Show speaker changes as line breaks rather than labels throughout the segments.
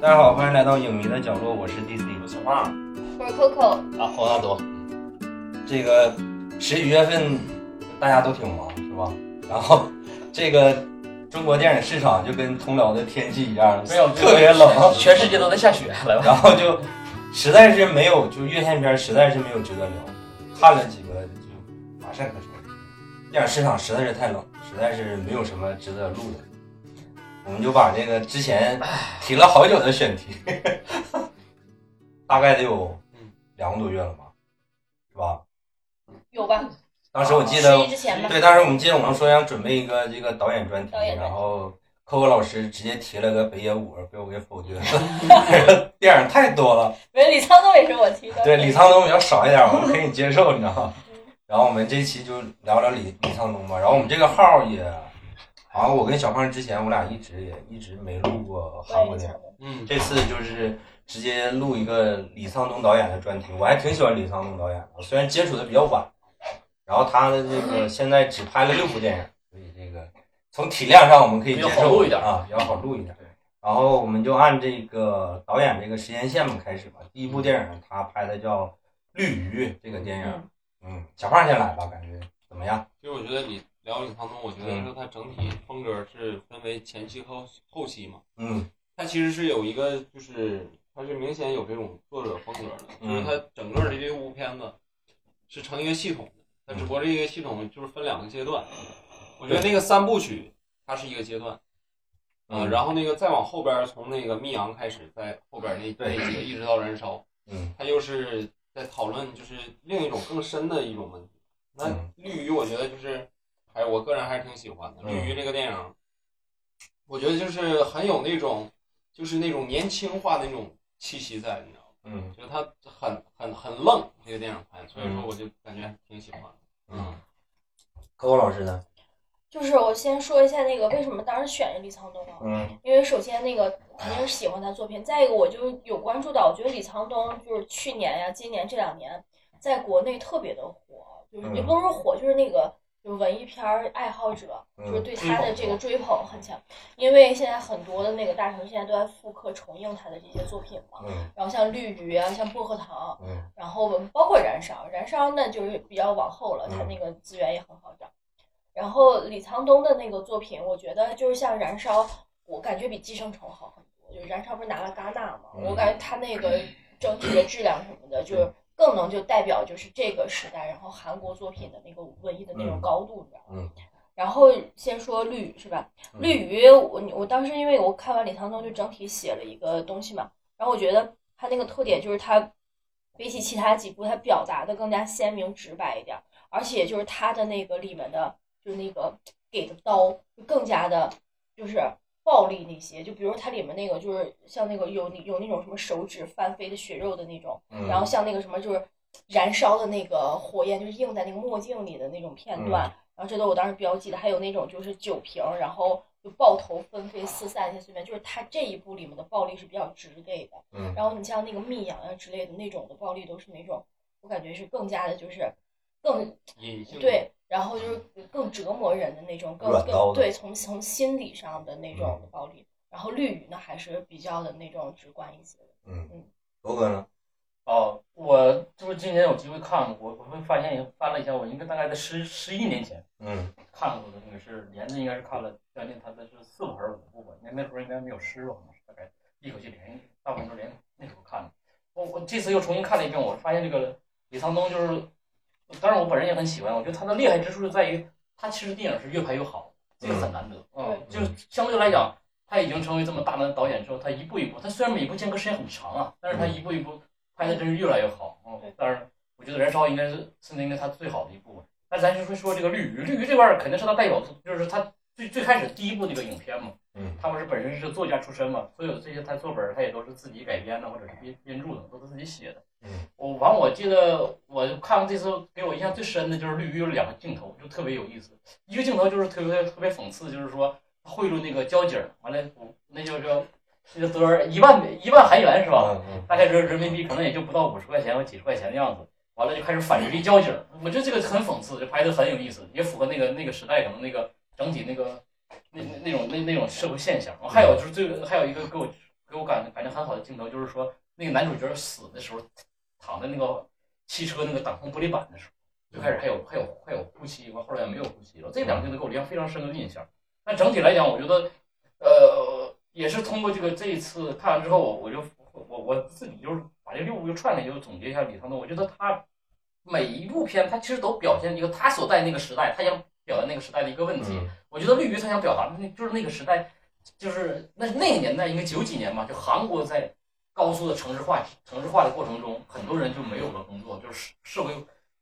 大家好，欢迎来到影迷的角落，我是 DC。
我是胖
我是 Coco，
啊，黄大多，
这个十一月份大家都挺忙，是吧？然后这个中国电影市场就跟通辽的天气一样，
没有
特别冷，
全世界都在下雪，来 吧。
然后就实在是没有，就院线片实在是没有值得聊，看了几个就乏善可陈。电影市场实在是太冷，实在是没有什么值得录的。我们就把这个之前提了好久的选题，大概得有两个多月了吧，是吧？
有吧？
当时我记得
哦十一之前吧。
对，当时我们记得我们说想准备一个这个导演专题，
导演专题
然后扣扣老师直接提了个北野武，被我给否决了。 电影太多了，
没李沧东也是我提的。
对李沧东比较少一点，我们可以接受，你知道吗？然后我们这期就聊聊李李沧东吧。然后我们这个号也，好像我跟小胖之前我俩一直也一直没录过韩国
对
电
李沧
影，
东
嗯，
这次就是直接录一个李沧东导演的专题。我还挺喜欢李沧东导演的，我虽然接触的比较晚，然后他的这个现在只拍了六部电影，所以这个从体量上我们可以接
比较好
受
录一点
啊，比较好录一点
对。
然后我们就按这个导演这个时间线嘛开始吧。第一部电影他拍的叫《绿鱼》这个电影，嗯，小胖先来吧，感觉怎么样？
其实我觉得李聊李沧东，我觉得
嗯
说他整体风格是分为前期和后后期嘛，
嗯
他其实是有一个就是他是明显有这种作者风格的，
嗯
就是他整个的这部片子是成一个系统的，他只不过这个系统就是分两个阶段，我觉得那个三部曲它是一个阶段，呃，
嗯
然后那个再往后边儿从那个密阳开始，在后边儿那
对
那几个一直到燃烧，
嗯
他又是在讨论就是另一种更深的一种问题。那
嗯
绿鱼，我觉得就是，还是我个人还是挺喜欢的。
嗯
绿鱼这个电影，我觉得就是很有那种，就是那种年轻化的那种气息在，你知道吗？
嗯
就是它很很很愣，这个电影拍，所以
嗯
说我就感觉还挺喜欢的。
嗯，柯柯老师呢？
就是我先说一下那个为什么当时选李沧东啊，
嗯
因为首先那个肯定是喜欢他作品，再一个我就有关注到，我觉得李沧东就是去年呀、今年这两年在国内特别的火，就是
嗯
也不能说火，就是那个就是文艺片儿爱好者，就是
嗯
对他的这个追捧很强，因为现在很多的那个大城市现在都在复刻重映他的这些作品嘛，
嗯
然后像绿鱼啊，像薄荷糖，
嗯
然后我们包括燃烧，燃烧那就是比较往后了，它
嗯
那个资源也很好找。然后李沧东的那个作品，我觉得就是像燃烧，我感觉比寄生虫好很多。就是燃烧不是拿了戛纳嘛，
嗯
我感觉他那个整体的质量什么的，就是更能就代表就是这个时代，然后韩国作品的那个文艺的那种高度，你知道吗？
嗯
然后先说绿鱼是吧？
嗯
绿鱼，我我当时因为我看完李沧东就整体写了一个东西嘛，然后我觉得他那个特点就是他比起其他几部，他表达的更加鲜明直白一点儿，而且就是他的那个里面的就是那个给的刀就更加的，就是暴力那些，就比如它里面那个就是像那个有有那种什么手指翻飞的血肉的那种，
嗯，
然后像那个什么就是燃烧的那个火焰，就是映在那个墨镜里的那种
嗯
片段。然后这都我当时标记的，还有那种就是酒瓶，然后就爆头纷飞四散一些碎片，就是它这一部里面的暴力是比较直给的。
嗯
然后你像那个密阳啊之类的那种的暴力，都是那种我感觉是更加的就是更
隐性的
对，然后就是更折磨人的那种，更
软刀的嗯
更对，从从心理上的那种暴力。然后绿雨呢，还是比较的那种直观一些的。
嗯，罗哥呢？
哦，我这不今年有机会看，我我会发现也翻了一下，我应该大概在十十一年前
嗯
看过的，那个是连着应该是看了将近他的是四部还是五部吧，那那时候应该没有失吧，大概一口气连大部分都连那时候看的。我我这次又重新看了一遍，我发现这个李沧东就是，当然我本人也很喜欢，我觉得他的厉害之处就在于他其实电影是越拍越好，这个很难得。嗯，
对
就是相对来讲，他已经成为这么大的导演之后，他一步一步，他虽然每部间隔时间很长啊，但是他一步一步拍的真是越来越好。嗯
对，
当然，我觉得《燃烧》应该是甚至应该他最好的一部。那咱就说说这个《绿鱼》，《绿鱼》这块儿肯定是他代表作，就是他最最开始第一部那个影片嘛。
嗯
他不是本身是作家出身嘛，所有这些他作本儿他也都是自己改编的或者是编编著的，都是自己写的。
嗯，
我完我记得我看过这次给我印象最深的就是绿鱼有两个镜头，就特别有意思。一个镜头就是特别特别讽刺，就是说贿赂那个交警儿，完了那就是那个多少一万一万韩元是吧？
嗯嗯
大概人人民币可能也就不到五十块钱或几十块钱的样子，完了就开始反击交警儿，我觉得这个很讽刺，就拍的很有意思，也符合那个那个时代可能那个整体那个那那那种那那种社会现象。还有就是最还有一个给我给给我感感觉很好的镜头，就是说那个男主角死的时候，躺在那个汽车那个挡风玻璃板的时候，就开始还有还有还有呼吸，完后来没有呼吸了。这两个镜头给我留下非常深的印象。但整体来讲，我觉得，呃，也是通过这个这一次看完之后，我我就我我自己就是把这六部就串联，就总结一下李沧东。我觉得他每一部片，他其实都表现一个他所在那个时代，他想表达那个时代的一个问题。
嗯
我觉得绿鱼他想表达的那就是那个时代，就是那那个年代，应该九几年吧，就韩国在高速的城市化城市化的过程中，很多人就没有了工作，就是社会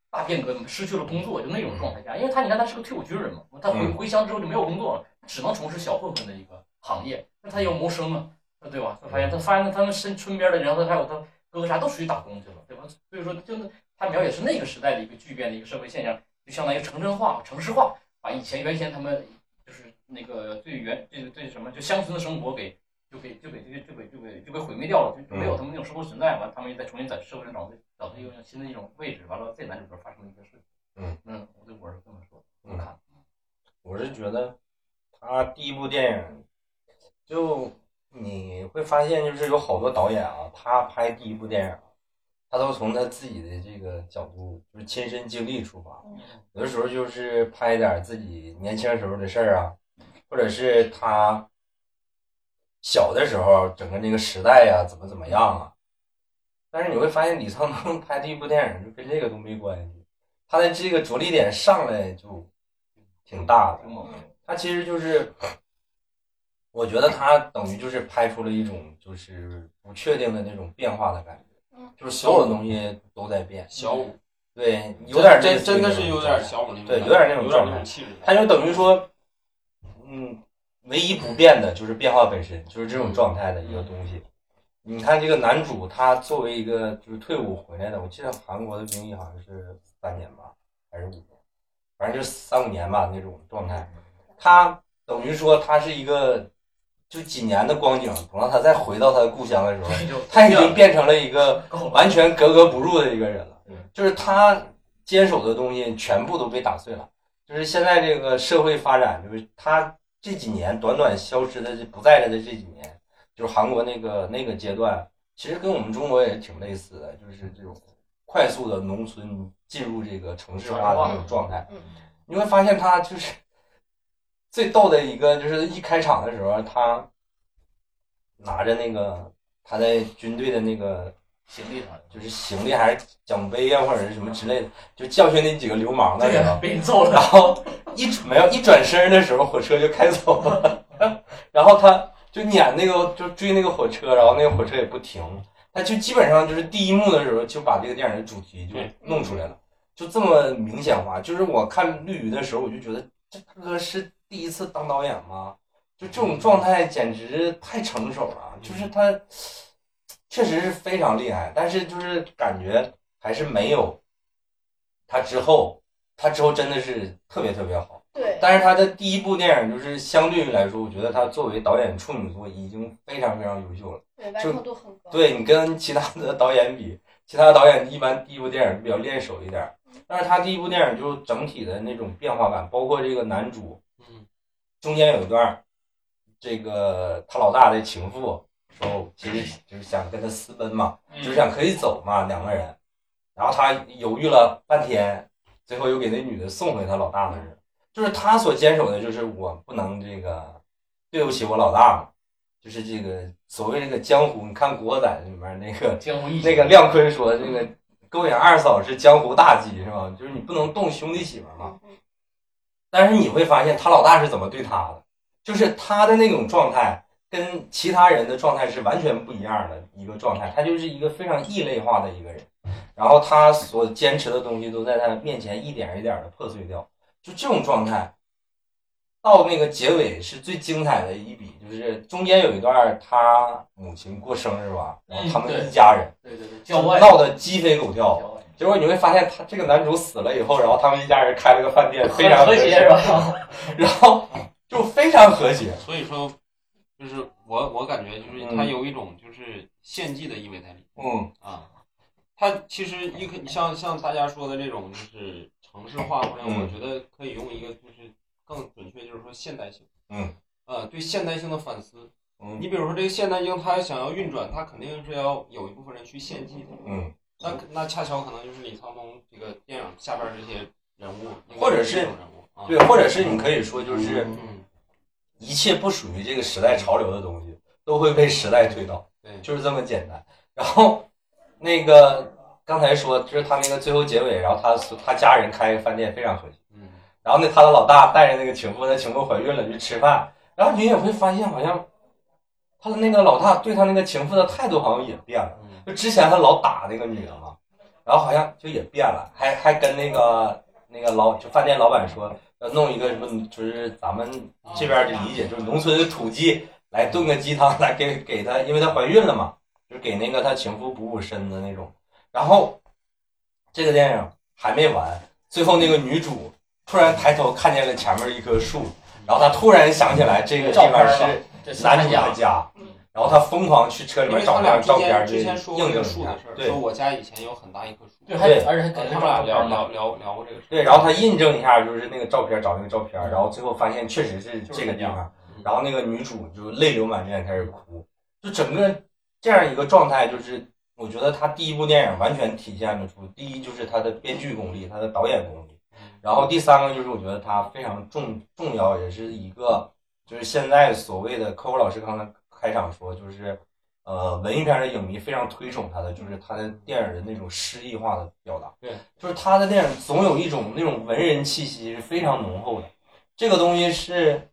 大变革，失去了工作，就那种状态下，因为他你看他是个退伍军人嘛，他回
嗯
回乡之后就没有工作了，只能从事小混混的一个行业，那他要谋生啊，那对吧？他发现他发现他们身村边的人，他还有他哥哥啥都出去打工去了，对吧？所以说，就那他描写是那个时代的一个巨变的一个社会现象，就相当于城镇化、城市化，把以前原先他们就是那个最原最最什么，就乡村的生活给就给就给就给就给就给就给毁灭掉了，就就
嗯
没有他们那种生活存在，完了他们又再重新在社会上找找到一个新的一种位置，完了这男主角发生了一些事情。
嗯
嗯，我对我是这么说的，我
嗯
看
我是觉得他第一部电影，就你会发现，就是有好多导演啊，他拍第一部电影，他都从他自己的这个角度，就是亲身经历出发。有的时候就是拍一点自己年轻时候的事儿啊，或者是他小的时候整个那个时代呀、怎么怎么样啊。但是你会发现，李沧东拍第一部电影就跟这个都没关系，他的这个着力点上来就挺大的。
挺猛的。
他其实就是，我觉得他等于就是拍出了一种就是不确定的那种变化的感觉
嗯，
就是所有的东西都在变。
小五，
对，有点
真
类似于
真的
那种
是有
状
点
态
小五那种
对
感觉，
有点那种
有点
状
那
态
种气质。
他就等于说，嗯，唯一不变的就是变化本身，就是这种状态的一个东西。你看这个男主，他作为一个就是退伍回来的，我记得韩国的兵役好像是三年吧，还是五年，反正就三五年吧那种状态。他等于说他是一个就几年的光景，等到他再回到他的故乡的时候，
就
他已经变成了一个
够了，嗯
完全格格不入的一个人了
对。
就是他坚守的东西全部都被打碎了。就是现在这个社会发展，就是他这几年短短消失的这不在了的这几年，就是韩国那个那个阶段，其实跟我们中国也挺类似的，就是这种快速的农村进入这个城市化的这种状态。
嗯
你会发现他就是最逗的一个，就是一开场的时候，他拿着那个他在军队的那个
行李啥的，
就是行李还是奖杯啊，或者是什么之类的，就教训那几个流氓的
对
时
呀，
候，
被人揍
然
了，
后一转没有一转身的时候，火车就开走了， 然后他就撵那个就追那个火车，然后那个火车也不停，他就基本上就是第一幕的时候就把这个电影的主题就弄出来了，就这么明显化。就是我看绿鱼的时候，我就觉得这大哥是第一次当导演吗？就这种状态简直太成熟了，啊就是他确实是非常厉害，但是就是感觉还是没有他之后，他之后真的是特别特别好。
对，
但是他的第一部电影就是相对于来说，我觉得他作为导演处女作已经非常非常优秀了。
对完成度很高。
对你跟其他的导演比，其他导演一般第一部电影比较练手一点儿，但是他第一部电影就整体的那种变化感，包括这个男主
嗯，
中间有一段儿，这个他老大的情妇说，其实就是想跟他私奔嘛，
嗯
就是想可以走嘛，两个人，然后他犹豫了半天，最后又给那女的送回他老大那儿，就是他所坚守的就是我不能这个对不起我老大嘛，就是这个所谓这个江湖，你看《古惑仔》里面那个
江湖义气
那个亮坤说这个勾引二嫂是江湖大忌是吧？就是你不能动兄弟媳妇儿嘛。
嗯嗯
但是你会发现他老大是怎么对他的，就是他的那种状态跟其他人的状态是完全不一样的一个状态，他就是一个非常异类化的一个人，然后他所坚持的东西都在他面前一点一点的破碎掉，就这种状态。到那个结尾是最精彩的一笔，就是中间有一段他母亲过生日吧，然后他们
嗯对
一家人
对对对，
就
郊外
闹得鸡飞狗
郊
跳。
外，
结果你会发现，他这个男主死了以后，然后他们一家人开了个饭店，非常
很和谐是吧？
然后就非常和谐。
所以说，就是我我感觉就是他
嗯
有一种就是献祭的意味在里面
嗯
啊。他其实一可像像大家说的这种就是城市化，或者
嗯
我觉得可以用一个就是更准确，就是说现代性。
嗯。
呃，对现代性的反思，
嗯
你比如说这个现代英，它想要运转，它肯定是要有一部分人去献祭的。
嗯，
那那恰巧可能就是李沧东这个电影下边这些人物，
或者是
这种人物啊，
对，或者是你可以说就是
嗯，
一切不属于这个时代潮流的东西，都会被时代推倒，
对，
就是这么简单。然后那个刚才说，就是他那个最后结尾，然后他他家人开饭店非常和谐，
嗯，
然后那他的老大带着那个情妇，那情妇怀孕了去吃饭，然后你也会发现好像他的那个老大对他那个情妇的态度好像也变了，
嗯
就之前他老打那个女的嘛，然后好像就也变了，还还跟那个那个老就饭店老板说要弄一个什么，就是咱们这边的理解就是农村的土鸡来炖个鸡汤来给给她，因为她怀孕了嘛，就是给那个她情妇补补身子那种。然后这个电影还没完，最后那个女主突然抬头看见了前面一棵树，然后她突然想起来这个地方是
这是
男
他
主的
家，嗯
家，然后她疯狂去车里
因为
面
他
找
俩
张
之
照片
前
儿，就
之
印
前说过这
证
个
了
树
一下
的事儿，
对
说我家以前有很大一棵树，
对，
呃
还
对
而且还给
他们俩聊聊聊聊过这个事儿，
对，然后他印证一下，就是那个照片找那个照片，然后最后发现确实是这个地方，
嗯
然后那个女主就泪流满面开始哭，就整个这样一个状态，就是我觉得他第一部电影完全体现得出，第一就是他的编剧功力，他的导演功力，然后第三个就是我觉得他非常重重要，也是一个就是现在所谓的科虎老师刚才开场说，就是呃文艺片的影迷非常推崇他的，就是他的电影的那种诗意化的表达。
对，
就是他的电影总有一种那种文人气息是非常浓厚的，这个东西是。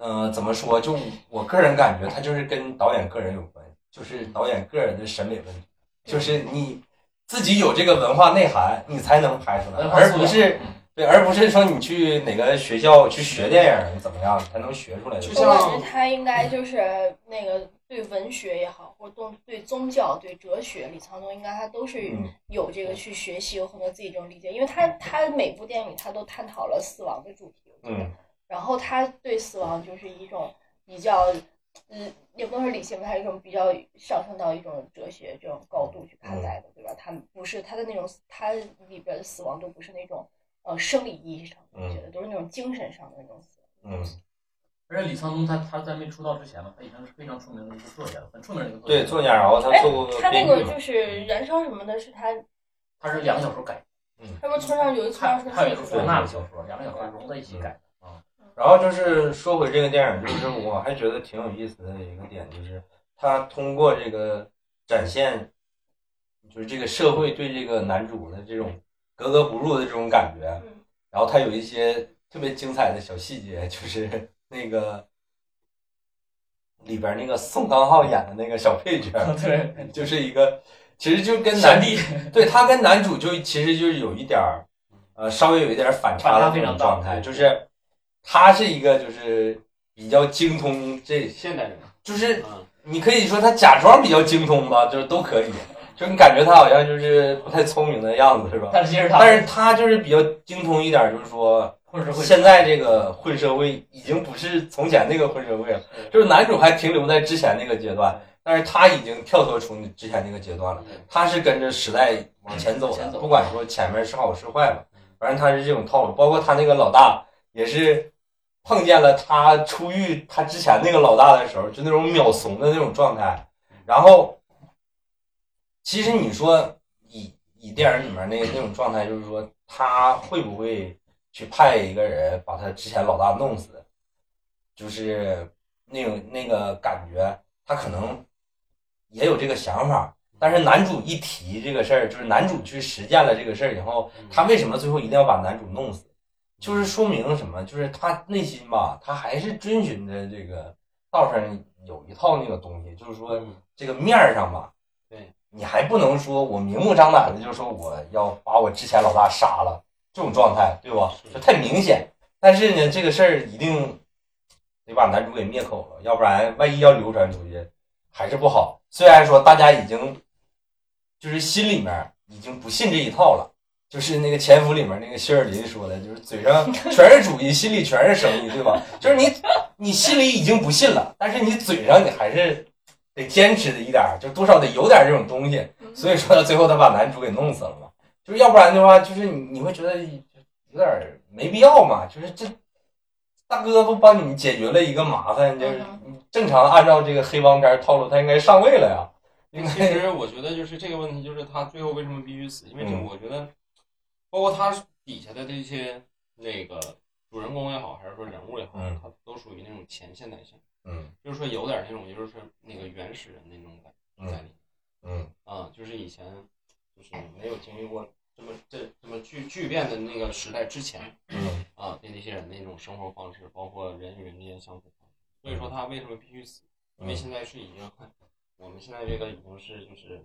呃，怎么说？就我个人感觉，它就是跟导演个人有关系，就是导演个人的审美问题，就是你自己有这个文化内涵，你才能拍出来，
文化
而
素
不
养
是对，而不是说你去哪个学校去学电影怎么样才能学出来的
就
我
像
感觉他应该就是那个对文学也好，或者宗对宗教、对哲学，李沧东应该他都是
嗯
有这个去学习，有很多自己这种理解，因为他他每部电影里他都探讨了死亡的主题，我觉得
嗯，
然后他对死亡就是一种比较，嗯，也不能说理性吧，他一种比较上升到一种哲学这种高度去看待的，对吧？他不是他的那种，他里边的死亡都不是那种呃生理意义上的，我觉得都是那种精神上的那种死亡。
嗯，
而且李沧东他他在没出道之前嘛，他已经是非常出名的一个作家，很出名的一个作家。
对，作家，啊然后他
哎
做过
他那
编
个
剧嘛，
就是燃烧什么的，是他
他是两个小说改，
他不是村上有一村
他
上春
他也
树
是
是吧
冯娜的小说，两个小说融在一起改 的。
然后就是说回这个电影，就是我还觉得挺有意思的一个点，就是他通过这个展现，就是这个社会对这个男主的这种格格不入的这种感觉
嗯，
然后他有一些特别精彩的小细节，就是那个里边那个宋康昊演的那个小配角，
对，
就是一个，其实就跟
闪
男
弟
对他跟男主就其实就是有一点儿，呃，稍微有一点儿反差的
反差非
那种
常大
状态，
对
就是他是一个就是比较精通这，
现代人，
就是
嗯，
你可以说他假装比较精通吧，就是都可以，就是你感觉他好像就是不太聪明的样子，是吧？
但是其实他
但是他就是比较精通一点儿，就是说
混社会
现在这个混社会已经不是从前那个混社会了，就是男主还停留在之前那个阶段，但是他已经跳脱出之前那个阶段
嗯
了，他是跟着时代往前走
往
的
前，走
不管说前面是好是坏吧，反正他是这种套路。包括他那个老大也是碰见了他出狱他之前那个老大的时候，就那种秒怂的那种状态。然后，其实你说以以电影里面那那种状态，就是说他会不会去派一个人把他之前老大弄死，就是那种那个感觉，他可能也有这个想法。但是男主一提这个事儿，就是男主去实践了这个事儿以后，他为什么最后一定要把男主弄死？就是说明什么？就是他内心吧，他还是遵循着这个道上有一套那个东西，就是说
嗯
这个面儿上吧，
对
你还不能说我明目张胆的就说我要把我之前老大杀了这种状态，对吧？
是
这太明显。但是呢，这个事儿一定得把男主给灭口了，要不然万一要流传出去，还是不好。虽然说大家已经就是心里面已经不信这一套了。就是那个《潜伏》里面那个希尔林说的，就是嘴上全是主义，心里全是生意，对吧？就是你，你心里已经不信了，但是你嘴上你还是得坚持的一点儿，就多少得有点儿这种东西。所以说到最后，他把男主给弄死了嘛，就是要不然的话，就是你你会觉得有点儿没必要嘛，就是这大哥不帮你解决了一个麻烦，就是
嗯
你正常按照这个黑帮片套路，他应该上位了呀。应
其
该
实我觉得就是这个问题，就是他最后为什么必须死？因为这个
嗯
我觉得，包括他底下的这些那个主人公也好，还是说人物也好，
嗯
他都属于那种前现代性，
嗯
就是说有点那种就是说那个原始人那种感觉在里面
嗯
啊，就是以前就是没有经历过这么这这么巨巨变的那个时代之前，
嗯
啊，对那些人的一种生活方式，包括人与人之间相处方式。所以说他为什么必须死？因为
嗯
现在是已经，我们现在这个已经是就是，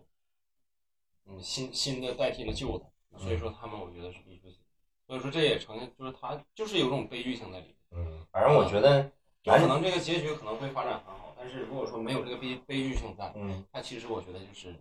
嗯，新新的代替了旧的，所
嗯
以说他们我觉得是必须死。所以说这也呈现就是他就是有种悲剧性在里面。
嗯，反正我觉得
就
男
可能这个结局可能会发展很好，但是如果说没有这个悲悲剧性在，
嗯
他其实我觉得就是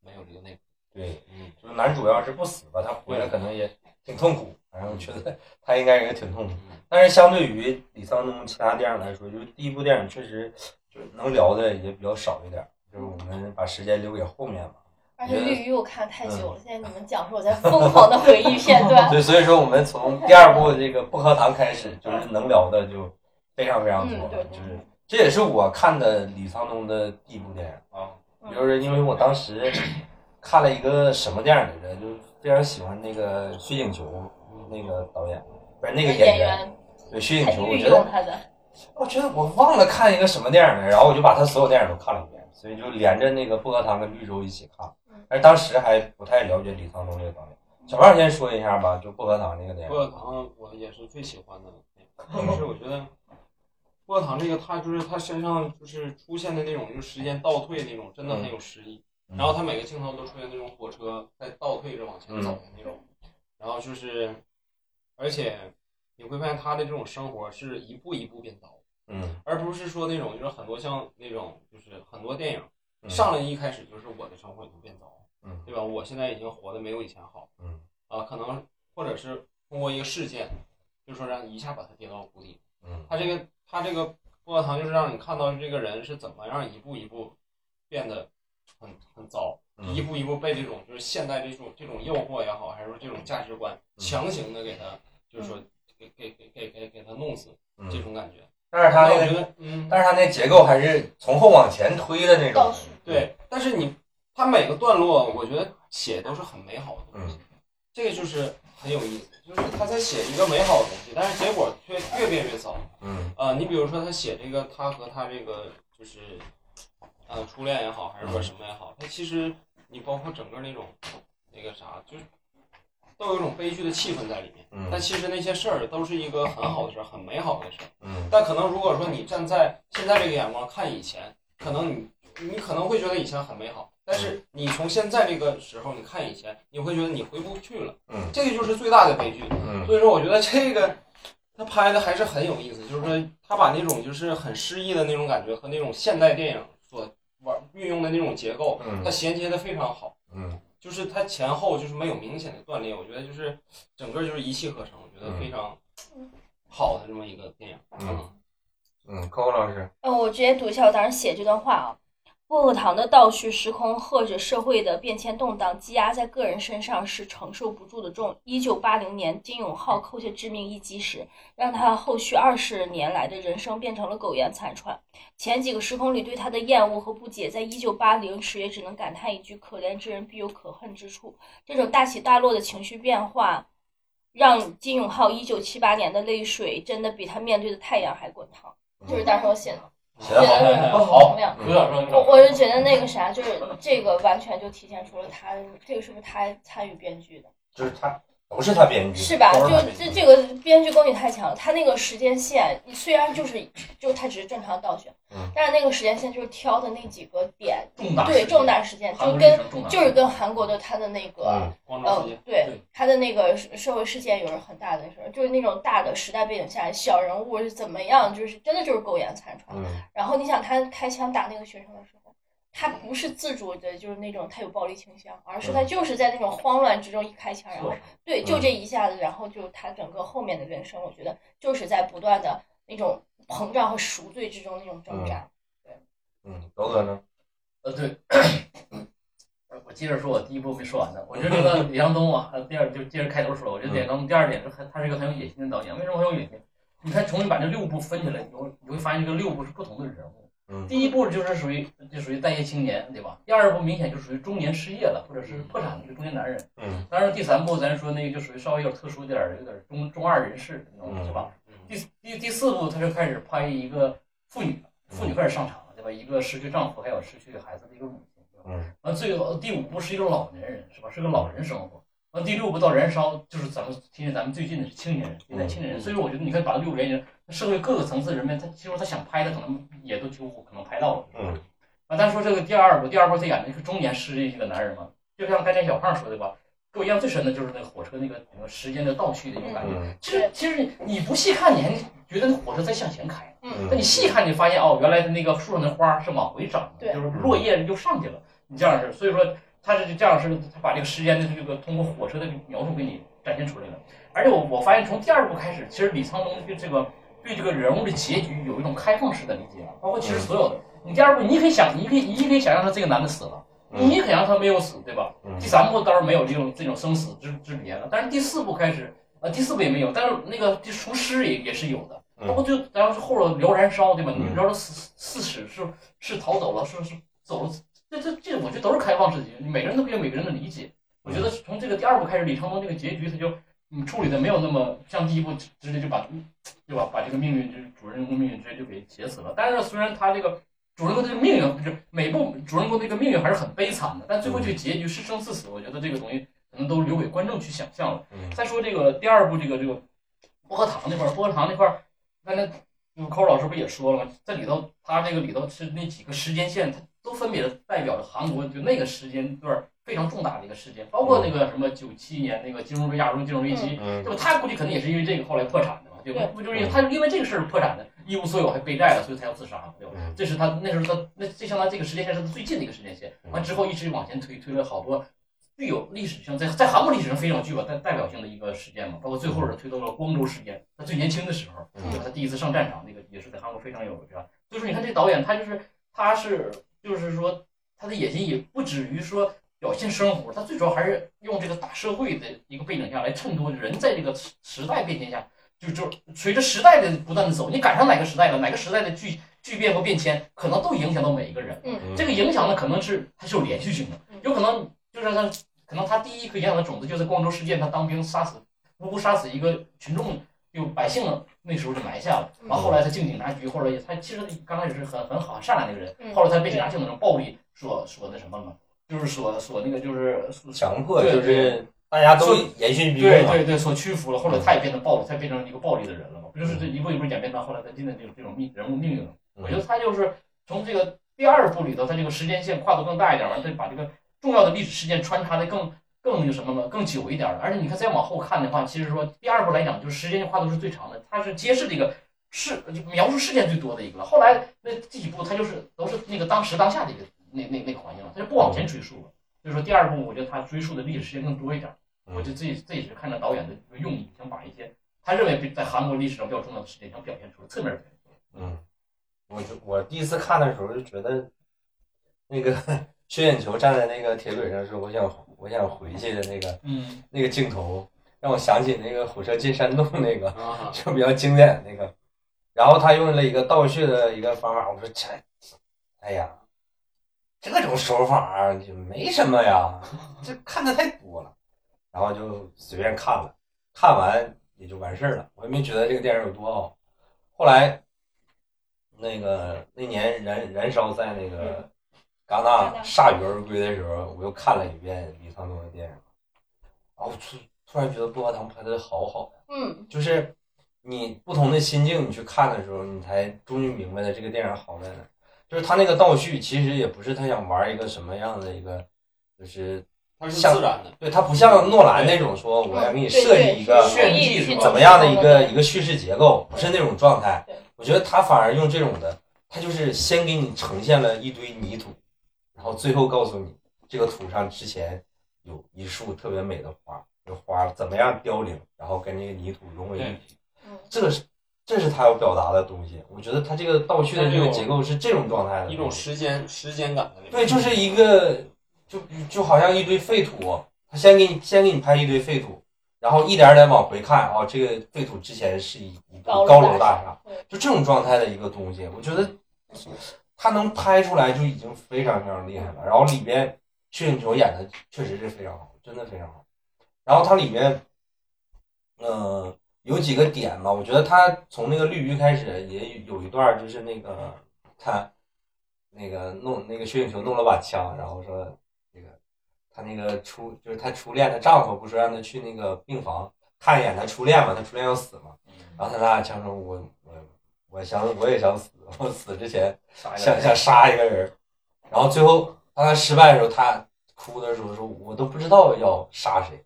没有这个内
对，
嗯，
就是男主要是不死吧，他回来可能也挺痛苦。反正我觉得他应该也挺痛苦。
嗯
但是相对于李沧东其他电影来说，就是第一部电影确实就是能聊的也比较少一点，就是我们把时间留给后面嘛。
而且绿鱼我看太久
嗯
了，现在你们讲说我在疯狂的回忆片 段。
对，所以说我们从第二部这个《不喝糖》开始，就是能聊的就非常非常多
嗯对
了，就
对
是这也是我看的李沧东的第一部电影。
啊，
嗯
就是因为我当时看了一个什么电影来着，就是非常喜欢那个薛景求那个导演，不是那个演
演
员，对薛景
他
求，我
运
觉得哦
用他的，
我觉得我忘了看一个什么电影了，然后我就把他所有电影都看了一遍，所以就连着那个《薄荷糖》跟《绿洲》一起看
嗯。
但是当时还不太了解李沧东这个导演。小胖先说一下吧，就《薄荷糖》这个电
薄荷
影。
糖我也是最喜欢的，但是我觉得薄荷糖这个他就是他身上就是出现的那种就是时间倒退那种，真的很有诗意。
嗯
然后他每个镜头都出现那种火车在倒退着往前走的那种，
嗯
然后就是，而且你会发现他的这种生活是一步一步变糟，
嗯，
而不是说那种就是很多像那种就是很多电影。
嗯
上来一开始就是我的生活已经变糟了，
嗯
对吧？我现在已经活得没有以前好，
嗯，
啊，可能或者是通过一个事件，就说让你一下把他跌到谷底。
嗯
他这个他这个薄荷糖就是让你看到这个人是怎么样一步一步变得很很糟，
嗯
一步一步被这种就是现代这种这种诱惑也好，还是说这种价值观
嗯
强行的给他，就是说给给给给给给他弄死
嗯
这种感觉。
但是他
那
那
我觉
个，
得，嗯，
但是他那结构还是从后往前推的那种
倒叙。
对，但是你他每个段落，我觉得写都是很美好的
嗯
东西，这个就是很有意思，就是他在写一个美好的东西，但是结果却越变越糟。
嗯，
呃，你比如说他写这个，他和他这个就是，呃，初恋也好，还是说什么也好，他其实你包括整个那种那个啥，就是都有一种悲剧的气氛在里面。
嗯
但其实那些事儿都是一个很好的事儿，很美好的事儿。
嗯
但可能如果说你站在现在这个眼光看以前，可能你你可能会觉得以前很美好，但是
嗯
你从现在这个时候你看以前，你会觉得你回不去了，
嗯
这个就是最大的悲剧。
嗯
所以说，我觉得这个他拍的还是很有意思，就是说他把那种就是很诗意的那种感觉和那种现代电影所玩运用的那种结构，
嗯
它衔接的非常好，
嗯
就是它前后就是没有明显的断裂，我觉得就是整个就是一气呵成，我觉得非常
嗯
好的这么一个电影。
嗯嗯，扣扣老师，
嗯，我直接读一下我当时写这段话啊。薄荷糖的倒叙时空或者社会的变迁动荡，积压在个人身上是承受不住的重。一九八零年，金永浩扣下致命一击时，让他后续二十年来的人生变成了苟延残喘。前几个时空里对他的厌恶和不解，在一九八零时也只能感叹一句：“可怜之人必有可恨之处。”这种大起大落的情绪变化，让金永浩一九七八年的泪水真的比他面对的太阳还滚烫。就是当时我写的。
写得好，
好
有点说那
我
种
我是觉得那个啥，就是这个完全就体现出了他这个是不是他参与编剧的，
就是他都是他编剧，
是吧？
都
就是
他编
这
剧
这个编剧功底太强了，他那个时间线虽然就是就他只是正常倒叙
嗯，
但是那个时间线就是挑的那几个点，
重大
对
事件
重大事件，
韩
就
国历
跟
史重大
就是跟韩国的他的那个
嗯。
光
呃
州事件，，
对
对
他的那个社社会事件有着很大的事儿，就是那种大的时代背景下，小人物是怎么样，就是真的就是苟延残喘。
嗯
然后你想他开枪打那个学生的时候，他不是自主的，就是那种他有暴力倾向，而是
嗯
他就是在那种慌乱之中一开枪，然后对，就这一下子，然后就他整个后面的人生，我觉得就是在不断的那种膨胀和赎罪之中那种挣扎。
嗯，楼哥呢？
呃，对， 我接着说，我第一部没说完呢。我觉得这个李沧东啊，还有第二就接着开头说，我觉得李沧
嗯
东第二点就是他是一个很有野心的导演。为什么很有野心？你看，从你把这六部分起来，你会你会发现这个六部是不同的人物，
嗯
第一步就是属于就属于待业青年，对吧？第二步明显就属于中年失业了，或者是破产的中年男人。
嗯
当然，第三步咱说那个就属于稍微有点特殊点儿，有点中中二人士那种，
嗯
是吧？
嗯
第第第四步，他就开始拍一个妇女，妇
嗯
女开始上场了，对吧？一个失去丈夫还有失去孩子的一个母亲，对吧？
嗯
完最后第五步是一个老年人，是吧？是个老人生活。完第六步到燃烧，就是咱们其实咱们最近的是青年人，现在青年
嗯
人。所以说，我觉得你看把六个人，社会各个层次的人们，他其实他想拍的可能也都几乎可能拍到了。
嗯
啊，咱说这个第二部，第二部他演的一个中年失业一个男人嘛，就像刚才小胖说的吧，给我印象最深的就是那个火车那个那个时间的倒叙的一种感觉。
嗯
其实其实你不细看，你还觉得那火车在向前开，
嗯
但你细看，你发现哦，原来那个树上的花是往回长的，
对
就是落叶又上去了。你这样式，所以说他是这样式，他把这个时间的这个通过火车的描述给你展现出来了。而且我我发现从第二部开始，其实李沧东对这个对这个人物的结局有一种开放式的理解了，包括
嗯
其实所有的。你第二部你可以想，你可以你可以想象他这个男的死了，
嗯
你也可以让他没有死，对吧？
嗯
第三部倒是没有这种这种生死之之别了，但是第四部开始，呃，第四部也没有，但是那个这厨师也也是有的，
嗯
包括就然后后头聊燃烧对吧？
嗯
你聊到四四史是是逃走了，是是走了，这这这我觉得都是开放式结局，每个人都可以有每个人的理解。我
嗯
觉得从这个第二部开始，李沧东这个结局他就嗯处理的没有那么像第一部直直接就把对吧把这个命运就是主人公命运直接就给写死了。但是虽然他这个主人公这个命运就是每部主人公这个命运还是很悲惨的，但最后
嗯
这个结局是生是死，我觉得这个东西可能都留给观众去想象了。
嗯
再说这个第二部这个这个薄荷糖那块儿，薄荷糖那块儿，刚才嗯寇老师不也说了吗？这里头他这个里头是那几个时间线，它都分别代表着韩国就那个时间段儿非常重大的一个事件，包括那个什么九七年那个金融危亚洲金融危机，
嗯
对吧？他估计肯定也是因为这个后来破产的嘛，对吧
对？
不就是因为他因为这个事儿破产的，一无所有还背债了，所以才要自杀嘛，对吧
嗯？
这是他那时候他那这相当于这个时间线是他最近的一个时间线，
嗯
完之后一直往前推，推了好多具有历史上在在韩国历史上非常具有代代表性的一个事件嘛，包括最后是推到了光州事件，他最年轻的时候，
嗯
对吧？他第一次上战场，那个也是在韩国非常有名。啊所以说，你看这导演他就是他是就是说他的野心也不止于说表现生活，他最主要还是用这个大社会的一个背景下来衬托人在这个时时代变迁下，就就随着时代的不断的走，你赶上哪个时代了，哪个时代的巨巨变和变迁，可能都影响到每一个人。
嗯
这个影响呢，可能是它是有连续性的
嗯，
有可能就是他可能他第一个影响的种子就是光州事件，他当兵杀死无辜杀死一个群众，就百姓那时候就埋下了，
嗯
完后来他进警察局，后来他其实刚开始是很很好很善良的一个人，
嗯
后来他被警察系统中暴力所所那什么了嘛，就是所所那个就是所
强迫就
对对
是大家都严刑逼
对
供嘛，嗯
对对，所屈服了，后来他也变得暴力，他变成一个暴力的人了嘛，不就是这一步一步演变到后来他现在这种这种命人物命运了。
嗯
我觉得他就是从这个第二部里头，他这个时间线跨度更大一点，完了再把这个重要的历史事件穿插的更更那个什么了，更久一点了。而且你看再往后看的话，其实说第二部来讲，就是时间线跨度是最长的，它是揭示这个事就描述事件最多的一个了。后来那第几部，它就是都是那个当时当下的一个那那那个环境了，它就不往前追溯了。所以说第二部，我觉得他追溯的历史事件更多一点。
嗯
我就自己自己是看着导演的一个用意，想把一些他认为比在韩国历史上比较重要的事件，想表现出来，侧面表现出来。
嗯，我就我第一次看的时候就觉得，那个 薛远球站在那个铁轨上说：“我想我想回去的那个
嗯，
那个镜头，让我想起那个火车进山洞那个，
啊，
就比较经典的那个。然后他用了一个倒叙的一个方法，我说这，哎呀，这种手法儿就没什么呀，这看的太多了。然后就随便看了，看完也就完事儿了，我也没觉得这个电影有多好。后来，那个那年燃燃烧在那个戛纳铩羽而归的时候，我又看了一遍李沧东的电影，然后突突然觉得薄荷糖拍的好好。
嗯
就是你不同的心境，你去看的时候，你才终于明白了这个电影好在哪儿。就是他那个倒叙，其实也不是他想玩一个什么样的一个，就是
它是自然的，
对他不像诺兰那种说我要给你设计一个
对对炫技是吧
怎么样的一个一个叙事结构，不是那种状态
对。
我觉得他反而用这种的，他就是先给你呈现了一堆泥土，然后最后告诉你这个土上之前有一束特别美的花，这花怎么样凋零，然后跟这个泥土融为一体。
嗯
这个是这是他要表达的东西。我觉得他这个倒叙的这个结构是这种状态的，
一种时间时间感的那种。
对，就是一个就就好像一堆废土，他先给你先给你拍一堆废土，然后一点儿点往回看啊、这个废土之前是一一个
高楼
高楼
大
大厦
对，
就这种状态的一个东西，我觉得他能拍出来就已经非常非常厉害了。然后里边薛景求演的确实是非常好，真的非常好。然后它里面，呃，有几个点吧，我觉得他从那个绿鱼开始也有一段，就是那个他那个弄那个薛景求弄了把枪，然后说那个他那个初就是他初恋的丈夫不是让他去那个病房看一眼他初恋嘛，他初恋要死嘛，
嗯
然后他拿着枪说我我我想我也想死， 我死之前
啥
想想杀一个人，然后最后当他失败的时候，他哭的时候说：“我都不知道要杀谁，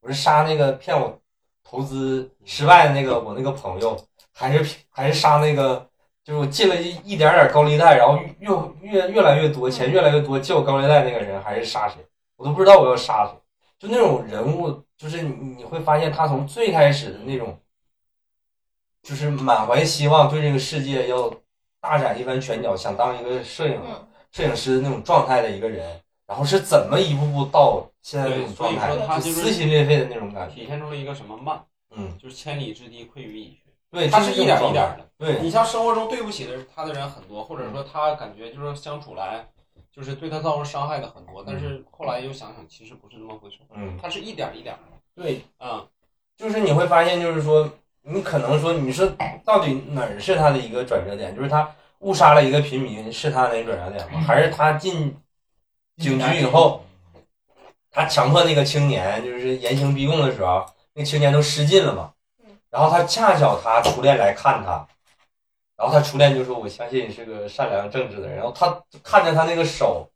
我是杀那个骗我投资失败的那个我那个朋友，还是还是杀那个就是我进了一一点点高利贷，然后越越越来越多钱越来越多借我高利贷那个人，还是杀谁？我都不知道我要杀谁。就那种人物，就是你你会发现他从最开始的那种。”就是满怀希望，对这个世界要大展一番拳脚，想当一个摄影
嗯
摄影师的那种状态的一个人，然后是怎么一步步到现在这种状态
对所以
的，
说他
就
就是
撕心裂肺的那种感觉。
啊体现出了一个什么慢，
嗯，
就是千里之堤溃于蚁穴。
对，
他
就是这种
一点
状
一点
态。
的。
对，
你像生活中对不起的他的人很多，或者说他感觉就是相处来，就是对他造成伤害的很多，但是后来又想想，其实不是那么回事。
嗯，
他是一点一点的，
对，
嗯，
就是你会发现，就是说，你可能说，你说到底哪儿是他的一个转折点？就是他误杀了一个平民，是他的一个转折点吗？还是他进警局以后，他强迫那个青年，就是严刑逼供的时候，那青年都失禁了嘛
嗯。
然后他恰巧他初恋来看他，然后他初恋就说：“我相信你是个善良正直的人。”然后他看着他那个手，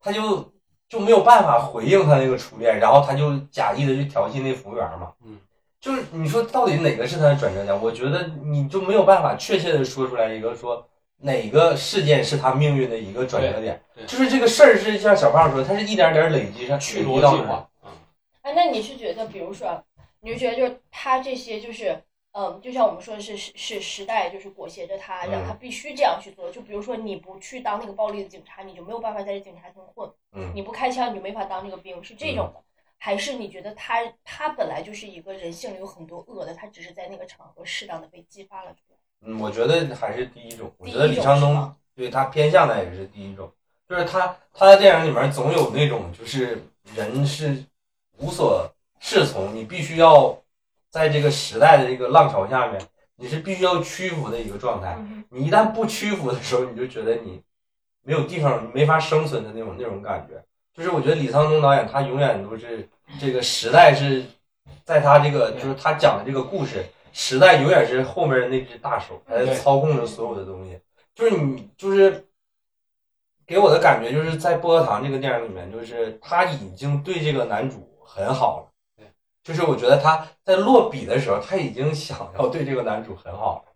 他就就没有办法回应他那个初恋，然后他就假意的去调戏那服务员嘛。
嗯，
就是你说到底哪个是他的转折点？我觉得你就没有办法确切的说出来一个说哪个事件是他命运的一个转折点
对。对
就是这个事儿是像小胖说，他是一点点累积上
去
累
逻
积到那
辑
儿。
化，嗯，
哎，那你是觉得，比如说，啊你是觉得就是他这些就是，嗯，就像我们说的是是是时代就是裹挟着他，让他必须这样去做。就比如说你不去当那个暴力的警察，你就没有办法在这警察厅混；
嗯，
你不开枪，你就没法当这个兵，是这种的。还是你觉得他他本来就是一个人性里有很多恶的，他只是在那个场合适当的被激发了出来。
嗯，我觉得还是第一种。我
第
觉得
一
李
种
沧
是
东
吧
对他偏向的也是第一种，就是他他的电影里面总有那种就是人是无所适从，你必须要在这个时代的这个浪潮下面，你是必须要屈服的一个状态。
嗯
你一旦不屈服的时候，你就觉得你没有地方，你没法生存的那种那种感觉。就是我觉得李沧东导演他永远都是这个时代是在他这个就是他讲的这个故事，时代永远是后面的那只大手来
嗯对
操控着所有的东西。就是你就是给我的感觉就是在《薄荷糖》这个电影里面，就是他已经对这个男主很好了
对。
就是我觉得他在落笔的时候，他已经想要对这个男主很好了，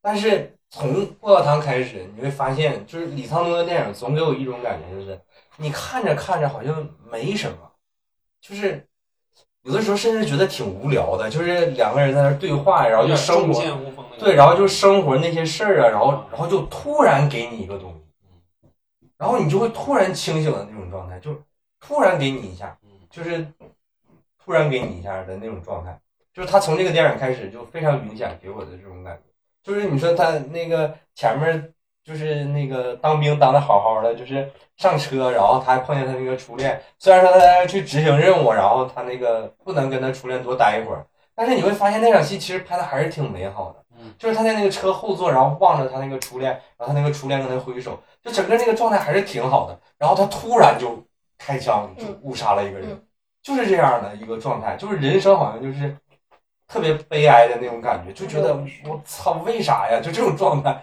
但是从《薄荷糖》开始，你会发现，就是李沧东的电影总给我一种感觉，就是你看着看着好像没什么，就是有的时候甚至觉得挺无聊的，就是两个人在那儿对话，然后就生
重
活
剑无锋那个
对，然后就生活那些事儿啊，然后然后就突然给你一个东
嗯
西，然后你就会突然清醒的那种状态，就突然给你一下，
嗯
就是突然给你一下的那种状态，就是他从这个电影开始就非常明显给我的这种感觉，就是你说他那个前面就是那个当兵当的好好的，就是上车，然后他还碰见他那个初恋，虽然说他要去执行任务，然后他那个不能跟他初恋多待一会儿，但是你会发现那场戏其实拍的还是挺美好的。
嗯，
就是他在那个车后座，然后望着他那个初恋，然后他那个初恋跟他挥手，就整个那个状态还是挺好的。然后他突然就开枪，就
嗯
误杀了一个人，
嗯
就是这样的一个状态，就是人生好像就是特别悲哀的那种感觉，就觉得我操，为啥呀？就这种状态，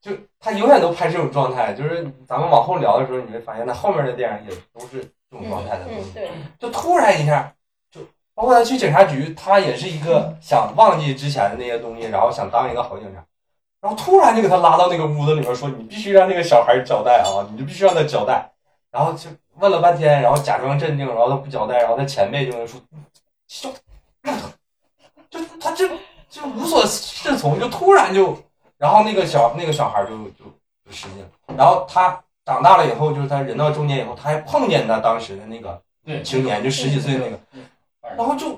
就他永远都拍这种状态。就是咱们往后聊的时候，你会发现他后面的电影也都是这种状态的东西。
嗯，对，
就突然一下，就包括他去警察局，他也是一个想忘记之前的那些东西，然后想当一个好警察，然后突然就给他拉到那个屋子里面说：“你必须让那个小孩交代啊，你就必须让他交代。”然后就问了半天，然后假装镇定，然后他不交代，然后他前辈就能说：“就就他这就无所适从，就突然就，然后那个小那个小孩就就就失禁了，然后他。”长大了以后，就是他人到中年以后，他还碰见他当时的那个
对
青年，就十几岁那个，然后就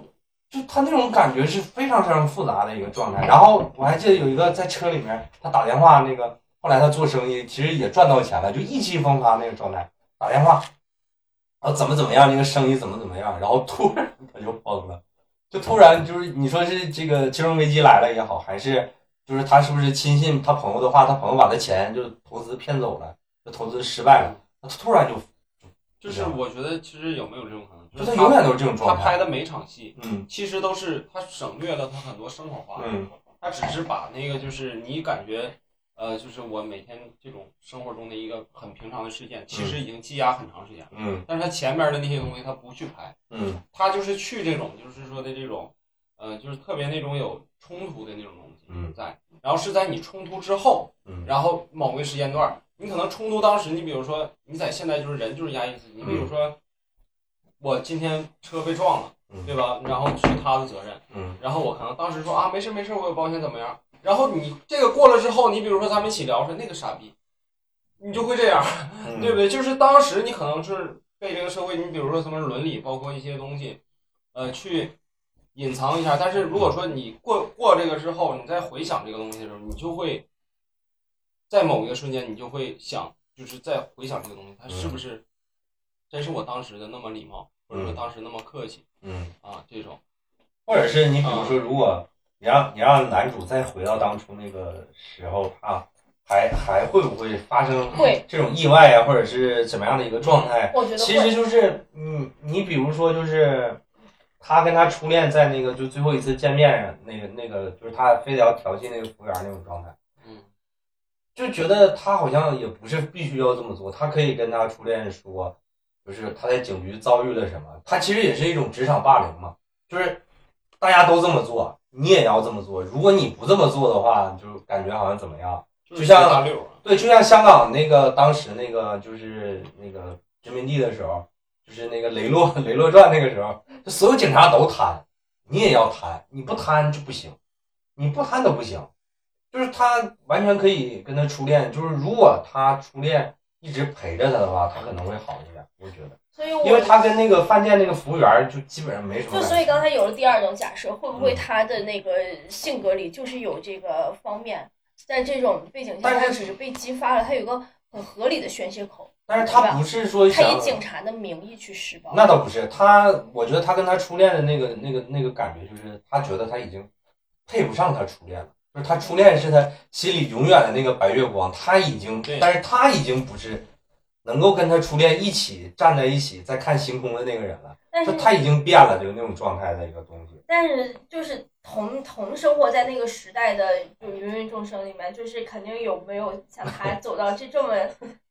就他那种感觉是非常非常复杂的一个状态。然后我还记得有一个在车里面，他打电话那个后来他做生意其实也赚到钱了，就意气风发那个状态，打电话，然后怎么怎么样，这个生意怎么怎么样，然后突然他就崩了，就突然就是你说是这个金融危机来了也好，还是就是他是不是亲信他朋友的话，他朋友把他钱就投资骗走了，就投资失败了，他突然就
就是我觉得其实有没有这种可
就
能，他
他永远都是这种
他
状
拍
态，
的每场戏
嗯
其实都是他省略了他很多生活化，
嗯
他只是把那个就是你感觉。呃，就是我每天这种生活中的一个很平常的事件，其实已经积压很长时间了。
嗯
但是他前面的那些东西他不去拍，
嗯
他就是去这种，就是说的这种，呃，就是特别那种有冲突的那种东
嗯
西在。然后是在你冲突之后，
嗯，
然后某个时间段儿，你可能冲突当时，你比如说你在现在就是人就是压抑自己，你比如说我今天车被撞了，对吧？然后是他的责任，
嗯
然后我可能当时说啊没事没事，我有保险怎么样？然后你这个过了之后，你比如说咱们一起聊说那个傻逼，你就会这样。
嗯，
对不对？就是当时你可能是被这个社会，你比如说什么伦理，包括一些东西，呃，去隐藏一下。但是如果说你过过这个之后，你再回想这个东西的时候，你就会在某一个瞬间，你就会想，就是再回想这个东西，它是
嗯
不是真是我当时的那么礼貌，或者说当时那么客气
嗯。
啊？这种
或者是你比如说，如果你让你让男主再回到当初那个时候，他还还会不会发生
会，
这种意外啊，或者是怎么样的一个状态？
我觉得
其
会。
实就是你你比如说就是。他跟他初恋在那个就最后一次见面上，那个那个就是他非得要调戏那个服务员那种状态，
嗯，
就觉得他好像也不是必须要这么做，他可以跟他初恋说，就是他在警局遭遇了什么，他其实也是一种职场霸凌嘛，就是大家都这么做，你也要这么做，如果你不这么做的话，就感觉好像怎么样？
就是
就像
大六啊，
对，就像香港那个当时那个就是那个殖民地的时候，就是那个雷洛 雷洛传那个时候，就所有警察都贪，你也要贪，你不贪就不行，你不贪都不行。就是他完全可以跟他初恋，就是如果他初恋一直陪着他的话，他可能会好一点，我觉得，
所以
因为
我
他跟那个饭店那个服务员就基本上没什么
就
感情。
所以刚才有了第二种假设，会不会他的那个性格里就是有这个方面？在这种背景下，
但是
他只是被激发了，他有一个很合理的宣泄口，
但是他不是说
他以
想
警察的名义去施暴。
那倒不是，他我觉得他跟他初恋的那个那个那个感觉，就是他觉得他已经配不上他初恋了，就是他初恋是他心里永远的那个白月光，他已经
对，
但是他已经不是能够跟他初恋一起站在一起在看星空的那个人了，
但
就是他已经变了，就是那种状态的一个东西。
但是就是同同生活在那个时代的就是芸芸众生里面，就是肯定有没有像 他走到这这么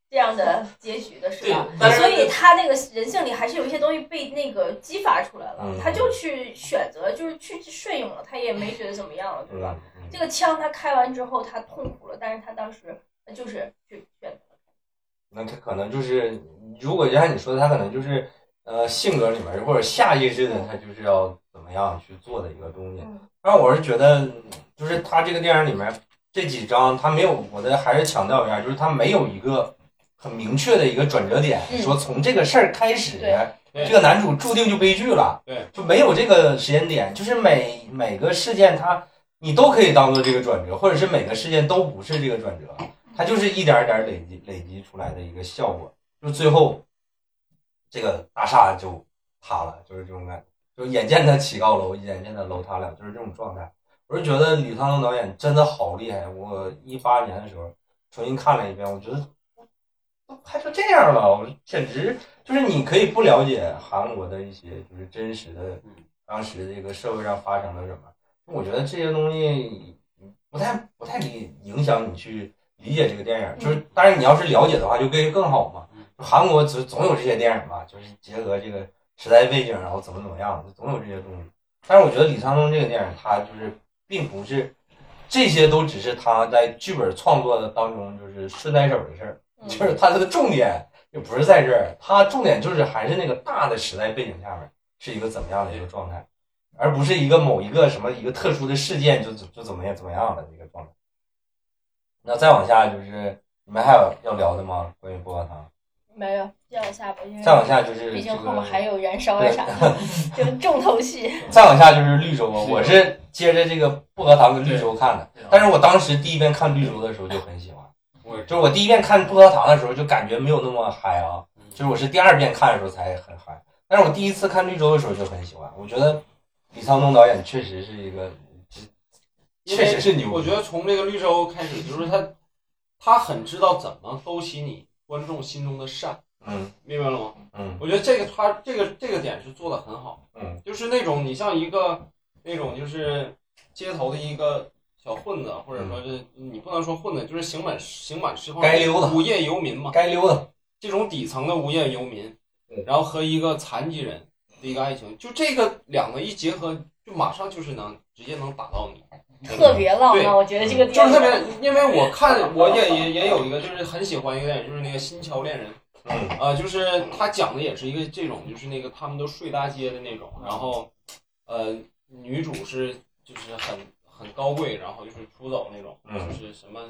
这样的结局的是吧？
对但是
所以他那个人性里还是有一些东西被那个激发出来了，
嗯
他就去选择，就是去顺应了，他也没觉得怎么样了，对吧？
嗯，嗯
这个枪他开完之后，他痛苦了，但是他当时呃就是去选择，
那他可能就是，如果就像你说的，他可能就是呃性格里面或者下意识的，他就是要怎么样去做的一个东西
嗯。
但是我是觉得，就是他这个电影里面这几章，他没有，我的还是强调一下，就是他没有一个很明确的一个转折点，
嗯
说从这个事儿开始。
对
对
这个男主注定就悲剧了，
对，
就没有这个时间点，就是每每个事件它你都可以当做这个转折，或者是每个事件都不是这个转折，它就是一点儿一点儿累积累积出来的一个效果，就最后这个大厦就塌了，就是这种感觉，就是眼见他起高楼，眼见他楼塌了，就是这种状态。我是觉得李沧东导演真的好厉害，我一八年的时候重新看了一遍，我觉得都拍成哦这样了，我简直就是你可以不了解韩国的一些就是真实的
嗯
当时这个社会上发生了什么，我觉得这些东西不太不太理影响你去理解这个电影，就是当然你要是了解的话就更更好嘛
嗯。
就韩国总总有这些电影嘛，就是结合这个时代背景，然后怎么怎么样，就总有这些东西。但是我觉得李沧东这个电影，他就是并不是这些都只是他在剧本创作的当中就是顺带手的事儿。
嗯
就是它的重点也不是在这儿，它重点就是还是那个大的时代背景下面是一个怎么样的一个状态，而不是一个某一个什么一个特殊的事件就就就怎么样怎么样的一个状态。那再往下就是你们还有要聊的吗？关于薄荷糖，
没有再往下吧，因为
再往下就是
嗯毕
这
竟后面
个，
还有燃烧啊啥的，就重头戏。
再往下就是绿洲啊。
绿洲
我是接着这个薄荷糖跟绿洲看的，但是我当时第一遍看绿洲的时候就很喜欢，
我也
就是我第一遍看《薄荷糖》的时候，就感觉没有那么嗨啊，
嗯
就是我是第二遍看的时候才很嗨，但是我第一次看《绿洲》的时候就很喜欢。我觉得李沧东导演确实是一个，
因为
确实是牛逼
我觉得从这个绿洲开始，就是他，他很知道怎么勾起你观众心中的善，
嗯
明白了吗？
嗯
我觉得这个他这个这个点是做的很好，
嗯，
就是那种你像一个那种就是街头的一个小混子，或者说是你不能说混子，就是刑满刑满释
嗯
放
该溜达
无业游民嘛，
该溜达，
这种底层的无业游民
对，
然后和一个残疾人的一个爱情，就这个两个一结合，就马上就是能直接能打到你。
特
嗯
别浪
对
漫，我觉得这个
就
电
是
影
特别，因为我看我也也也有一个，就是很喜欢一个电影，就是那个《新桥恋人》
嗯
啊、就是他讲的也是一个这种，就是那个他们都睡大街的那种，然后，呃，女主是就是很很高贵，然后就是出走那种，
嗯
就是什么，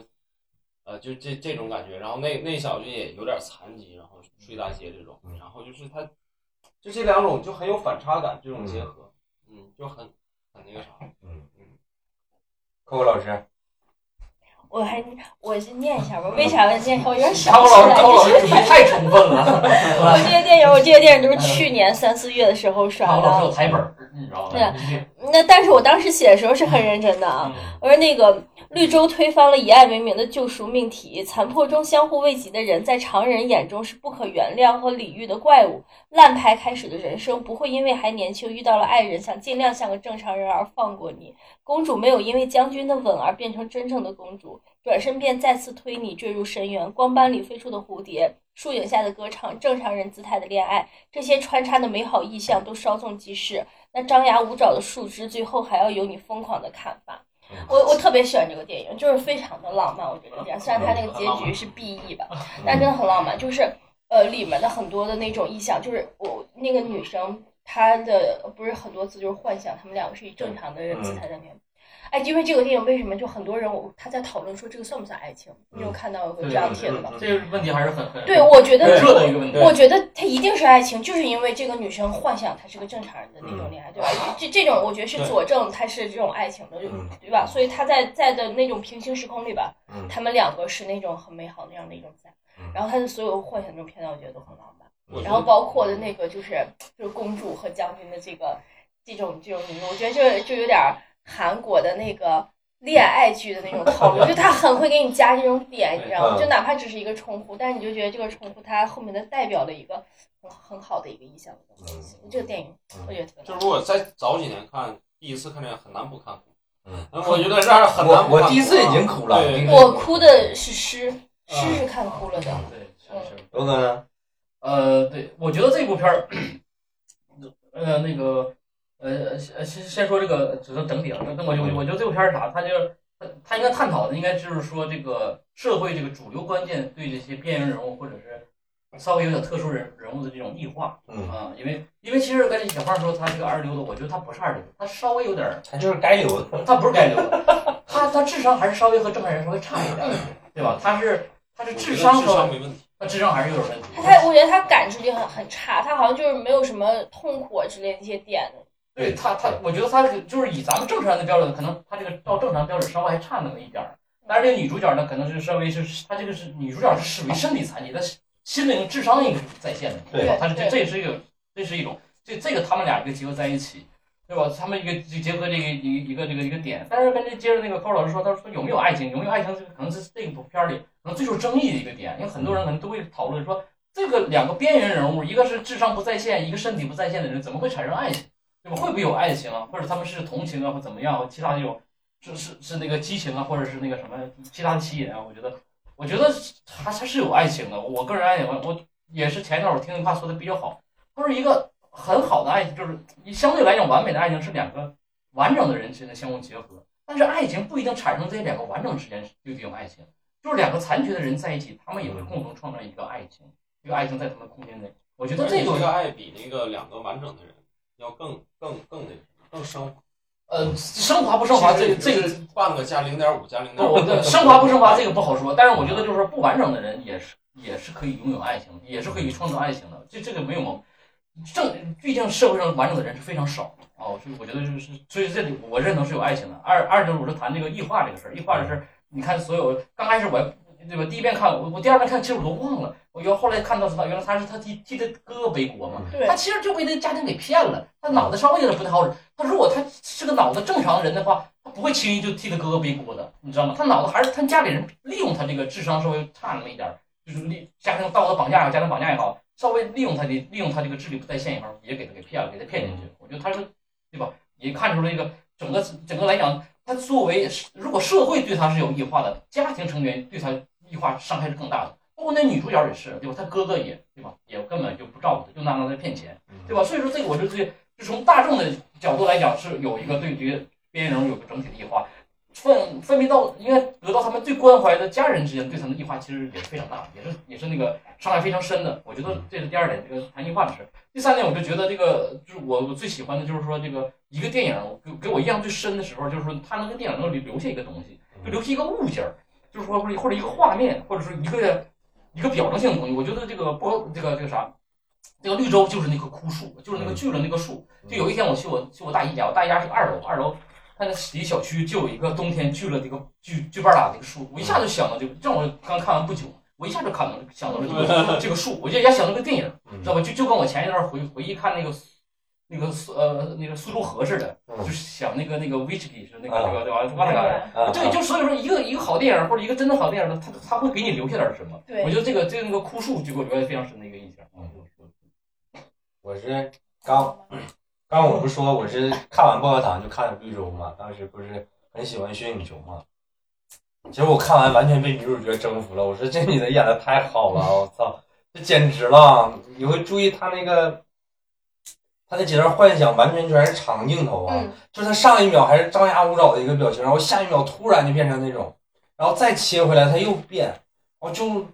呃，就这这种感觉，然后那那小子也有点残疾，然后睡大街这种
嗯，
然后就是他，就这两种就很有反差感，这种结合，嗯，就很很那个啥，
扣扣老师，
我还我先念一下吧，为啥要念一下？我有点想
高
不起
老师，
来。
高老师，你 太充分了。
我这些电影，我这些电影都是去年三四月的时候刷
嗯高老师
的。
有台本儿，你知道吗？
啊对啊那但是我当时写的时候是很认真的
嗯
啊。我说那个绿洲推翻了以爱为名的救赎命题，残破中相互慰藉的人，在常人眼中是不可原谅和礼遇的怪物。烂牌开始的人生不会因为还年轻遇到了爱人，想尽量像个正常人而放过你。公主没有因为将军的吻而变成真正的公主，转身便再次推你坠入深渊。光斑里飞出的蝴蝶，树影下的歌唱，正常人姿态的恋爱，这些穿插的美好意象都稍纵即逝。那张牙舞爪的树枝，最后还要由你疯狂的砍伐。我我特别喜欢这个电影，就是非常的浪漫。我觉得这样，虽然它那个结局是 B E 吧，但真的很浪漫。就是呃，里面的很多的那种意象，就是我那个女生她的不是很多次就是幻想，他们两个是以正常的人姿态在恋爱。哎，因为这个电影为什么就很多人我他在讨论说这个算不算爱情？你有看到有个这
嗯
样的帖子吗？
这个问题还是很很
对，我觉得
很热的一个问题。
我觉得他一定是爱情，就是因为这个女生幻想她是个正常人的那种恋爱，对吧？这这种我觉得是佐证她是这种爱情的，
嗯
对吧？所以她在在的那种平行时空里吧，
嗯
他们两个是那种很美好的那样的一种在
嗯，
然后她的所有幻想中片段，我觉得都很浪漫。
我觉
然后
得
包括的那个就是就是公主和将军的这个这种这种女我觉得就就有点儿韩国的那个恋爱剧的那种套路，就他很会给你加这种点，你知道吗？
嗯
就哪怕只是一个称呼，但是你就觉得这个称呼它后面的代表了一个很很好的一个意象的东西。这个电影我觉得特别
嗯就
好。
如果再早几年看，第一次看这个很难不看。
嗯，
我觉得这样很难
我
不看。
我第一次已经哭了，
对
第一次
我哭的是诗，诗
嗯
是看哭了的。
对，
嗯
是是。
罗哥呢？
呃，对，我觉得这部片儿，呃，那个，呃，先先先说这个，只能整体了。那那我就我觉得这部片儿是啥，它就是它它应该探讨的应该就是说这个社会这个主流观念对这些边缘人物或者是稍微有点特殊人人物的这种异化
嗯，
啊，因为因为其实跟小胖说他这个二流子，我觉得他不是二流子，他稍微有点儿
他就是该留的，
他不是该流的，他他智商还是稍微和正常人稍微差一点儿，对吧？他是他是智商
智
稍
商
微，
没问题。
他智商还是有点问题。
他他，我觉得他感知力很很差，他好像就是没有什么痛苦啊之类的一些点。
对他，他我觉得他这个就是以咱们正常人的标准，可能他这个照正常标准稍微还差那么一点儿。但是这个女主角呢，可能是稍微是，她这个是女主角是属于身体残疾，但是心灵智商应该是在线的，
对
吧？她是
对
这这也是一个，这是一种，这这个他们俩一个结合在一起，对吧？他们一个结合这个一个一个这个一个点，但是跟这接着那个高老师说，他说有没有爱情，有没有爱情，这个可能是这部片儿里可能最受争议的一个点，因为很多人可能都会讨论说，这个两个边缘人物，一个是智商不在线，一个身体不在线的人，怎么会产生爱情？对吧？会不会有爱情啊？或者他们是同情啊，或怎么样啊？其他那种是是是那个激情啊，或者是那个什么其他的吸引啊？我觉得，我觉得他他是有爱情的。我个人爱情，我我也是前一段我听一句话说的比较好，他说一个很好的爱情，就是你相对来讲完美的爱情是两个完整的人之间的相互结合，但是爱情不一定产生这两个完整之间就得有爱情，就是两个残缺的人在一起，他们也会共同创造一个爱情，这个爱情在他们的空间内。我觉得这
这
个
个爱比那个两个完整的人要更更更那个更升
呃升华不升华，这个这个
半个加零点五加
不是，
零点五
我的，升华不升华这个不好说，但是我觉得就是说不完整的人也是也是可以拥有爱情的，也是可以创造爱情的，这这个没有毛病。正毕竟社会上完整的人是非常少哦，所以我觉得就是，所以这里我认同是有爱情的。二二就是我是谈这个异化这个事儿，异化这事儿，你看所有刚开始我还对吧？第一遍看我，我第二遍看，其实我都忘了。我原后来看到知道，原来他是他替替他哥哥背锅嘛。
对
他其实就被那家庭给骗了，他脑袋稍微有点不太好使。他如果他是个脑子正常人的话，他不会轻易就替他哥哥背锅的，你知道吗？他脑子还是他家里人利用他这个智商稍微差那么一点儿，就是利家庭道德绑架也好，家庭绑架也好，稍微利用他的利用他这个智力不在线一方，也给他给骗了，给他骗进去。我觉得他是，对吧？也看出了一个整个整个来讲，他作为如果社会对他是有异化的，家庭成员对他异化伤害是更大的。包括那女主角也是，对吧？他哥哥也对吧？也根本就不照顾他，就拿他骗钱。
嗯
对吧？所以说这个我就对，就从大众的角度来讲，是有一个对这个边缘人有个整体的异化，分分别到应该得到他们最关怀的家人之间对他们的异化，其实也是非常大的，也是也是那个伤害非常深的。我觉得这是第二点，这个谈异化的事。第三点，我就觉得这个就是我我最喜欢的就是说这个一个电影我给给我印象最深的时候，就是说它能跟电影能留留下一个东西，就留下一个物件儿，就是说或者或者一个画面，或者是一个一个表征性的东西。我觉得这个包这个这个啥。那个绿洲就是那棵枯树，就是那个锯了那个树。就有一天我去我去我大姨家，我大姨家是个二楼，二楼它那离小区就有一个冬天锯了这个锯锯半拉这个树，我一下就想到这个，正好刚看完不久，我一下就看到想到了这个这个树，我就一下想到这个电影，
嗯
知道吧？就就跟我前一段回回忆看那个苏那个苏呃那个苏州河似的，
嗯
就是想那个那个 whisky 是那个
啊
那个对吧？瓦塔嘎。
啊
对，就所以说一个一个好电影或者一个真的好电影呢，它它会给你留下点什么。
对
我觉得这个这个那个枯树就给我留下非常深的一个印象。嗯
嗯我是刚刚我不是说我是看完《爆笑党》就看了《绿洲》嘛，当时不是很喜欢薛女琼嘛。其实我看完完全被女主角征服了，我说这女的演的太好了，我操，这简直了！你会注意她那个，她那几段幻想完全全是长镜头啊，
嗯，
就是他上一秒还是张牙舞爪的一个表情，然后下一秒突然就变成那种，然后再切回来他又变，哦，就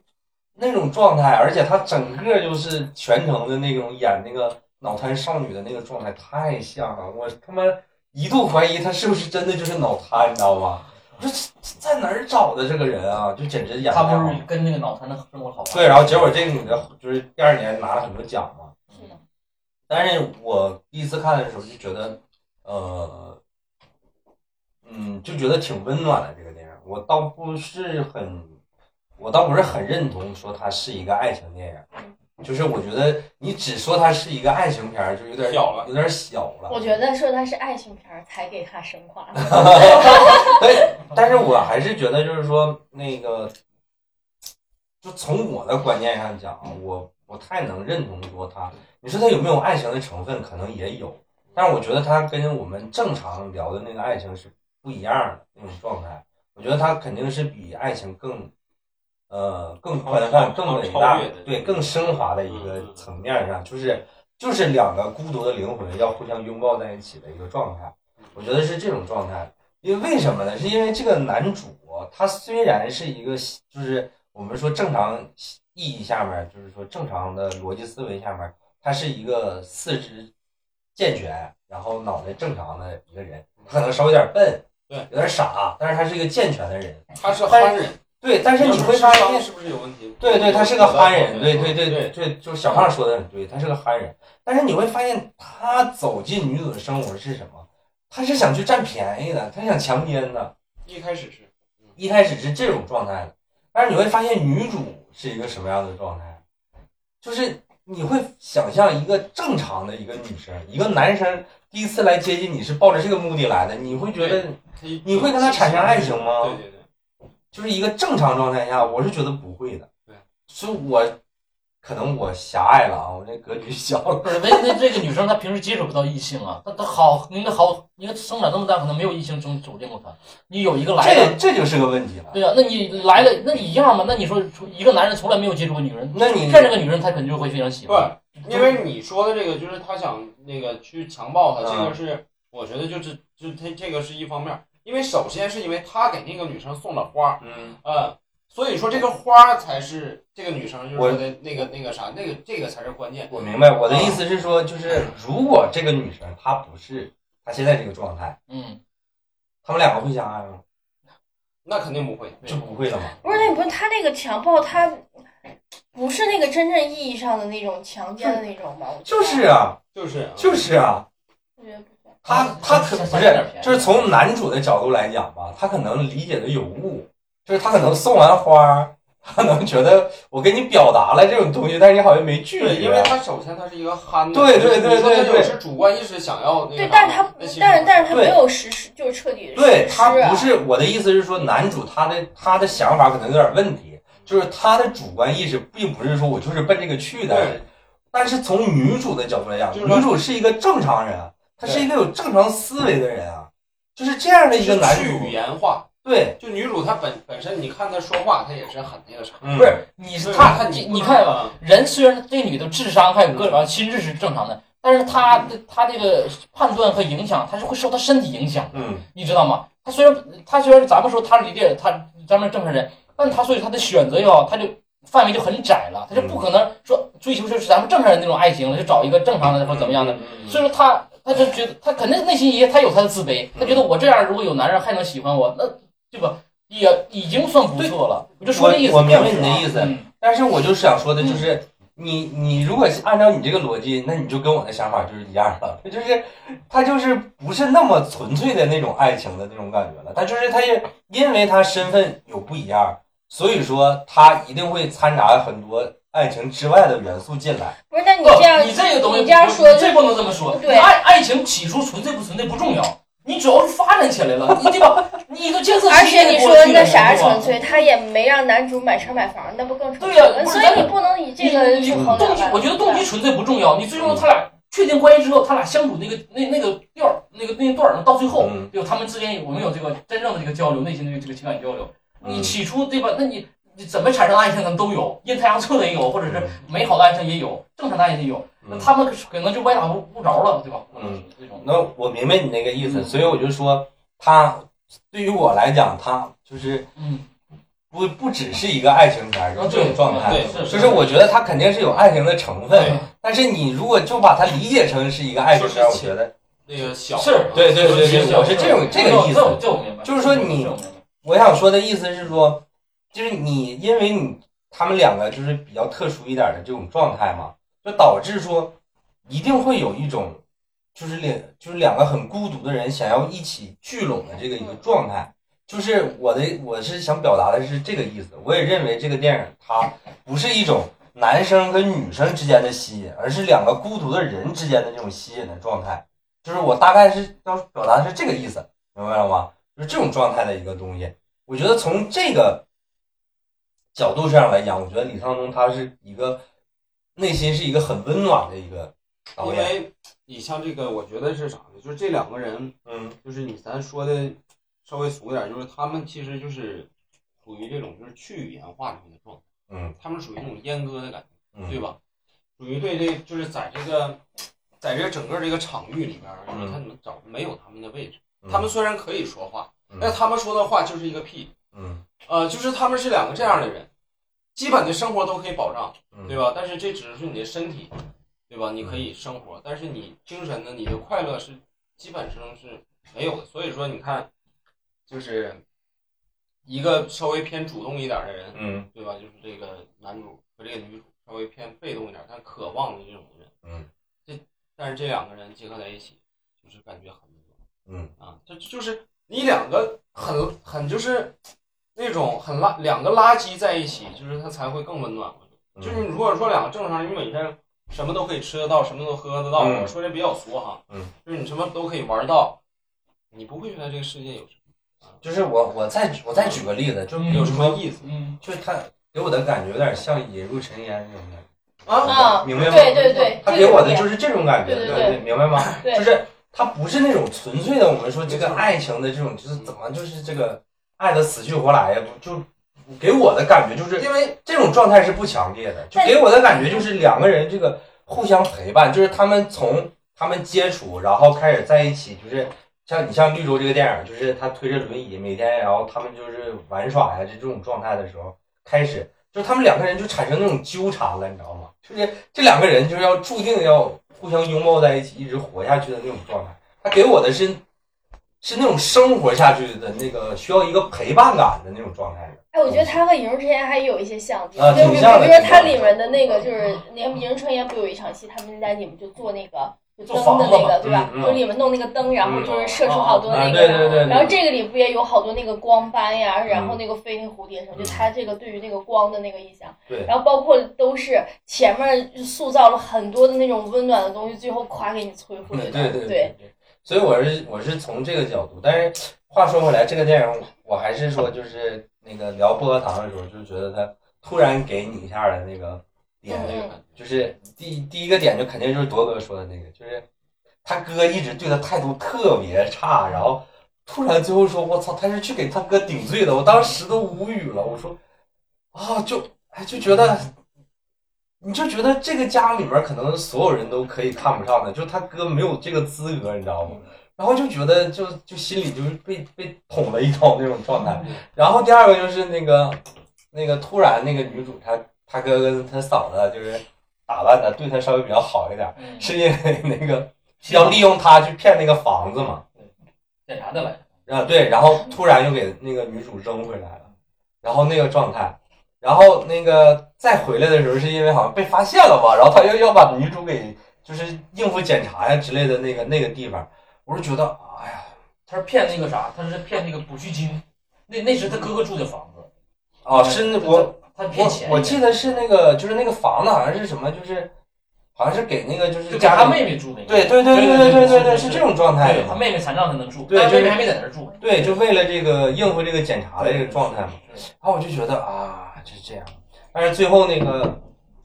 那种状态，而且他整个就是全程的那种演那个脑瘫少女的那个状态太像了，我他妈一度怀疑他是不是真的就是脑瘫，你知道吗？我说这这在哪儿找的这个人啊？就简直演得
他
太好
不
了
是跟那个脑残的生活好吗
对，然后结果这个女的就是第二年拿了很多奖嘛。
是的。
但是我第一次看的时候就觉得，呃，嗯，就觉得挺温暖的这个电影。我倒不是很，我倒不是很认同说它是一个爱情电
嗯
影，就是我觉得你只说它是一个爱情片儿，就有点
小了
有点小了。
我觉得说它是爱情片儿才给它升华。
对，哎但是我还是觉得就是说那个，就从我的观念上讲啊，我不太能认同说他，你说他有没有爱情的成分，可能也有，但是我觉得他跟我们正常聊的那个爱情是不一样的那种状态，我觉得他肯定是比爱情更。呃，更宽泛、更伟大
超越的，嗯
对，更升华的一个层面上，就是就是两个孤独的灵魂要互相拥抱在一起的一个状态，我觉得是这种状态。因为为什么呢？是因为这个男主他虽然是一个，就是我们说正常意义下面，就是说正常的逻辑思维下面，他是一个四肢健全，然后脑袋正常的一个人，可能稍微有点笨，
对
有点傻，但是他是一个健全的人。
他是憨人，
对，但是你会发现，
是不是有问题？
对对，他是个憨人，对对
对
对对，对就是小胖说的很对，他是个憨人。但是你会发现，他走进女主的生活是什么？他是想去占便宜的，他想强奸的。
一开始是
一开始是这种状态的，但是你会发现女主是一个什么样的状态，就是你会想象一个正常的一个女生，一个男生第一次来接近你是抱着这个目的来的，你会觉得
他一
你会跟他产生爱情吗
对对对，
就是一个正常状态下，我是觉得不会的。
对，
所以我可能我狭隘了啊，我这格局小了。
不是，那那这个女生她平时接触不到异性啊，她她好，您的好，您生长这么大，可能没有异性走走进过她。你有一个来
这
了，
这就是个问题了。
对啊呀、那你来了，那你一样吗？那你说一个男人从来没有接触过女人，
那你
看这个女人，他肯定就会非常喜
不
欢。，
嗯
因为你说的这个就是他想那个去强暴他，
嗯
这个是我觉得就是就他这个是一方面，因为首先是因为他给那个女生送了花，
嗯，
嗯，所以说这个花才是这个女生就是
我
说的那个那个啥，那个这个才是关键。
我明白我的意思是说，就是如果这个女生她不是她现在这个状态，
嗯，
他们两个会相爱吗？
那肯定不会，
就不会了吗？
不是那不是他那个强暴，他不是那个真正意义上的那种强奸的那种吧？我觉
就
得
是啊，
就是
就是啊，
我觉得不是。
他他可
啊先
不
先占点
是
便，宜
就是从男主的角度来讲吧，他可能理解的有误，就是他可能送完花儿，他可能觉得我给你表达了这种东西，但是你好像没拒
对，
绝。
因为他首先他是一个憨的，
啊对对对
你说他
对对
有是主观意识想要
嗯
那
对，
个啥，
但是他
那其实
但是但是他
对
没有实施，就是彻底实
对
施
他
啊
不是我的意思是说，男主他的他的想法可能有点问题，就是他的主观意识并不是说我就是奔这个去的。
对
但是从女主的角度来讲，
就是说
女主是一个正常人，啊她是一个有正常思维的人啊，就是这样的一个男
去
主
语。言化，
对，
就女主她本本身，你看她说话，她也是很那个啥，
嗯
不是你
对吧
看
她
你
你
你看吧，
吧，
人虽然这女的智商还有各种心智是正常的，但是她的她这个判断和影响，她是会受她身体影响，
嗯，
你知道吗？她虽然她虽然咱们说她理解她咱们正常人，但她所以她的选择也好，她就范围就很窄了，她就
嗯
不可能说追求就是咱们正常人那种爱情了，就找一个正常的或怎么样的。
嗯？嗯嗯
所以说他他就觉得他肯定内心也他有他的自卑，他觉得我这样如果有男人还能喜欢我，那对吧？也已经算不错了。我就说这意思，
我我明白
并不是啊
你的意思
嗯
但是我就是想说的，就是你你如果按照你这个逻辑，那你就跟我的想法就是一样了， 就是他就是不是那么纯粹的那种爱情的那种感觉了，他就是他也因为他身份有不一样，所以说他一定会掺杂很多爱情之外的元素进来。
不是？那你
不
这样，
你这个东西，
你这样说
你这不能这么说。
对
爱爱情起初存在不存在不重要，你主要是发展起来了，你对吧？你都建设
而
起
且
来
你
了
说
过去
那
了
啥
对吧
纯粹，他也没让男主买车买房，那不更纯粹
对呀
吗？
不是
所以你不能以这个去衡
动
量
机
吧。，
我觉得动机纯粹不重要，你最终他俩确定关系之后，他俩相处那个那那个调儿，那个那个段儿，到最后
嗯，
对吧？他们之间有没有这个真正的这个交流，内心的这个情感交流？你起初对吧？那你你怎么产生的爱情，咱们都有，阴差阳错的也有，或者是美好的爱情也有，正常的爱情也有。那
嗯
他们可能就歪打不不着了，对吧？
嗯，
这种。
那我明白你那个意思，
嗯
所以我就说他对于我来讲，他就是
嗯
不不只是一个爱情片儿，就
啊
这种状态。
哦对
是
就是我觉得他肯定是有爱情的成分，
对
但是你如果就把它理解成是一个爱情片，
就
我
是
觉得
那个小
是
对对对对对我是这种这个意思
这我这我明白。
就是说你
这我明白
我想说的意思是说，就是你因为你他们两个就是比较特殊一点的这种状态嘛，就导致说一定会有一种就是两就是两个很孤独的人想要一起聚拢的这个一
嗯
个状态。就是我的我是想表达的是这个意思，我也认为这个电影它不是一种男生跟女生之间的吸引，而是两个孤独的人之间的这种吸引的状态。就是我大概是要表达的是这个意思，明白了吗？就是这种状态的一个东西。我觉得从这个角度上来讲，我觉得李沧东他是一个内心是一个很温暖的一个导
因
演。
为你像这个，我觉得是啥呢？就是这两个人，
嗯
就是你咱说的稍微俗一点，就是他们其实就是属于这种就是去语言化的那种状态，
嗯
他们属于那种阉割的感觉，对
嗯
吧？属于对这就是在这个在这整个这个场域里边儿，
嗯
就是他们找没有他们的位置。
嗯，
他们虽然可以说话，
嗯
但他们说的话就是一个屁。
嗯
呃，就是他们是两个这样的人，基本的生活都可以保障，
嗯
对吧？但是这只是你的身体，对吧？你可以生活，但是你精神呢，你的快乐是基本上是没有的。所以说，你看，就是一个稍微偏主动一点的人，
嗯
对吧？就是这个男主和这个女主稍微偏被动一点，但渴望的这种人，
嗯，
这但是这两个人结合在一起，就是感觉很那种
嗯
啊，这就是你两个很很就是那种很垃两个垃圾在一起，就是它才会更温暖。
嗯
就是你如果说两个正常人，你每天什么都可以吃得到，什么都喝得到，
嗯
我说这比较俗哈，
嗯，
就是你什么都可以玩到，你不会觉得这个世界有什
就是我我再举我再举个例子，就
嗯
比
么有
如
什么
说，
意思
嗯，
就是他给我的感觉有点像《引入尘烟》那种感
啊？
啊，
明白吗
对对对
觉，，他
这
给
个
我
重
的
点
就是这种感觉，
对对
对，明白吗？
对
就是他不是那种纯粹的，我们说这
没
个
错
爱情的这种，就是怎么就是这个爱的死去活来呀，不就给我的感觉就是
因为
这种状态是不强烈的，就
但
给我的感觉就是两个人这个互相陪伴，就是他们从他们接触，然后开始在一起，就是像你像绿洲这个电影，就是他推着轮椅每天，然后他们就是玩耍呀，这这种状态的时候，开始就是他们两个人就产生那种纠缠了，你知道吗？ 就是这两个人就是要注定要互相拥抱在一起，一直活下去的那种状态。他给我的是是那种生活下去的那个需要一个陪伴感的那种状态。
哎，我觉得他和《影入尘烟》还有一些像，就
啊
是
挺
比如
像的
说
挺
它
像的
里面的那个，就是那个《影入尘烟》不有一场戏，他们在里面就做那个就
做
灯的
房子
那
嘛
个，对吧？
嗯嗯
就是里面弄那个灯，然
嗯
后就是射出好多
啊，
那
对
个。
对对，
然后这个里不也有好多那个光斑呀，然后
嗯
那个飞飞蝴蝶什么，就
嗯
它这个对于那个光的那个印象。
对
然后包括都是前面就塑造了很多的那种温暖的东西，最后夸给你摧毁了。
嗯对对
对，
所以我是我是从这个角度，但是话说回来，这个电影我还是说就是那个聊薄荷糖的时候，就觉得它突然给你一下的那个点，
嗯
那哎个感觉。
就是第第一个点就肯定就是铎哥说的那个，就是他哥一直对他态度特别差，然后突然最后说我操，他是去给他哥顶罪的，我当时都无语了，我说啊就哎就觉得。你就觉得这个家里面可能所有人都可以看不上的，就他哥没有这个资格，你知道吗？然后就觉得就就心里就是被被捅了一刀那种状态。然后第二个就是那个那个突然那个女主她她哥跟她嫂子就是打扮的对她稍微比较好一点，
嗯，
是因为那个要利用她去骗那个房子嘛。
检查的来着，
啊，对，然后突然又给那个女主扔回来了，然后那个状态，然后那个再回来的时候，是因为好像被发现了吧，然后他又要把女主给就是应付检查呀之类的那个那个地方，我是觉得，哎呀，
他是骗那个啥，他是骗那个补恤金，那那是他哥哥住的房子，
啊，是那我
他骗钱
我我记得是那个就是那个房子好像是什么，就是好像是给那个就
就是给
家
他
里
妹妹住那个，
对对对对对
对
对
对
对对，是这种状态
对
的
他
嘛。
妹妹残障才能住，
对
他妹
就
妹
是
还没在那儿住，
对，就为了这个应付这个检查的这
这
个状态嘛。然后我就觉得啊，就是这样。但是最后那个，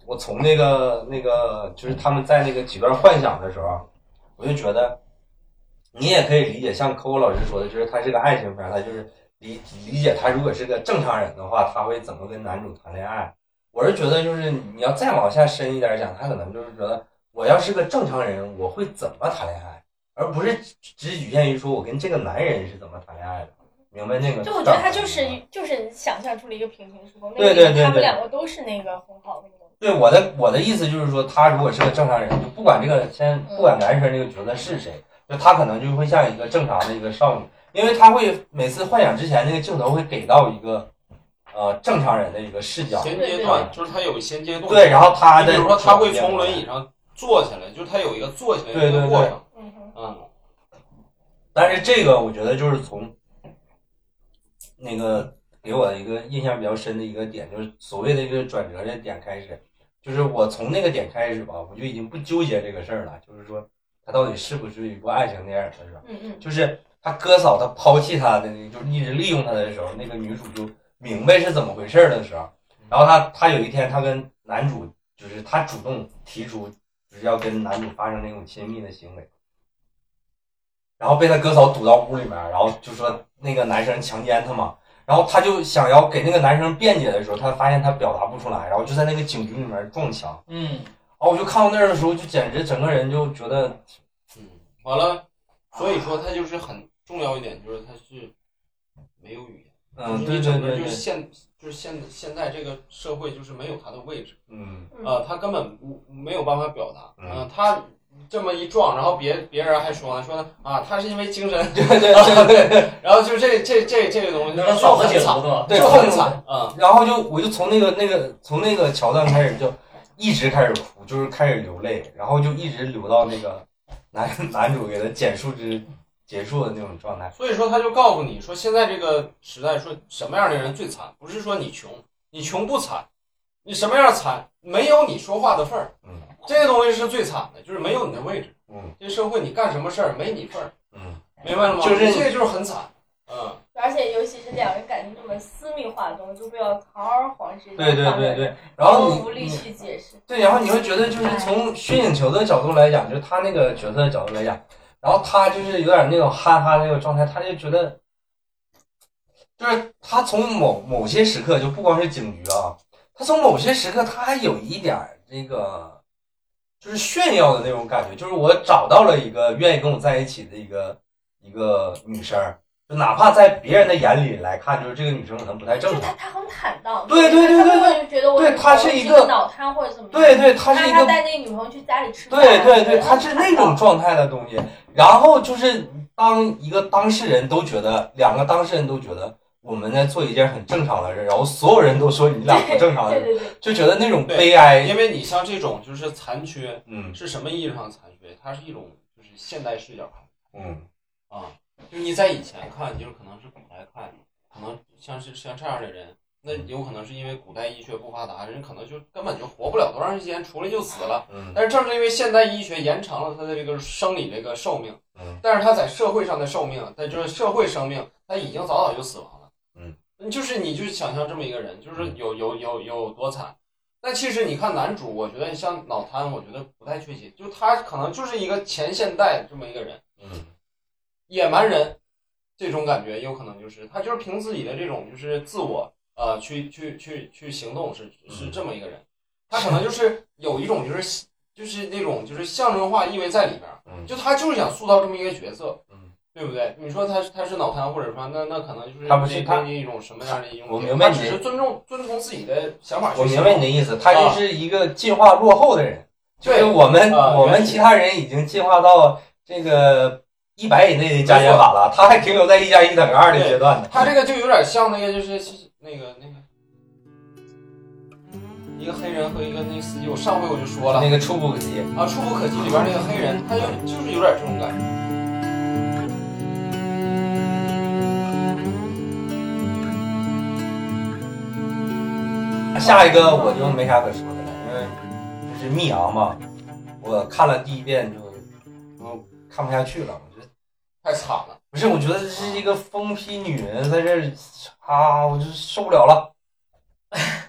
我从那个那个，就是他们在那个几段幻想的时候，我就觉得，你也可以理解，像科波老师说的，就是它是个爱情片儿，它就是理理解他如果是个正常人的话，他会怎么跟男主谈恋爱。我是觉得，就是你要再往下深一点讲，他可能就是觉得，我要是个正常人，我会怎么谈恋爱，而不是只局限于说我跟这个男人是怎么谈恋爱的。明白那个道理吗？
就我觉得他就是就是想象出了一个平行时空，那
嗯对
个
对
里面
对
他们
对
两个都是那个很好的那种。
对我的我的意思就是说，他如果是个正常人，就不管这个先不管男生这个角色是谁，就他可能就会像一个正常的一个少女，因为他会每次幻想之前那个镜头会给到一个呃正常人的一个视角，
衔接段就是他有衔接段。
对，然后他
你
的
比如说他会从轮椅，上坐起来，就是他有一个坐起来的
对
一个
对
过程。
嗯哼，
嗯，
但是这个我觉得就是从那个给我的一个印象比较深的一个点，就是所谓的一个转折的点开始，就是我从那个点开始吧，我就已经不纠结这个事儿了，就是说它到底是不是一部爱情电影了，是吧？
嗯嗯，
就是他哥嫂他抛弃他的，就是一直利用他的时候，那个女主就明白是怎么回事儿的时候，然后他他有一天他跟男主就是他主动提出就是要跟男主发生那种亲密的行为，然后被他哥嫂堵到屋里面，然后就说那个男生强奸她嘛。然后他就想要给那个男生辩解的时候，他发现他表达不出来，然后就在那个警局里面撞墙。
嗯，
然后我就看到那儿的时候，就简直整个人就觉得
嗯，完了，所以说他就是很重要一点，就是他是没有语言，
嗯，
就
对
是
对
你整个
对
就
对
是，现就是现现在这个社会就是没有他的位置，
嗯
嗯
呃，他根本无没有办法表达，
嗯
呃他这么一撞，然后别别人还说呢，说呢啊，他是因为 精神，
对对对对。
然后就这这这这个东西，
那嫂子
很
解
惨，
毒的嘛，
对
就很惨，嗯。
然后就我就从那个那个从那个桥段开始就一直开始哭，就是开始流泪，然后就一直流到那个 男男主给他简述之结束的那种状态。
所以说，他就告诉你说，现在这个时代，说什么样的人最惨，不是说你穷，你穷不惨，你什么样惨，没有你说话的份儿，
嗯
这个东西是最惨的，就是没有你的位置，
嗯
这社会你干什么事儿没你份儿，
嗯，
明白了吗？
就是
这个就是很惨，嗯，
而且尤其是两人感情这么私密化的东西，就不要堂而皇之
对对对对。然
毫
后
无
你嗯
力
你
去解释。
对，然后你会觉得就是从虚影球的角度来讲，就是他那个角色的角度来讲，然后他就是有点那种憨憨那种状态，他就觉得，就是他从某某些时刻，就不光是警局啊，他从某些时刻他还有一点儿那个，就是炫耀的那种感觉，就是我找到了一个愿意跟我在一起的一个一个女生儿，就哪怕在别人的眼里来看，就是这个女生可能不太
就
哎正
是
常
他，，他很坦荡，
对对对
他
对
不会觉得我
对
有
他
什么
是一
精
个
神脑瘫或者怎么样。
对对，他是
那
一个
他带那个女朋友去家里吃饭，
对对对，
然后
他是那种状态的东西。然后就是当一个当事人都觉得，两个当事人都觉得我们在做一件很正常的事，然后所有人都说你俩不正常
对
的，
对对，
就觉得那种悲哀。
因为你像这种就是残缺，
嗯
是什么意义上的残缺？它是一种就是现代视角看
嗯
啊，就是你在以前看，就是可能是古代看，可能像是像这样的人，那
嗯
有可能是因为古代医学不发达，人可能就根本就活不了多长时间，出来就死了。
嗯
但是正是因为现代医学延长了他的这个生理这个寿命，
嗯
但是他在社会上的寿命，在就是社会生命，他已经早早就死亡了。
嗯，
就是你就想象这么一个人，就是有有有有多惨。那其实你看男主，我觉得像脑瘫，我觉得不太确切，就他可能就是一个前现代这么一个人，
嗯
野蛮人这种感觉，有可能就是他就是凭自己的这种就是自我呃去去去去行动是
嗯
是这么一个人，他可能就是有一种就是就是那种就是象征化意味在里边儿，
嗯，
就他就是想塑造这么一个角色，
嗯
对不对？你说他是他是脑瘫，或者说那那可能就是
他不是
内
他
内心一种什么样的一种，
我明白
他
你
只是尊重遵从自己的想法去
我明
行动。
白你的意思，他就是一个进化落后的人，就是
对
我们
啊
我们
原始
其他人已经进化到这个一百以内的加减法了，他还停留在一加一等于二的阶段呢。
他这个就有点像那个就是就是那个那个。一个黑人和一个那个司机，我上回我就说了，
那个触不可及。
啊，《触不可及》里边那个黑人，他就就是有点这种感觉。
下一个我就没啥可说的了，因为就是密阳嘛，我看了第一遍就我看不下去了，我觉得
太惨了，
不是，我觉得这是一个疯批女人在这儿啊，我就受不了了。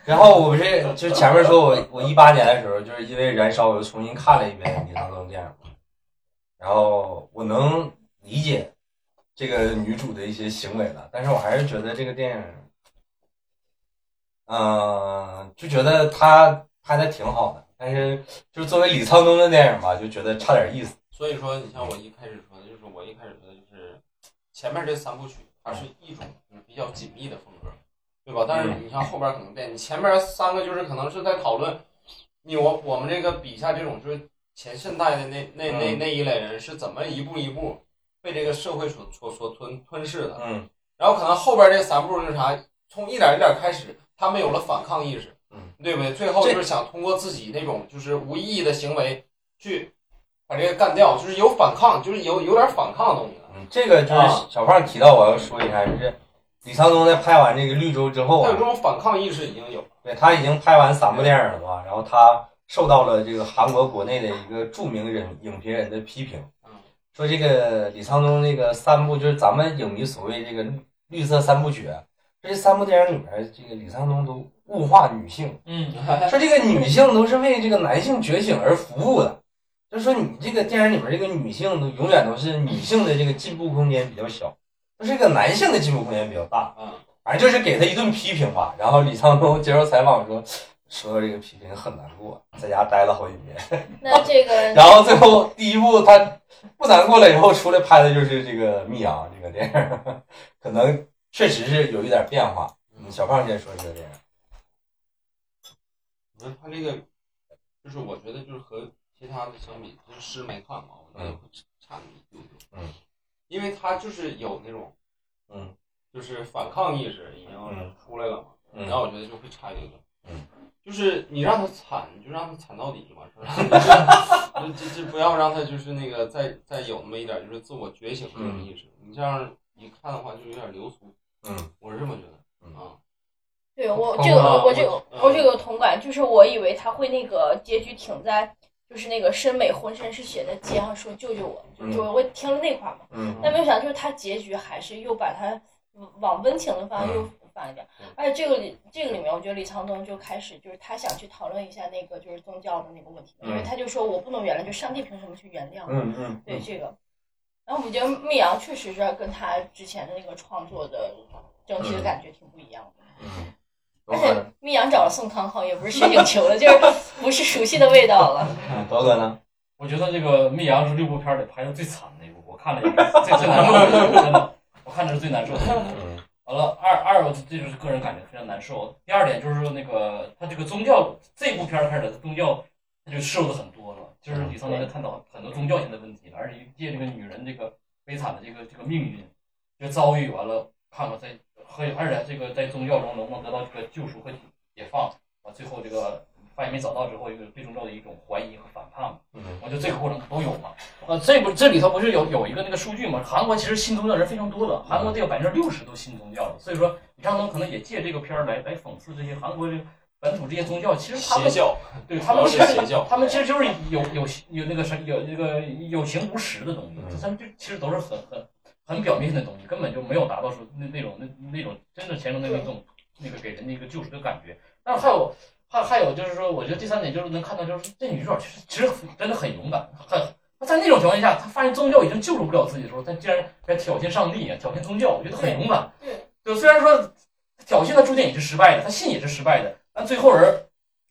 然后我不是就前面说我我一八年的时候，就是因为燃烧，我又重新看了一遍《李沧东电影》，然后我能理解这个女主的一些行为了，但是我还是觉得这个电影，嗯、就觉得她拍的挺好的，但是就是作为李沧东的电影吧，就觉得差点意思。
所以说你像我一开始说的，就是我一开始觉得就是前面这三部曲，它是一种就是比较紧密的风格，对吧？但是你像后边可能变，你前面三个就是可能是在讨论你我我们这个笔下这种就是前现代的那那那
嗯
那一类人是怎么一步一步被这个社会所所所吞吞噬的，
嗯
然后可能后边这三步是啥？从一点一点开始，他们有了反抗意识，
嗯，
对不对？最后就是想通过自己那种就是无意义的行为去把这个干掉，就是有反抗，就是有有点反抗的东西了。
嗯，这个就是
啊
小胖提到，我要说一下，就是李沧东在拍完这个《绿洲》之后
他有这
啊，
种反抗意识已经有了，
对他已经拍完三部电影了嘛，然后他受到了这个韩国国内的一个著名人影评人的批评
嗯，
说这个李沧东这个三部就是咱们影迷所谓这个绿色三部曲，这三部电影里面，这个李沧东都物化女性，
嗯，
说这个女性都是为这个男性觉醒而服务的。就是说，你这个电影里面这个女性都永远都是女性的这个进步空间比较小，就是这个男性的进步空间比较大。
嗯，
反正就是给他一顿批评吧。然后李沧东接受采访说，说到这个批评很难过，在家待了好几年。
那这个
然后最后第一部他不难过了以后出来拍的就是这个《密阳》这个电影，可能确实是有一点变化。嗯，小胖先说这个电影，
你看他这个，就是我觉得就是和其他的相比，就是师没看嘛，我觉得会差那么一丢丢。
嗯，
因为他就是有那种，
嗯，
就是反抗意识已
嗯
经出来了嘛。
嗯
然后我觉得就会差一丢丢。
嗯，
就是你让他惨，你就让他惨到底就完事儿了。 就就就不要让他就是那个再再有那么一点就是自我觉醒这种意识。你这样一看的话，就有点流俗。
嗯，
我是这么觉得
嗯
啊。
对我
包
这个
括
我我这个
嗯
我这个有同感，就是我以为他会那个结局停在就是那个深美浑身是血的街上说救救我，就
嗯
就我听了那块儿嘛，
嗯
但没有想到就是他结局还是又把他往温情的方向又反一点
嗯，
而且这个里这个里面我觉得李沧东就开始就是他想去讨论一下那个就是宗教的那个问题，因为
嗯
他就说我不能原谅，就上帝凭什么去原谅我？
嗯嗯，
对这个。然后我觉得密阳确实是跟他之前的那个创作的整体的感觉挺不一样的，
嗯，
而且密阳找了宋康昊也不是雪景球了，就是不是熟悉的味道了。
嗯多哥呢？
我觉得这个《密阳》是六部片儿里拍的最惨的一部，我看了也是最最难受的，真的，我看着是最难受的。
嗯
完了，二二，我这就是个人感觉非常难受。第二点就是说那个他这个宗教这部片儿开始，宗教他就涉入的很多了，就是李沧东在探讨很多宗教性的问题，而且借这个女人这个悲惨的这个这个命运，这遭遇完了，看看在和安然这个在宗教中能不能得到这个救赎和解放，完最后这个发现没找到之后，一个对宗教的一种怀疑和反叛嘛。
嗯
我觉得这个过程都有嘛。呃，这不这里头不是有有一个那个数据嘛？韩国其实信宗教人非常多的，韩国得有百分之六十都信宗教的，所以说李尚东可能也借这个片儿来来讽刺这些韩国这个本土这些宗教，其实他
邪
们
教，
对他们
主要是
其
邪
实
教
他们其实就是有有有那个什有那个有形无实的东西，
嗯
他们就其实都是很很很表面的东西，根本就没有达到说那那种那那种真正前中的那种那个给人的一个救赎的感觉。但是还有还还有就是说，我觉得第三点就是能看到，就是这女主角其实其实真的很勇敢，很她在那种情况下，她发现宗教已经救赎不了自己的时候，她竟然在挑衅上帝，啊挑衅宗教，我觉得很勇敢。
对，
就虽然说挑衅她注定也是失败的，她信也是失败的，但最后人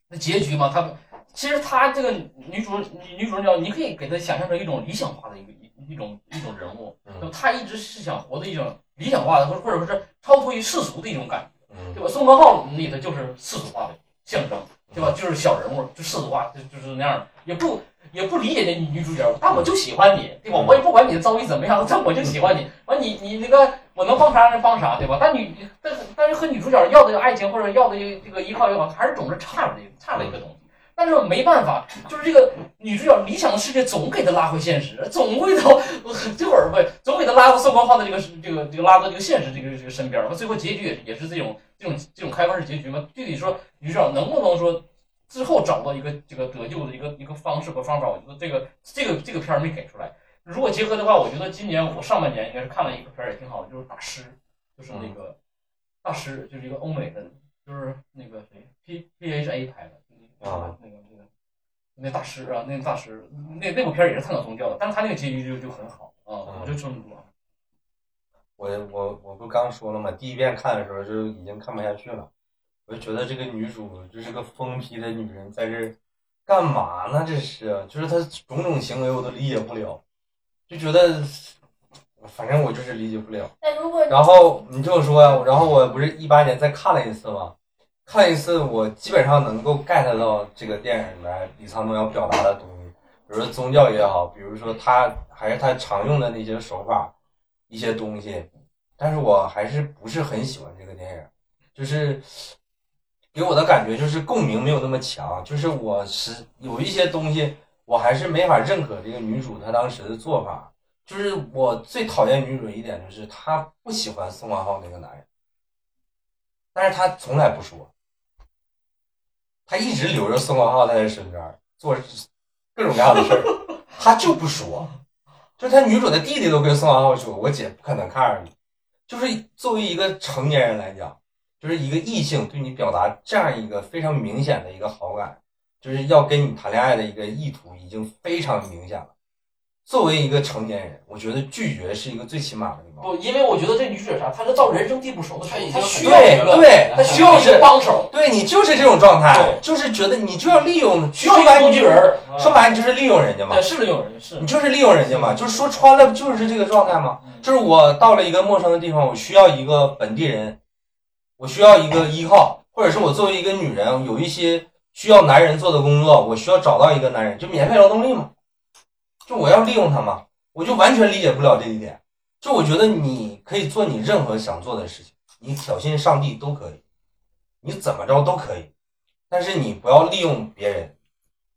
的结局嘛，她其实她这个女主女女主角，你可以给她想象成一种理想化的一个一一种一种人物，那么
嗯
她一直是想活的一种理想化的，或者或者说是超脱于世俗的一种感觉。
嗯
对吧？宋康昊里头就是世俗化的象征，对吧？就是小人物，就世俗化，就就是那样的，也不也不理解那女主角，但我就喜欢你，对吧？
嗯
我也不管你的遭遇怎么样， 但我就喜欢你。完你你那个我能帮啥能帮啥，对吧？但女但是但是和女主角要的爱情或者要的这个依靠也好，还是总是差了一差了一个东西。但是没办法，就是这个女主角理想的世界总给她拉回现实，总会到这会儿会总给她拉到宋光浩的这个这个这个拉到这个现实这个这个身边儿。最后结局也是也是这种这种这种开放式结局嘛。具体说，女主角能不能说之后找到一个这个得救的一个一个方式和方法？我觉得这个这个这个片儿没给出来。如果结合的话，我觉得今年我上半年应该是看了一个片儿也挺好的，就是大师，就是那个、大师，就是一个欧美的，就是那个谁 P P H A 拍的，那个
啊
那个那个那大师啊，那个大师那那部片儿也是探讨宗教的，但是他那个结局就就很好啊，我就这么说。
我我我不刚说了吗？第一遍看的时候就已经看不下去了，我就觉得这个女主就是个疯批的女人，在这儿干嘛呢？这是，啊就是她种种行为我都理解不了，就觉得，反正我就是理解不了。
但如果
然后你听我说呀，然后我不是一八年再看了一次吗？看了一次，我基本上能够 get 到这个电影里面李沧东要表达的东西，比如说宗教也好，比如说他还是他常用的那些手法，一些东西。但是我还是不是很喜欢这个电影，就是给我的感觉就是共鸣没有那么强，就是我是有一些东西我还是没法认可这个女主她当时的做法，就是我最讨厌女主一点就是她不喜欢宋康昊那个男人，但是她从来不说，她一直留着宋康昊在她身边做各种各样的事儿，她就不说。就是她女主的弟弟都跟宋康昊说：“我姐不可能看上你。”就是作为一个成年人来讲，就是一个异性对你表达这样一个非常明显的一个好感，就是要跟你谈恋爱的一个意图已经非常明显了。作为一个成年人，我觉得拒绝是一个最起码的礼貌。
不，因为我觉得这女主角啥，她是到人生地不熟的时
他
候，
已
她
经
需
很
要
对
那个了
对
她需要一个帮手，
对你就是这种状态
对，
就是觉得你就要利用，
需要一
说
个
白
工
你
具
就
人
是
儿。
说白了你就是利用人家嘛
对，，是有人是嗯
你就是利用人家嘛，就是说穿了就是这个状态嘛。就是我到了一个陌生的地方，我需要一个本地人，我需要一个依靠，或者是我作为一个女人，有一些需要男人做的工作，我需要找到一个男人，就免费劳动力嘛，就我要利用他嘛，我就完全理解不了这一点。就我觉得你可以做你任何想做的事情，你挑衅上帝都可以，你怎么着都可以，但是你不要利用别人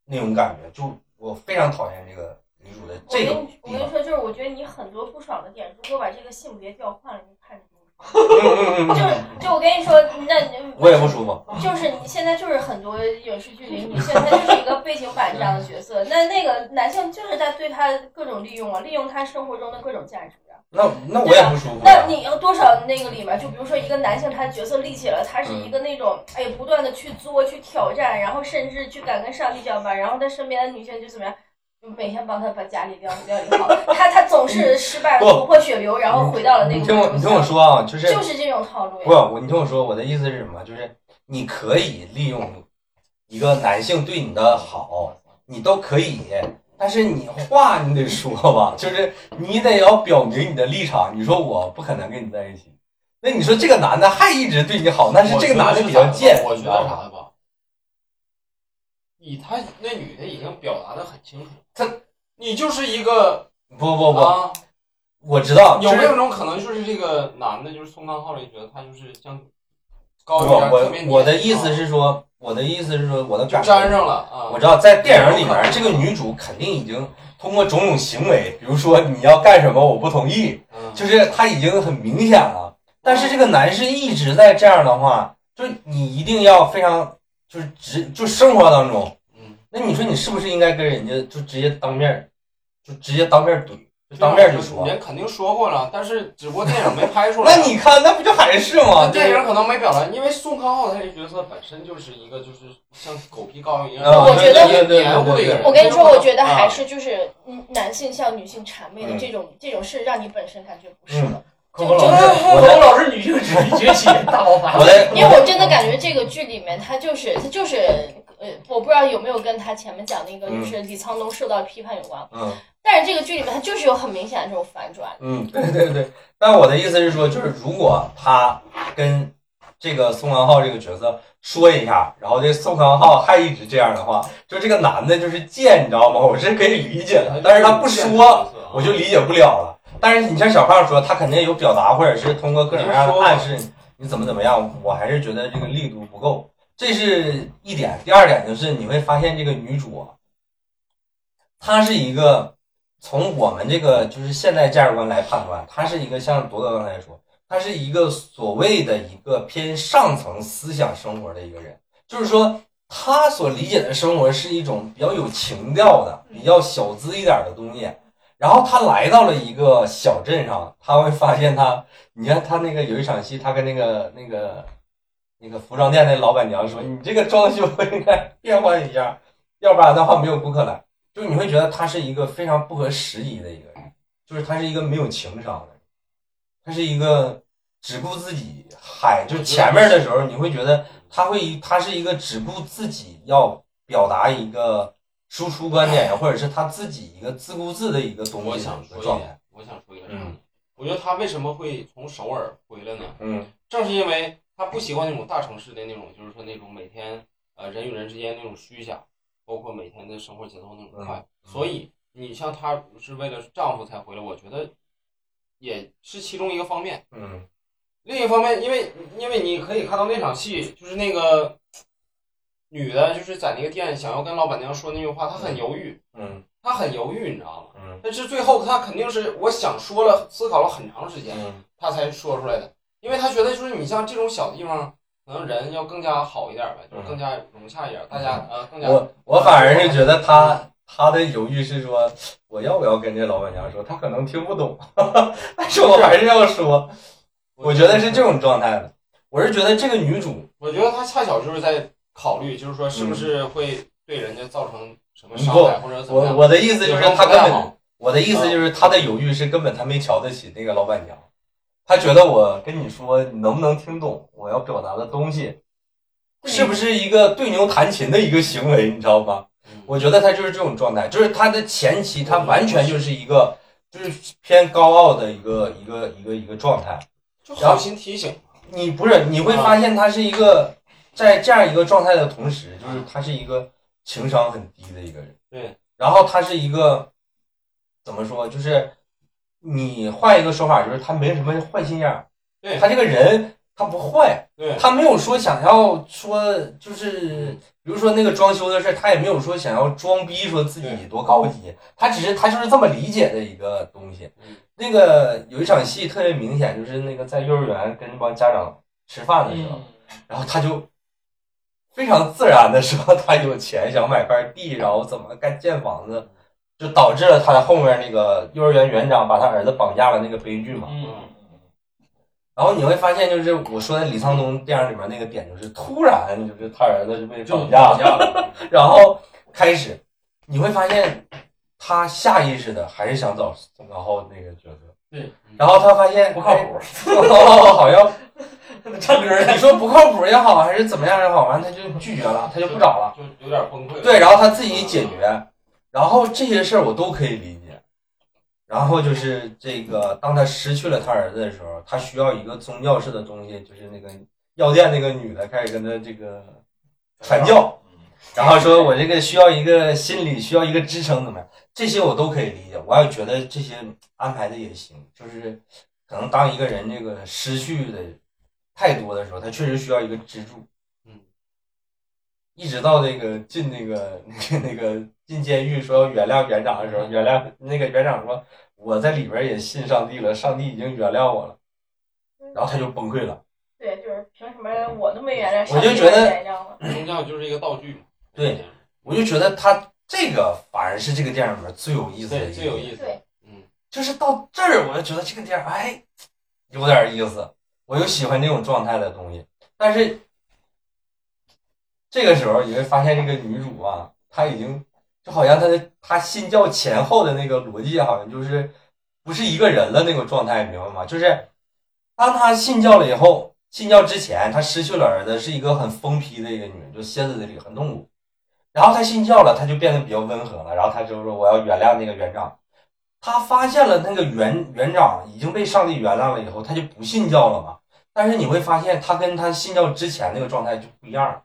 那种感觉，就我非常讨厌这个女主的
我
这
跟
个地
你我跟你
方。
说，就是我觉得你很多不爽的点，如果把这个性别调换了，你看着不爽。
嗯嗯嗯
就
嗯
是就我跟你说，那你
我也不舒服。
就是你现在就是很多影视剧里女性，她就是一个背景板这样的角色。那那个男性就是在对她各种利用啊，利用她生活中的各种价值啊。
那那我也不舒服、啊
那你有多少那个里面，就比如说一个男性，他角色立起了，他
嗯
是一个那种哎不断的去作、去挑战，然后甚至去敢跟上帝叫板，然后他身边的女性就怎么样，就每天帮他把家里料料理好，他他总是失
嗯
败
不嗯
头破血流，然后回到了那
你
个
听我，你听我，说啊，就是
就是这种套路
不，
呀。
我你听我说，我的意思是什么？就是你可以利用一个男性对你的好，你都可以，但是你话你得说吧，就是你得要表明你的立场。你说我不可能跟你在一起，那你说这个男的还一直对你好，但是这个男的比较贱，
我
你
觉
知道
得
吗？
啥吧？你他那女的已经表达的很清楚，
她
你就是一个
哦不不不，
啊，
我知道，
有
就
没有
是
一种可能就是这个男的，就是宋康昊里觉得他就是像高
我
一点特
我
别
我的
黏
意思
啊
是说，我的意思是说，我的
就
感觉
粘上了啊，
我知道在电影里面，这个女主肯定已经通过种种行为，比如说你要干什么我不同意，
嗯
就是她已经很明显了。但是这个男士一直在这样的话，就是你一定要非常就是直就生活当中，
嗯，
那你说你是不是应该跟人家就直接当面儿，就直接当面儿怼，就当面儿就说？
人嗯肯定说过了，但是只不过电影没拍出来。
那你看那不就还是吗？
啊那电影可能没表达，因为宋康昊他这角色本身就是一个就是像狗皮膏药一样，
啊
我觉得
黏黏糊的一个人。
我跟你说，我觉得
啊
还是就是嗯，男性向女性谄
嗯
媚的这种这种事，让你本身感觉不适合。
可可
就
老师，
我
可
在
可老师女性主义崛起大爆发。
我在
因为我真的感觉这个剧里面，他就是他就是呃，我不知道有没有跟他前面讲那个就是李沧东受到批判有关，
嗯
但是这个剧里面他就是有很明显的这种反转。
嗯，对对对。但我的意思是说，就是如果他跟这个宋康昊这个角色说一下，然后这宋康昊还一直这样的话，就这个男的就是贱，你知道吗？我是可以理解的，但是他不说，，
啊
我就理解不了了。但是你像小胖说，他肯定有表达，或者是通过各种各样的暗示，你怎么怎么样，我还是觉得这个力度不够，这是一点。第二点就是你会发现这个女主啊，她是一个从我们这个就是现代价值观来判断，她是一个像铎哥刚才说，她是一个所谓的一个偏上层思想生活的一个人，就是说。她所理解的生活是一种比较有情调的、比较小资一点的东西，然后她来到了一个小镇上，她会发现她你看他那个有一场戏，他跟那个那个那个服装店那老板娘说：“你这个装修应该变换一下，要不然的话没有顾客来。”就是你会觉得他是一个非常不合时宜的一个人，就是他是一个没有情商的人，他是一个只顾自己嗨。就前面的时候，你会觉得他会他是一个只顾自己要表达一个输出观点，或者是他自己一个自顾自的一个东
我
西的
想
一
说
个
一
状态。
点，我想说一点。
嗯
我觉得他为什么会从首尔回来呢？
嗯
正是因为他不习惯那种大城市的那种，就是说那种每天呃人与人之间那种虚假，包括每天的生活节奏那种快，
嗯
所以你像她是为了丈夫才回来，我觉得也是其中一个方面。
嗯
另一方面，因为因为你可以看到那场戏，就是那个女的，就是在那个店想要跟老板娘说那句话，她很犹豫，
嗯
她很犹豫，你知道吗？
嗯
但是最后她肯定是我想说了，思考了很长时间，
嗯
他才说出来的，因为他觉得就是你像这种小地方，可能人要更加好一点呗，就是更加融洽一点，大家呃更加
我我反而是觉得他他的犹豫是说，我要不要跟这老板娘说？他可能听不懂， 但是我还是要说。我觉得是这，种状态的。我是觉得这个女主，
我觉得他恰巧就是在考虑，就是说
嗯
是不是会对人家造成什么伤害或者怎么
我
样。
我的意思就是她根
有时候不太
本
好，
我的意思就是她的犹豫是根本她没瞧得起那个老板娘，她觉得我跟你说你能不能听懂我要表达的东西，是不是一个对牛弹琴的一个行为，你知道吗？
嗯
我觉得他就是这种状态，就是他的前期他完全就是一个就是偏高傲的一个一个一个一个状态。
就好心提醒，
你不是你会
啊
发现他是一个在这样一个状态的同时，就是他是一个情商很低的一个人。
对，
然后他是一个怎么说？就是你换一个说法，就是他没什么坏心眼儿。
对
他这个人他不坏，
对，
他没有说想要说，就是比如说那个装修的事儿，他也没有说想要装逼说自己多高级，他只是他就是这么理解的一个东西
嗯。
那个有一场戏特别明显，就是那个在幼儿园跟那帮家长吃饭的时候，
嗯，
然后他就非常自然的说他有钱想买块地，然后怎么盖建房子，就导致了他后面那个幼儿园园长把他儿子绑架了那个悲剧嘛。
嗯，
然后你会发现，就是我说的李沧东电影里面那个点，就是突然就是他儿子就被
就
绑架了，
了。
然后开始你会发现他下意识的还是想找宋康昊那个角色，
对，
然后他发现
不靠谱，
宋康 昊好像
唱歌
你
的。
说不靠谱也好，还是怎么样也好，完了他就拒绝了，他就不找了。
就有点崩溃。
对，然后他自己解决，然后这些事儿我都可以理解。然后就是这个，当他失去了他儿子的时候，他需要一个宗教式的东西，就是那个药店那个女的开始跟他这个传教，嗯然后说我这个需要一个心理需要一个支撑，怎么样？这些我都可以理解，我也觉得这些安排的也行。就是可能当一个人这个失去的太多的时候，他确实需要一个支柱。
嗯，
一直到那个进那个 那个那个进监狱说要原谅园长的时候，原谅那个园长说我在里边也信上帝了，上帝已经原谅我了，然后他就崩溃了。
对，就是凭什么我都没原谅，
我就
上帝
觉得
也原谅了。
宗教就是一个道具嘛。
对，我就觉得他这个反而是这个电影里面最有意思的一
对，
个
最有意思。
对
就是到这儿，我就觉得这个电影哎有点意思，我就喜欢这种状态的东西。但是这个时候你会发现，这个女主啊，她已经就好像她的她信教前后的那个逻辑，好像就是不是一个人了那个状态，你明白吗？就是当她信教了以后，信教之前她失去了儿子，是一个很疯批的一个女人，就歇斯底里，很痛苦。然后她信教了，她就变得比较温和了，然后她就说我要原谅那个园长。他发现了那个园园长已经被上帝原谅了以后，他就不信教了嘛。但是你会发现，他跟他信教之前那个状态就不一样了。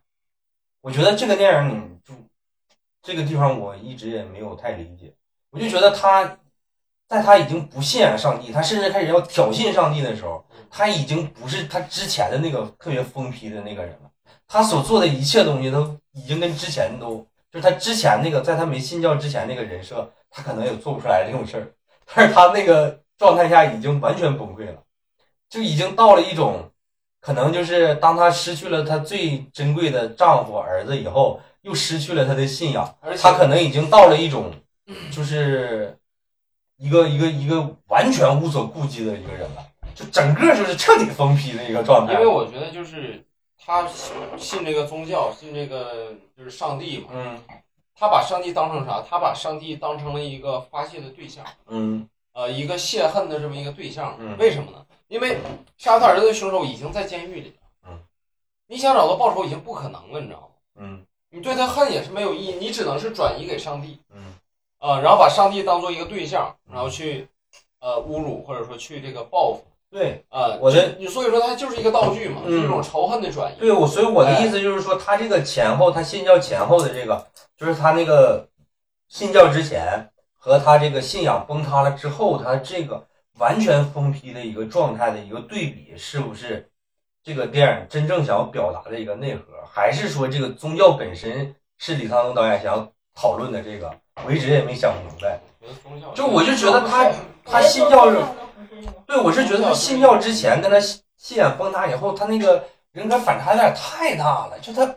我觉得这个电影，你就这个地方我一直也没有太理解。我就觉得他在他已经不信仰上帝，他甚至开始要挑衅上帝的时候，他已经不是他之前的那个特别疯批的那个人了。他所做的一切东西都已经跟之前都，就是他之前那个，在他没信教之前那个人设，他可能也做不出来这种事儿。但是他那个状态下已经完全崩溃了，就已经到了一种，可能就是当他失去了他最珍贵的丈夫儿子以后，又失去了他的信仰，
而且
他可能已经到了一种，就是一个一个一个完全无所顾忌的一个人了，就整个就是彻底疯批的一个状态
因。为我觉得就是他信这个宗教，信这个就是上帝嘛。
嗯
他把上帝当成啥？他把上帝当成了一个发泄的对象，
嗯
呃，一个泄恨的这么一个对象。
嗯
为什么呢？因为杀他儿子的凶手已经在监狱里了。
嗯，
你想找他报仇已经不可能了，你知道吗？
嗯
你对他恨也是没有意义，你只能是转移给上帝。
嗯
呃，然后把上帝当做一个对象，然后去呃侮辱或者说去这个报复。
对
呃，
我的
你所以说它就是一个道具嘛，
嗯
是一种仇恨的转移。
对，我所以我的意思就是说，他这个前后，他信教前后的这个，就是他那个信教之前和他这个信仰崩塌了之后，他这个完全疯批的一个状态的一个对比，是不是这个电影真正想要表达的一个内核？还是说这个宗教本身是李沧东导演想要讨论的这个？我一直也没想明白。
我觉得宗教
就我就觉得他他信
我觉
教
得做
是
梦都不是那种
对，我是觉得
哦
他信教之前跟他信仰崩塌以后，他那个人格反差有点太大了，就他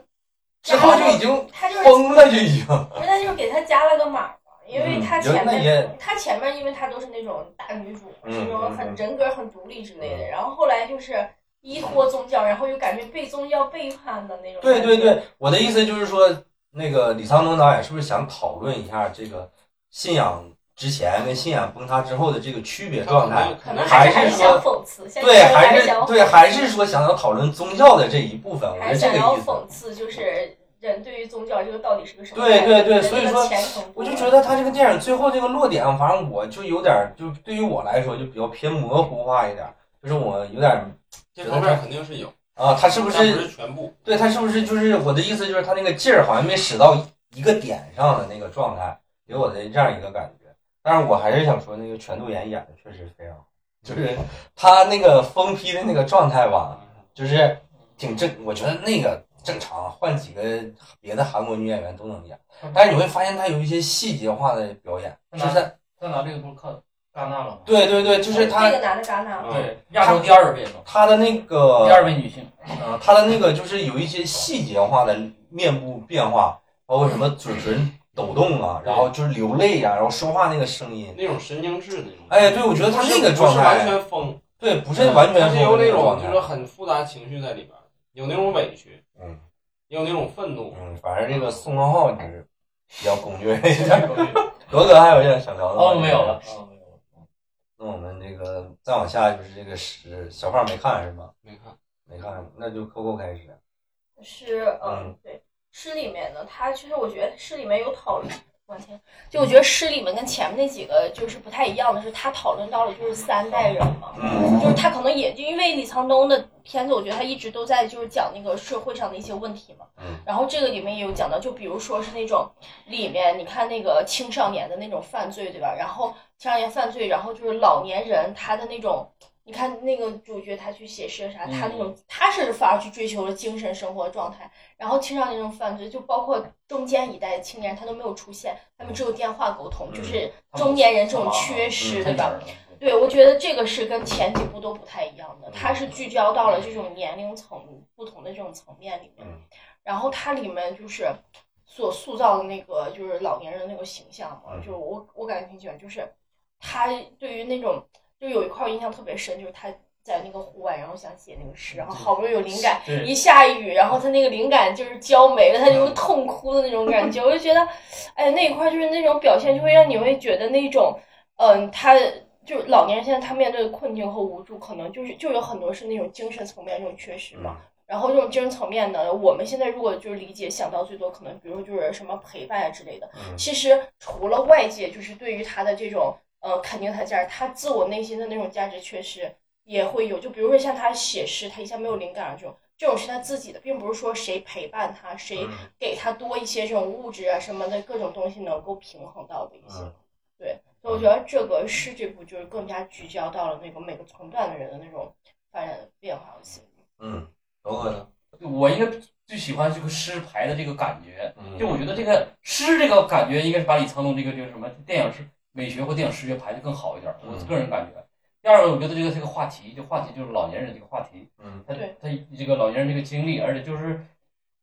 之后就已经
他就是
崩了，就已经。
不是，那就是给他加了个码嘛，因为他
嗯
前
那也
面他前面因为他都是那种大女主，
嗯
是那种很
嗯
人格很独立之类的，
嗯
然后后来就是依托宗教，然后又感觉被宗教背叛的那种。
对对，对，我的意思就是说，那个李沧东导演是不是想讨论一下这个信仰之前跟信仰崩塌之后的这个区别状态？
可能
还是
还还是
说
想讽刺，现
对，
在
还
还
是
想
对，还是说想要讨论宗教的这一部分？我觉
还
得
是
啊哎这
想
个
要
意思。
讽刺，就是人对于宗教这个到底是个什么
对
态度？
对对
人
所以
这个
说
虔诚度啊
我就觉得他这个电影最后这个落点，反正我就有点儿，就对于我来说就比较偏模糊化一点儿，就是我有点儿
这方面肯定是有，
啊，他是不
但
是
不是全部？
对他是不是就是我的意思就是他那个劲儿好像没使到一个点上的那个状态，给我的这样一个感觉。但是我还是想说，那个全度妍演的确实非常好，就是他那个疯批的那个状态吧，就是挺正，我觉得那个正常，换几个别的韩国女演员都能演。
嗯
但是你会发现她有一些细节化的表演，就是她
他拿这个不是看戛纳了吗？
对对对，就是
嗯
她
这个男的戛
嗯
纳
啊
对，亚洲第二位嘛，
她的那个
第二位女性。
嗯，他的那个就是有一些细节化的面部变化，包括什么嘴唇抖动啊，然后就是流泪呀、然后说话那个声音，
那种神经质那种。
哎，对，我觉得
不
他
是
那个
不
状
是完
态，
全疯，
对，不是完
它
全
嗯
是
说
有那
状
种
态
就是很复杂情绪在里边儿，有那种委屈，
嗯
有那种愤怒。
嗯，反正这个宋康昊就是比较攻略一下。
哦，
罗哥还有点想聊的吗
没有了。，哦，没有了。
那我们这个再往下就是这个十小胖没看是吧？
没看，
没看，那就 Coco 开始。
呃是嗯对诗里面的他，其实我觉得诗里面有讨论，往前，就我觉得诗里面跟前面那几个就是不太一样的是，他讨论到了就是三代人嘛，
嗯
就是他可能也就因为李沧东的片子，我觉得他一直都在就是讲那个社会上的一些问题嘛
嗯。
然后这个里面也有讲到，就比如说是那种里面你看那个青少年的那种犯罪，对吧？然后青少年犯罪，然后就是老年人他的那种。你看那个主角，他去写诗啥，他那种他是反而去追求了精神生活状态，然后青少年这种犯罪，就包括中间一代青年，他都没有出现，他们只有电话沟通，就是中年人这
哦
种缺
嗯
失，对吧？？对，我觉得这个是跟前几部都不太一样的，它是聚焦到了这种年龄层不同的这种层面里面
嗯，
然后它里面就是所塑造的那个就是老年人那个形象嘛，
嗯
就是我我感觉挺喜欢，就是他对于那种就有一块儿印象特别深，就是他在那个户外，然后想写那个诗，然后好不容易有灵感，
对
一下雨，然后他那个灵感就是浇没了，他就痛哭的那种感觉，我就觉得，哎，那一块就是那种表现，就会让你会觉得那种，嗯，他就是老年人现在他面对的困境和无助，可能就是就有很多是那种精神层面这种缺失
嗯
嘛。然后这种精神层面呢，我们现在如果就是理解想到最多，可能比如说就是什么陪伴啊之类的。
嗯
其实除了外界，就是对于他的这种呃肯定他的价值，他自我内心的那种价值缺失也会有。就比如说像他写诗，他一下没有灵感了这种，这种是他自己的，并不是说谁陪伴他，谁
嗯
给他多一些这种物质啊什么的各种东西能够平衡到的一些。
嗯
对，所以我觉得这个是这部就是更加聚焦到了那个每个层段的人的那种发展的变化和心理。
嗯，柔和呢？
我应该最喜欢这个诗牌的这个感觉，
嗯
就我觉得这个诗这个感觉应该是把李沧东这个这个什么电影是美学或电影视觉排的更好一点，我
嗯
个人感觉。第二个，我觉得这个这个话题，这话题就是老年人这个话题，
嗯
他
对
他这个老年人这个经历，而且就是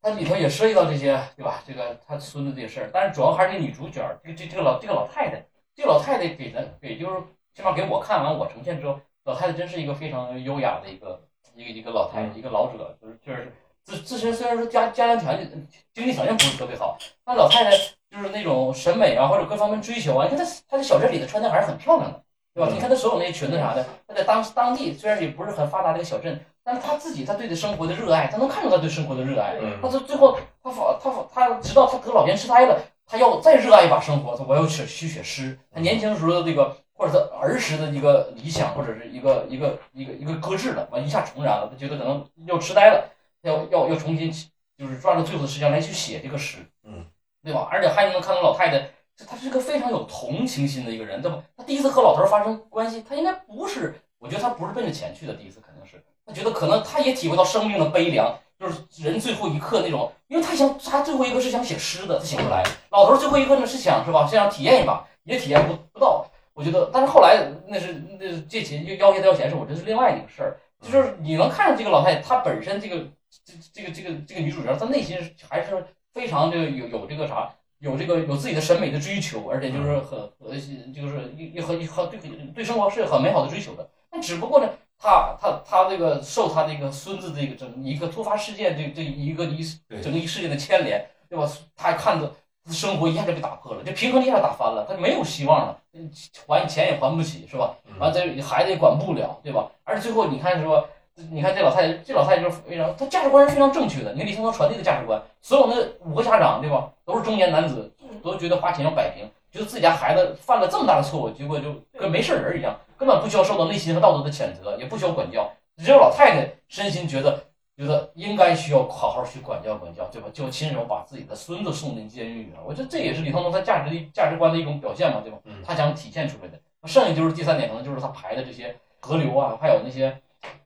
它里头也涉及到这些，对吧？这个他孙子这个事儿，但是主要还是这女主角儿，这个这这个老这个老太太，这个老太太给咱给就是起码给我看完我呈现之后，老太太真是一个非常优雅的一个一个一个老太太，一个老者，就是就是自自身虽然说家家庭条件经济条件不是特别好，但老太太就是那种审美啊或者各方面追求啊，你看她她在小镇里的穿的还是很漂亮的。对吧？
嗯
你看她手有那些裙子啥的，她在当当地虽然也不是很发达的一个小镇，但是她自己她对这生活的热爱，她能看出她对生活的热爱。他
嗯
最最后，他反他反他直到他得老年痴呆了，他要再热爱一把生活，他我要去去写诗。他年轻时候的这个，或者他儿时的一个理想，或者是一个一个一个一个搁置了，完一下重燃了，他觉得可能要痴呆了，要要要重新就是抓住最后的时间来去写这个诗，
嗯，
对吧？而且还能看到老太太，这她是个非常有同情心的一个人，对吧？她第一次和老头儿发生关系，她应该不是，我觉得她不是奔着钱去的，第一次肯定是，她觉得可能她也体会到生命的悲凉，就是人最后一刻那种，因为她想，她最后一个是想写诗的，她写不来，老头儿最后一个呢是想是吧，是想体验一把，也体验不不到。我觉得，但是后来那是那是这钱就要挟他要钱是，我觉得是另外一个事儿。就是你能看出这个老太太她本身这个这这个这个这个女主角，她内心是还是非常这个有有这个啥，有这个有自己的审美的追求，而且就是很呃就是一一很一很对对生活是很美好的追求的。但只不过呢，她她她这个受她这个孙子这个整一个突发事件这这一个一
对
整个一事件的牵连，对吧？她看着生活一下就被打破了，这平衡一下打翻了，她没有希望了，嗯还钱也还不起，是吧？完这孩子也管不了，对吧？而且最后你看说，你看这老太太，这老太太就是非常，她价值观是非常正确的。你看李沧东传递的价值观，所有的五个家长对吧，都是中年男子，都觉得花钱要摆平，觉得自己家孩子犯了这么大的错误，结果就跟没事人一样，根本不需要受到内心和道德的谴责，也不需要管教。只有老太太身心觉得。觉得应该需要好好去管教管教，对吧？就亲手把自己的孙子送进监狱了，我觉得这也是李沧东他价值价值观的一种表现嘛，对吧？
嗯
他想体现出来的。剩下就是第三点，可能就是他排的这些河流啊，还有那些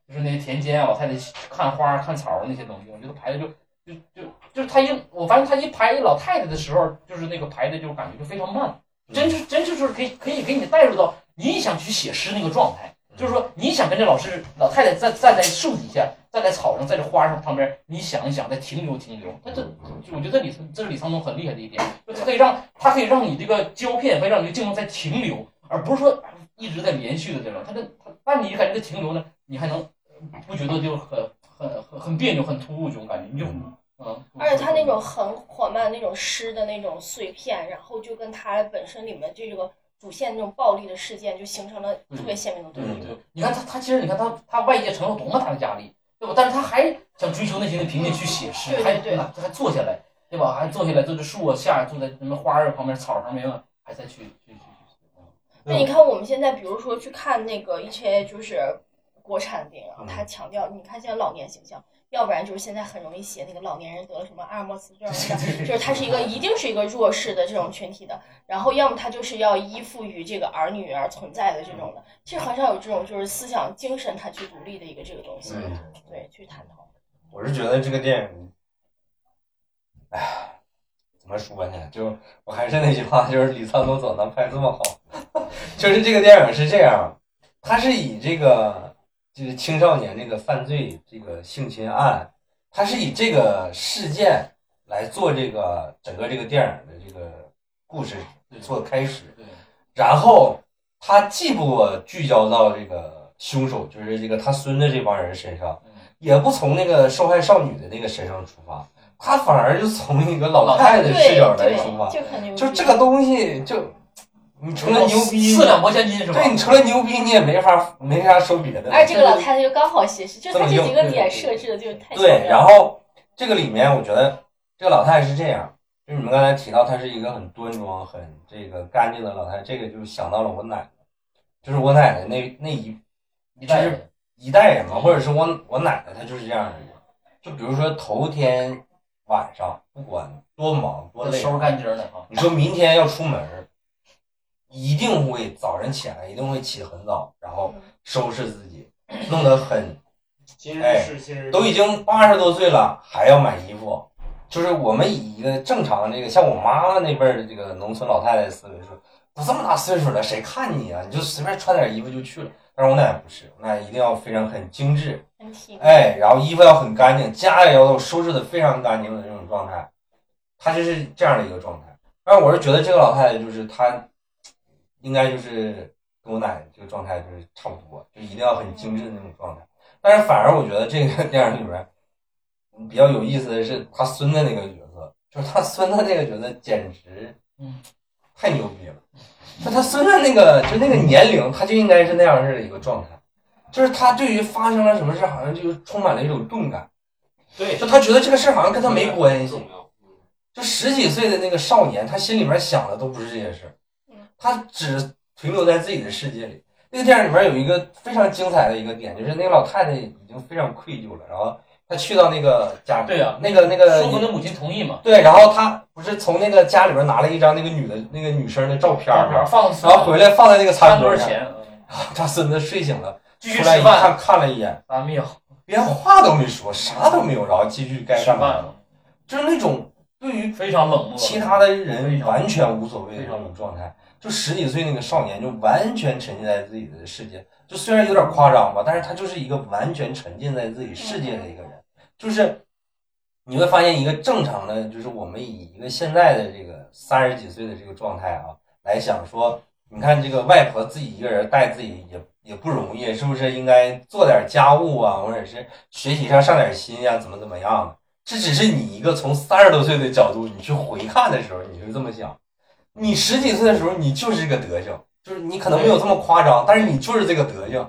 就是那些田间啊，老太太看花、看草那些东西，我觉得排的就就就就是他一，我发现他一排老太太的时候，就是那个排的就感觉就非常慢，真是真就是可以可以给你带入到你想去写诗那个状态，就是说你想跟这老师老太太站站在树底下，站在草上，在这花上旁边，你想一想，再停留停留，那这就我觉得李这是李沧东很厉害的一点，就它可以让它可以让你这个胶片，可以让你的镜头在停留，而不是说哎一直在连续的这种。它这它让你感觉这停留呢，你还能呃不觉得就很很很很别扭、很突兀这种感觉，你就
嗯
嗯。
而且他那种很缓慢的那种诗的那种碎片，然后就跟他本身里面这个主线那种暴力的事件就形成了特别鲜明的对
对
比。
对对，你看他他其实你看他他外界承受多么大的压力，对吧？但是他还想追求内心的平静去写诗，
对对
还
对
还坐下来。对吧？还坐下来坐在树啊下儿，坐在什么花儿啊旁边、草上面，还在去去去去。
那你看我们现在，比如说去看那个 EVA，就是国产电影啊
嗯，
它强调你看现在老年形象，要不然就是现在很容易写那个老年人得了什么阿尔莫斯症 啊，就是他是一个一定是一个弱势的这种群体的，然后要么他就是要依附于这个儿女而存在的这种的，其实很少有这种就是思想精神他去独立的一个这个东西，
嗯，
对，去探讨。
我是觉得这个电影，哎，怎么说呢？就我还是那句话，就是李沧东总能拍这么好， 就是这个电影是这样，它是以这个就是青少年这个犯罪这个性侵案，它是以这个事件来做这个整个这个电影的这个故事做开始，
对，
然后他既不聚焦到这个凶手，就是这个他孙子这帮人身上。
嗯，
也不从那个受害少女的那个身上出发，他反而就从一个老
老
太太
对
视角来
对
出发，，
就很牛逼。
就这个东西就，你除了牛逼
四，两拨千斤是吧？
对你除了牛逼，你也没法没啥说别的。
而哎这个老太太就刚好写实，就
这
她
么
这
用
几个
对
点
对
设置的就是太巧
对，
妙
然
了
后这个里面我觉得这个老太太是这样，就你们刚才提到她是一个很端庄、很这个干净的老太太，这个就想到了我奶奶，就是我奶奶那那一
一代人
一代人嘛，或者是我我奶奶她就是这样的人。就比如说头天晚上，不管多忙多累，
收拾干净儿的啊，
你说明天要出门儿，一定会早晨起来，一定会起得很早，然后
嗯
收拾自己，弄得很
今日
哎
事今日
都已经八十多岁了，还要买衣服。就是我们以一个正常这个像我妈妈那辈儿的这个农村老太太思维说，都这么大岁数了，谁看你啊？你就随便穿点衣服就去了。但是我奶奶不是，我奶奶一定要非常很精致，
很体面。
哎，然后衣服要很干净，家也要收拾的非常干净的这种状态，她就是这样的一个状态。但是我是觉得这个老太太就是她，应该就是跟我奶奶这个状态就是差不多，就一定要很精致的那种状态。但是反而我觉得这个 电影里边嗯比较有意思的是她孙子那个角色，就是她孙子那个角色简直
嗯
太牛逼了。就她孙子那个就那个年龄，她就应该是那样式的一个状态。就是他对于发生了什么事，好像就充满了一种钝感，
对，
就他觉得这个事儿好像跟他没关系。
重要。嗯
就十几岁的那个少年，他心里面想的都不是这些事儿
嗯，
他只停留在自己的世界里。那个电影里面有一个非常精彩的一个点，就是那个老太太已经非常愧疚了，然后她去到那个家里，
对啊
那个那个
说服他母亲同意嘛，
对，然后她不是从那个家里边拿了一张那个女的那个女生的照片
照
儿
片
吗？
放
然后回来放在那个餐
三多
桌
少
上，
钱？
他孙子睡醒了，
嗯继续
出来
吃
一
饭，
看，看了一眼。
咱们有吃
连话都没说，啥都没有，然后继续该干嘛，
饭，
就是那种对于
非常冷漠。
其他的人完全无所谓的那种状态。就十几岁那个少年，就完全沉浸在自己的世界，就虽然有点夸张吧，但是他就是一个完全沉浸在自己世界的一个人。就是你会发现，一个正常的，就是我们以一个现在的这个三十几岁的这个状态啊，来想说，你看这个外婆自己一个人带自己也也不容易，是不是应该做点家务啊，或者是学习上上点心呀、怎么怎么样的？这只是你一个从三十多岁的角度，你去回看的时候，你会这么想。你十几岁的时候，你就是这个德行，就是你可能没有这么夸张，但是你就是这个德行。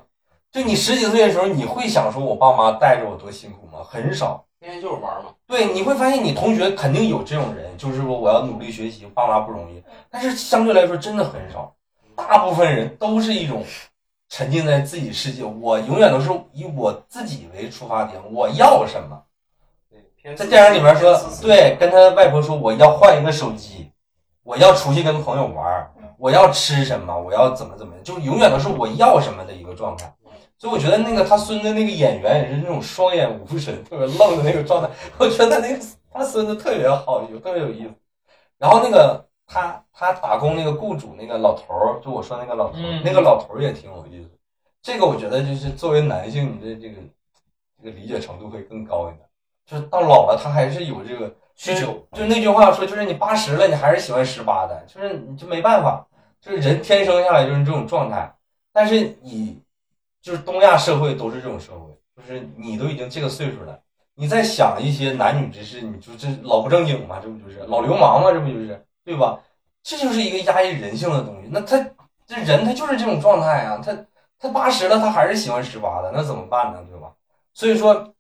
就你十几岁的时候，你会想说我爸妈带着我多辛苦吗？很少。
天天就是玩嘛，
对，你会发现你同学肯定有这种人，就是说我要努力学习，爸妈不容易。但是相对来说真的很少，大部分人都是一种沉浸在自己世界，我永远都是以我自己为出发点，我要什么。
对，偏
在电影里面说
自，私
对，跟他外婆说我要换一个手机，我要出去跟朋友玩儿
嗯，
我要吃什么，我要怎么怎么，就永远都是我要什么的一个状态。所以我觉得那个他孙子那个演员也是那种双眼无神、特别愣的那个状态，我觉得那个他孙子特别好，有特别有意思。然后那个他他打工那个雇主那个老头儿，就我说那个老头儿，
嗯
那个老头儿也挺有意思。这个我觉得就是作为男性，你的这个这个理解程度会更高一点。就是到老了，他还是有这个
需求，
就是那句话说，就是你八十了，你还是喜欢十八的，就是你就没办法，就是人天生下来就是这种状态。但是你就是东亚社会都是这种社会，就是你都已经这个岁数了，你再想一些男女之事，你就这老不正经嘛，这不就是老流氓嘛，这不就是对吧？这就是一个压抑人性的东西。那他这人他就是这种状态啊，他他八十了，他还是喜欢十八的，那怎么办呢？对吧？所以说，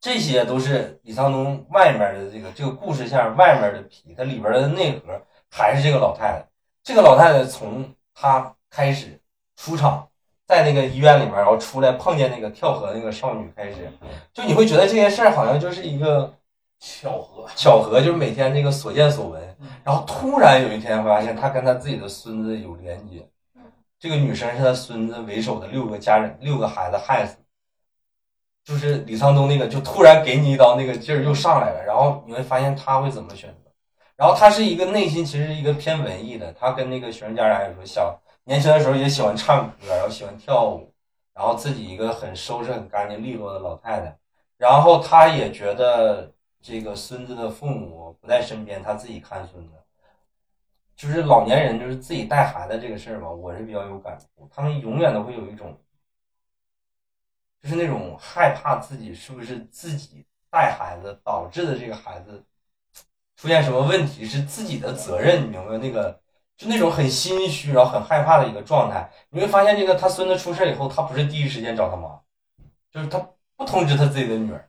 这些都是李沧东外面的这个这个故事线外面的皮，它里边的内核还是这个老太太。这个老太太从她开始出场，在那个医院里面，然后出来碰见那个跳河那个少女开始，就你会觉得这件事儿好像就是一个
巧合，
巧合，就是每天这个所见所闻，然后突然有一天发现她跟她自己的孙子有连接。这个女生是她孙子为首的六个家人、六个孩子害死的，就是李沧东那个，就突然给你一刀，那个劲儿又上来了。然后你会发现他会怎么选择。然后他是一个内心其实是一个偏文艺的，他跟那个学生家长也说，小年轻的时候也喜欢唱歌，然后喜欢跳舞，然后自己一个很收拾、很干净利落的老太太。然后他也觉得这个孙子的父母不在身边，他自己看孙子。就是老年人就是自己带孩子这个事儿吧，我是比较有感触。他们永远都会有一种，就是那种害怕自己是不是自己带孩子导致的这个孩子出现什么问题是自己的责任，你明白那个？就那种很心虚，然后很害怕的一个状态。你会发现，这个他孙子出事以后，他不是第一时间找他妈，就是他不通知他自己的女儿，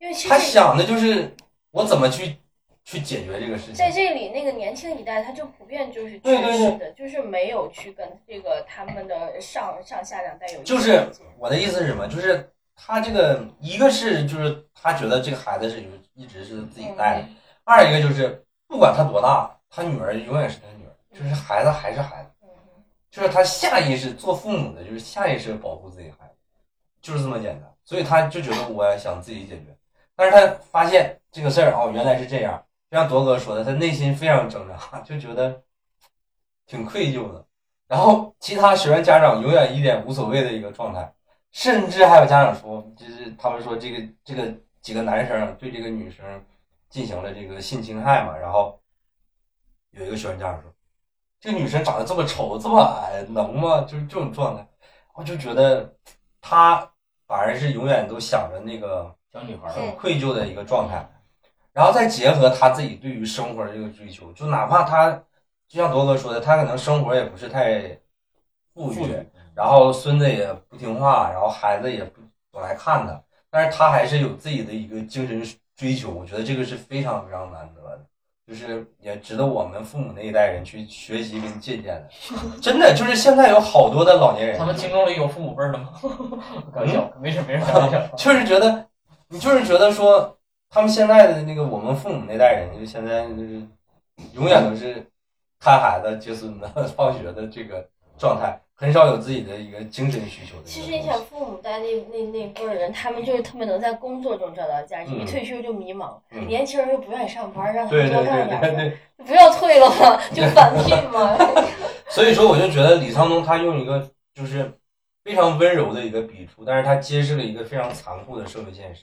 因为其
他
实
想的就是我怎么去去解决这个事情
在。这里那个年轻一代，他就普遍就是缺
对对
失的，就是没有去跟这个他们的上上下两代有一个
就是
连接
我的意思是什么？就是他这个一个是就是他觉得这个孩子是有一直是自己带的，二一个就是不管他多大，他女儿永远是他女儿，就是孩子还是孩子，
嗯
就是他下意识做父母的，就是下意识保护自己孩子，就是这么简单。所以他就觉得我想自己解决，但是他发现这个事儿哦，原来是这样。就像铎哥说的，他内心非常挣扎，就觉得挺愧疚的。然后其他学员家长永远一点无所谓的一个状态，甚至还有家长说，就是他们说这个这个几个男生对这个女生进行了这个性侵害嘛，然后有一个学员家长说，这个女生长得这么丑这么矮，能吗？就是这种状态，我就觉得他反而是永远都想着那个
小女孩
很
儿，
愧疚的一个状态，然后再结合他自己对于生活的这个追求，就哪怕他就像铎哥说的，他可能生活也不是太富
妇
裕，
女
然后孙子也不听话，然后孩子也不总来看他，但是他还是有自己的一个精神追求，我觉得这个是非常非常难得的，就是也值得我们父母那一代人去学习跟借鉴的。真的，就是现在有好多的老年人，
他们听众里有父母辈儿的吗？搞笑，没事没事，搞笑。
就是觉得，你就是觉得说，他们现在的那个我们父母那代人，就现在就是永远都是看孩子、接孙子、 放学的这个状态，很少有自己的一个精神需求的一个东西。
其实你想，父母带那那那辈儿人，他们就是特别能在工作中找到价值，
嗯
一退休就迷茫。
嗯
年轻人又不愿意上班，让他
对
们
对
多干
对
点
对
儿，
对，
不要退了 嘛，就返聘嘛。
所以说我就觉得李沧东他用一个就是非常温柔的一个笔触，但是他揭示了一个非常残酷的社会现实，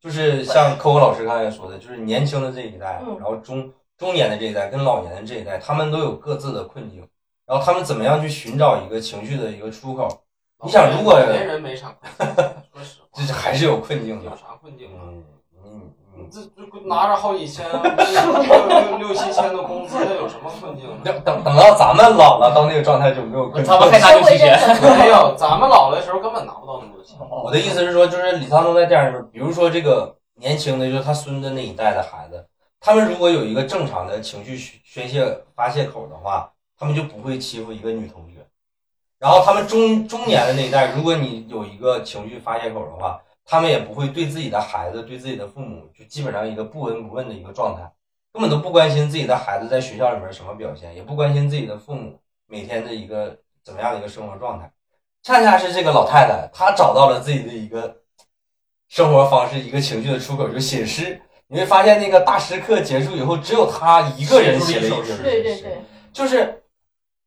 就是像 Coco 老师刚才说的，就是年轻的这一代，
嗯
然后中中年的这一代跟老年的这一代，他们都有各自的困境，然后他们怎么样去寻找一个情绪的一个出口，你想如果
老年人没啥困境，说 实话，
这是还是有困境
有
的。
啥困境啊？
嗯，嗯嗯，
这这拿着好几千、六六六七千的工资，有什么困境 呢？
等等等到咱们老了到那个状态就没有困境
咱。们还拿
社
六
会
七
认
千，
可
没有，咱们老的时候根本拿不到那么多钱。
我的意思是说，就是李沧东在电影里面，比如说这个年轻的，就是他孙子那一代的孩子，他们如果有一个正常的情绪宣泄发泄口的话，他们就不会欺负一个女同学。然后他们中中年的那一代，如果你有一个情绪发泄口的话，他们也不会对自己的孩子、对自己的父母，就基本上一个不闻不问的一个状态，根本都不关心自己的孩子在学校里面什么表现，也不关心自己的父母每天的一个怎么样的一个生活状态。恰恰是这个老太太，她找到了自己的一个生活方式，一个情绪的出口，就是写诗。你会发现，那个大师课结束以后，只有她一个人写了一首诗，
对对对，
就是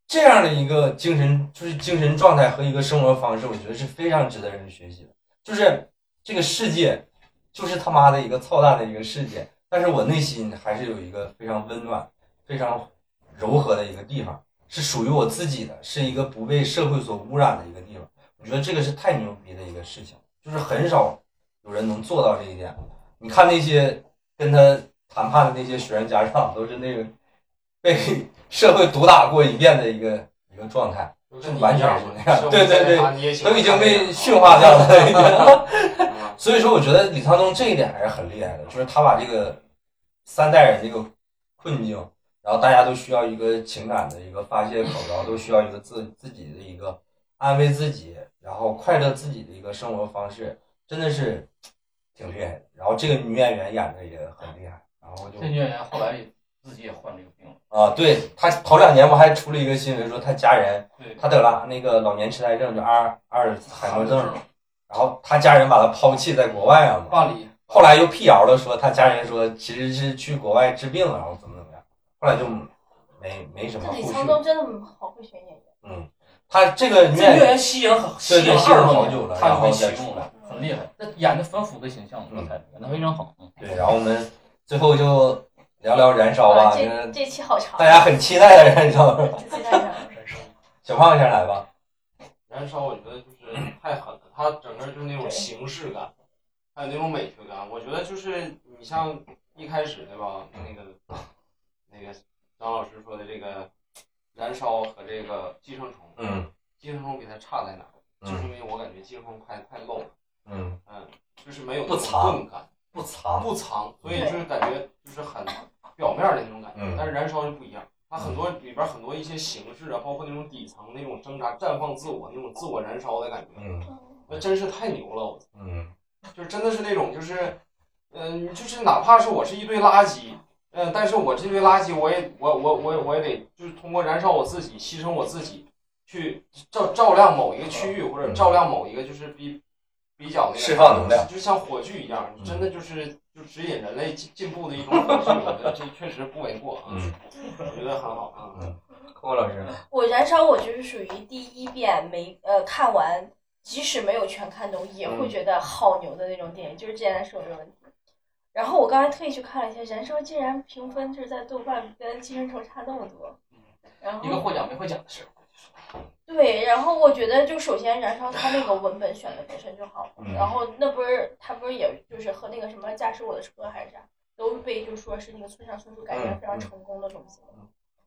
这样的一个精神，就是精神状态和一个生活方式，我觉得是非常值得人学习的。就是这个世界，就是他妈的一个操蛋的一个世界，但是我内心还是有一个非常温暖、非常柔和的一个地方，是属于我自己的，是一个不被社会所污染的一个地方。我觉得这个是太牛逼的一个事情，就是很少有人能做到这一点。你看那些跟他谈判的那些学员家长，都是那个被社会毒打过一遍的一个一个状态，
就跟你一
完全
样
是
嘛
那样对对对，
你也喜欢
都已经
看这
被
个
驯化掉了。已经
嗯
所以说，我觉得李沧东这一点还是很厉害的，就是他把这个三代人这个困境，然后大家都需要一个情感的一个发泄口，然后都需要一个自自己的一个安慰自己，然后快乐自己的一个生活方式，真的是挺厉害的。然后这个女演员演的也很厉害，然后就
这女演员后来也自己也患这个病了，
啊，对她头两年不还出了一个新闻，说她家人
对，
她得了那个老年痴呆症，就阿尔阿尔茨海默症，然后她家人把她抛弃在国外啊嘛。
巴黎，
后来又辟谣了说，他家人说其实是去国外治病了，然后怎么怎么样，后来就没没什么
这
后
李
续。
沧东真的好会选演员，
他这个女
这
演
女
员，
员吸引很
对对
吸引了
吸引
好
好久了
她
然
就被
后
吸
再
引
出来
了，很厉害，那演的反腐的形象，我才演的非常好。嗯
对，然后我们最后就聊聊燃烧吧，这
啊这
个
这期好长，
大家很期待的燃烧。
期待上。
小胖先来吧，
燃烧，我觉得就是太狠了，它整个就是那种形式感，还有那种美学感。我觉得就是你像一开始对吧，那个那个张老师说的这个燃烧和这个寄生虫，
嗯
寄生虫比它差在哪儿？就是
嗯
因为我感觉寄生虫拍得太 low 了，
嗯，
嗯，就是没有
不
那种
藏
钝感，
不藏，
不藏，所以就是感觉就是很表面的那种感觉。
嗯
但是燃烧就不一样，它很多里边很多一些形式啊，包括那种底层那种挣扎、绽放自我那种自我燃烧的感觉。
嗯
那真是太牛了，我操
嗯
就是真的是那种就是，嗯、就是哪怕是我是一堆垃圾，嗯、但是我这堆垃圾我也我我我也我也得就是通过燃烧我自己，牺牲我自己，去照照亮某一个区域或者照亮某一个就是比比较那个
释放能量，
就像火炬一样，
嗯
真的就是就指引人类进进步的一种火炬，我觉得这确实不为过啊，
嗯，
我觉得很好啊。嗯
扣扣老师，
我燃烧，我就是属于第一遍没呃看完，即使没有全看懂，也
嗯
会觉得好牛的那种电影，就是之前说的问题。然后我刚才特意去看了一下，《燃烧》竟然评分就是在豆瓣跟《寄生虫》差那么多。然
一个
后
获奖没获奖的事儿，
对，然后我觉得就首先《燃烧》它那个文本选的本身就好，
嗯
然后那不是他不是也就是和那个什么《驾驶我的车》还是啥，都被就说是那个村上春树改编非常成功的东西。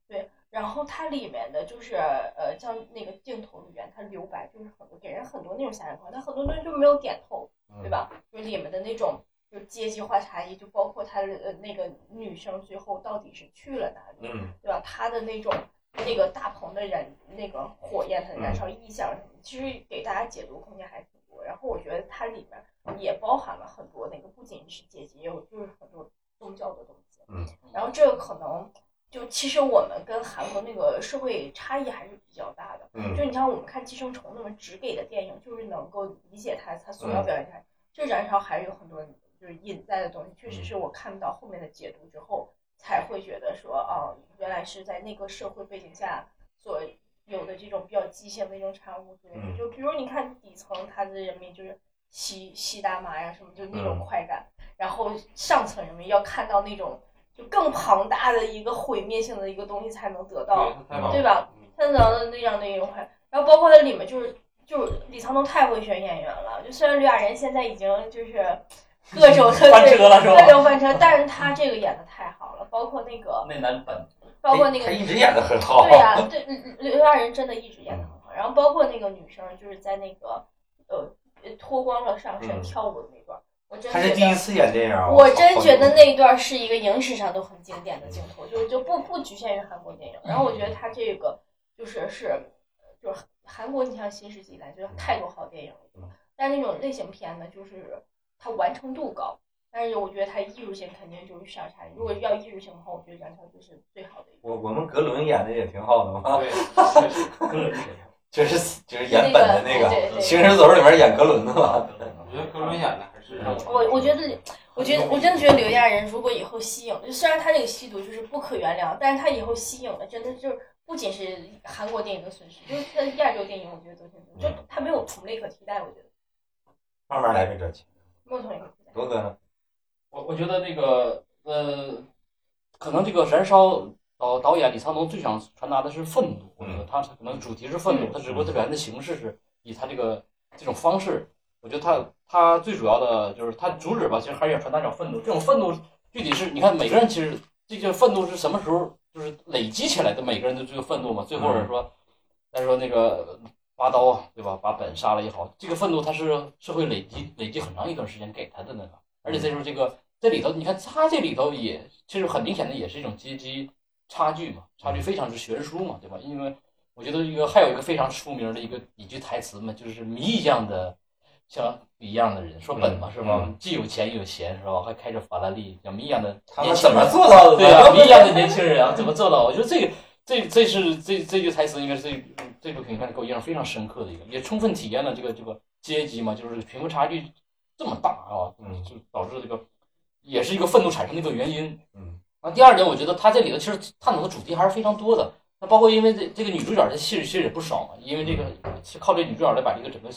对，然后它里面的就是呃，像那个镜头语言，它留白就是很多，给人很多那种遐想空间，它很多东西就没有点透，
嗯
对吧？就是里面的那种就是阶级化差异，就包括他呃那个女生最后到底是去了哪里，
嗯
对吧？它的那种那个大棚的燃那个火焰，它的燃烧
嗯
意象，其实给大家解读空间还挺多。然后我觉得它里面也包含了很多那个不仅是阶级，也有就是很多宗教的东西。
嗯，
然后这个可能就其实我们跟韩国那个社会差异还是比较大的。就
嗯
你像我们看《寄生虫》那么直给的电影，就是能够理解它它所
嗯
要表现出来。这燃烧还是有很多就是隐在的东西，确
嗯
实是我看到后面的解读之后，才会觉得说，哦，原来是在那个社会背景下所有的这种比较畸形的一种产物之类
嗯
的。就比如你看底层，他的人民就是吸吸大麻呀什么，就那种
嗯
快感，然后上层人民要看到那种就更庞大的一个毁灭性的一个东西才能得到。
对，他太棒了
对吧？
嗯
他聊的那样的一种快，然后包括它里面就是就是李沧东太会选演员了，就虽然刘亚仁现在已经 就是各种的
翻车了是吧
各种翻车，但是他这个演的太好了，包括那个
那男本
包括那个
他一直演的很好，嗯
对啊呀、对嗯刘刘亚仁真的一直演的很好，然后包括那个女生就是在那个呃呃脱光了上身
嗯
跳舞的那段，我真
他
觉
是
得
第一次演电影啊，
我真觉得那
好
一段是一个影史上都很经典的镜头，就就不不局限于韩国电影。然后我觉得他这个就是是就是韩国，你像新世纪以来就是太多好电影了，但是那种类型片呢，就是它完成度高，但是我觉得它艺术性肯定就是上差。如果要艺术性的话，我觉得《燃烧》就是最好的一个。
我我们格伦演的也挺好的嘛，
嗯对，确实，
哥是谁呀？
就是就是演本的那
对
个
对
《
对。
行尸走肉》里面演格伦的嘛，
我觉得格伦演的还是让
嗯
我我觉得，我觉得我真的觉得刘亚仁如果以后吸引，就虽然他这个吸毒就是不可原谅，但是他以后吸引了，真的就是不仅是韩国电影的损失，就是他亚洲电影，我觉得都挺损失，
嗯
就他没有同类可替代，我觉得
慢慢来没准。
没有同类可替代。
罗哥呢？
我我觉得那个呃，可能这个《燃烧》导导演李沧东最想传达的是愤怒，我觉得他可能主题是愤怒，他只不过他表现的形式是以他这个这种方式，我觉得他他最主要的就是他主旨吧，其实还是要传达一种愤怒。这种愤怒具体是你看每个人其实这些愤怒是什么时候就是累积起来的，每个人的这个愤怒嘛，最后是说再说那个拔刀啊，对吧？把本杀了也好，这个愤怒它是是会累积累积很长一段时间给他的那个，而且再说这个这里头，你看他这里头也其实很明显的也是一种阶级差距嘛，差
嗯
距非常之悬殊嘛，对吧？因为我觉得一个还有一个非常出名的一个一句台词嘛，就是谜一样的像一样的人说
嗯
本嘛是吧？既有钱又有闲是吧？还开着法拉利，像谜一样的
他
年
们
轻
怎
人
么做到的？
对啊，谜一样的年轻人啊，怎么做到？我觉 得这个这这是这这句台词应该是最这部评判给我印象非常深刻的一个，也充分体验了这个这个阶级嘛，就是贫富差距这么大啊，
嗯
就导致这个也是一个愤怒产生的一个原因。
嗯，
那第二点，我觉得他这里头其实探讨的主题还是非常多的。那包括因为这这个女主角的戏其实也不少嘛，因为这个是靠这女主角来把这个整个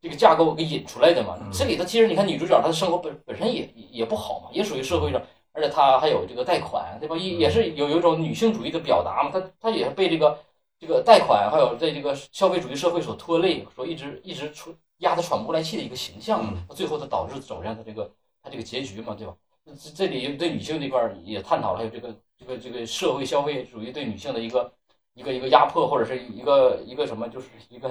这个架构给引出来的嘛
嗯。
这里头其实你看女主角她的生活本本身也也也不好嘛，也属于社会上，而且她还有这个贷款，对吧？也
嗯
也是有有一种女性主义的表达嘛，她她也被这个这个贷款还有在这个消费主义社会所拖累，所一直一直出压得喘不过来气的一个形象嘛，最后她导致走向她这个她这个结局嘛，对吧？这这里对女性这块儿也探讨了，还有这个这个这个社会消费主义对女性的一个一个一个压迫，或者是一个一个什么，就是一个一个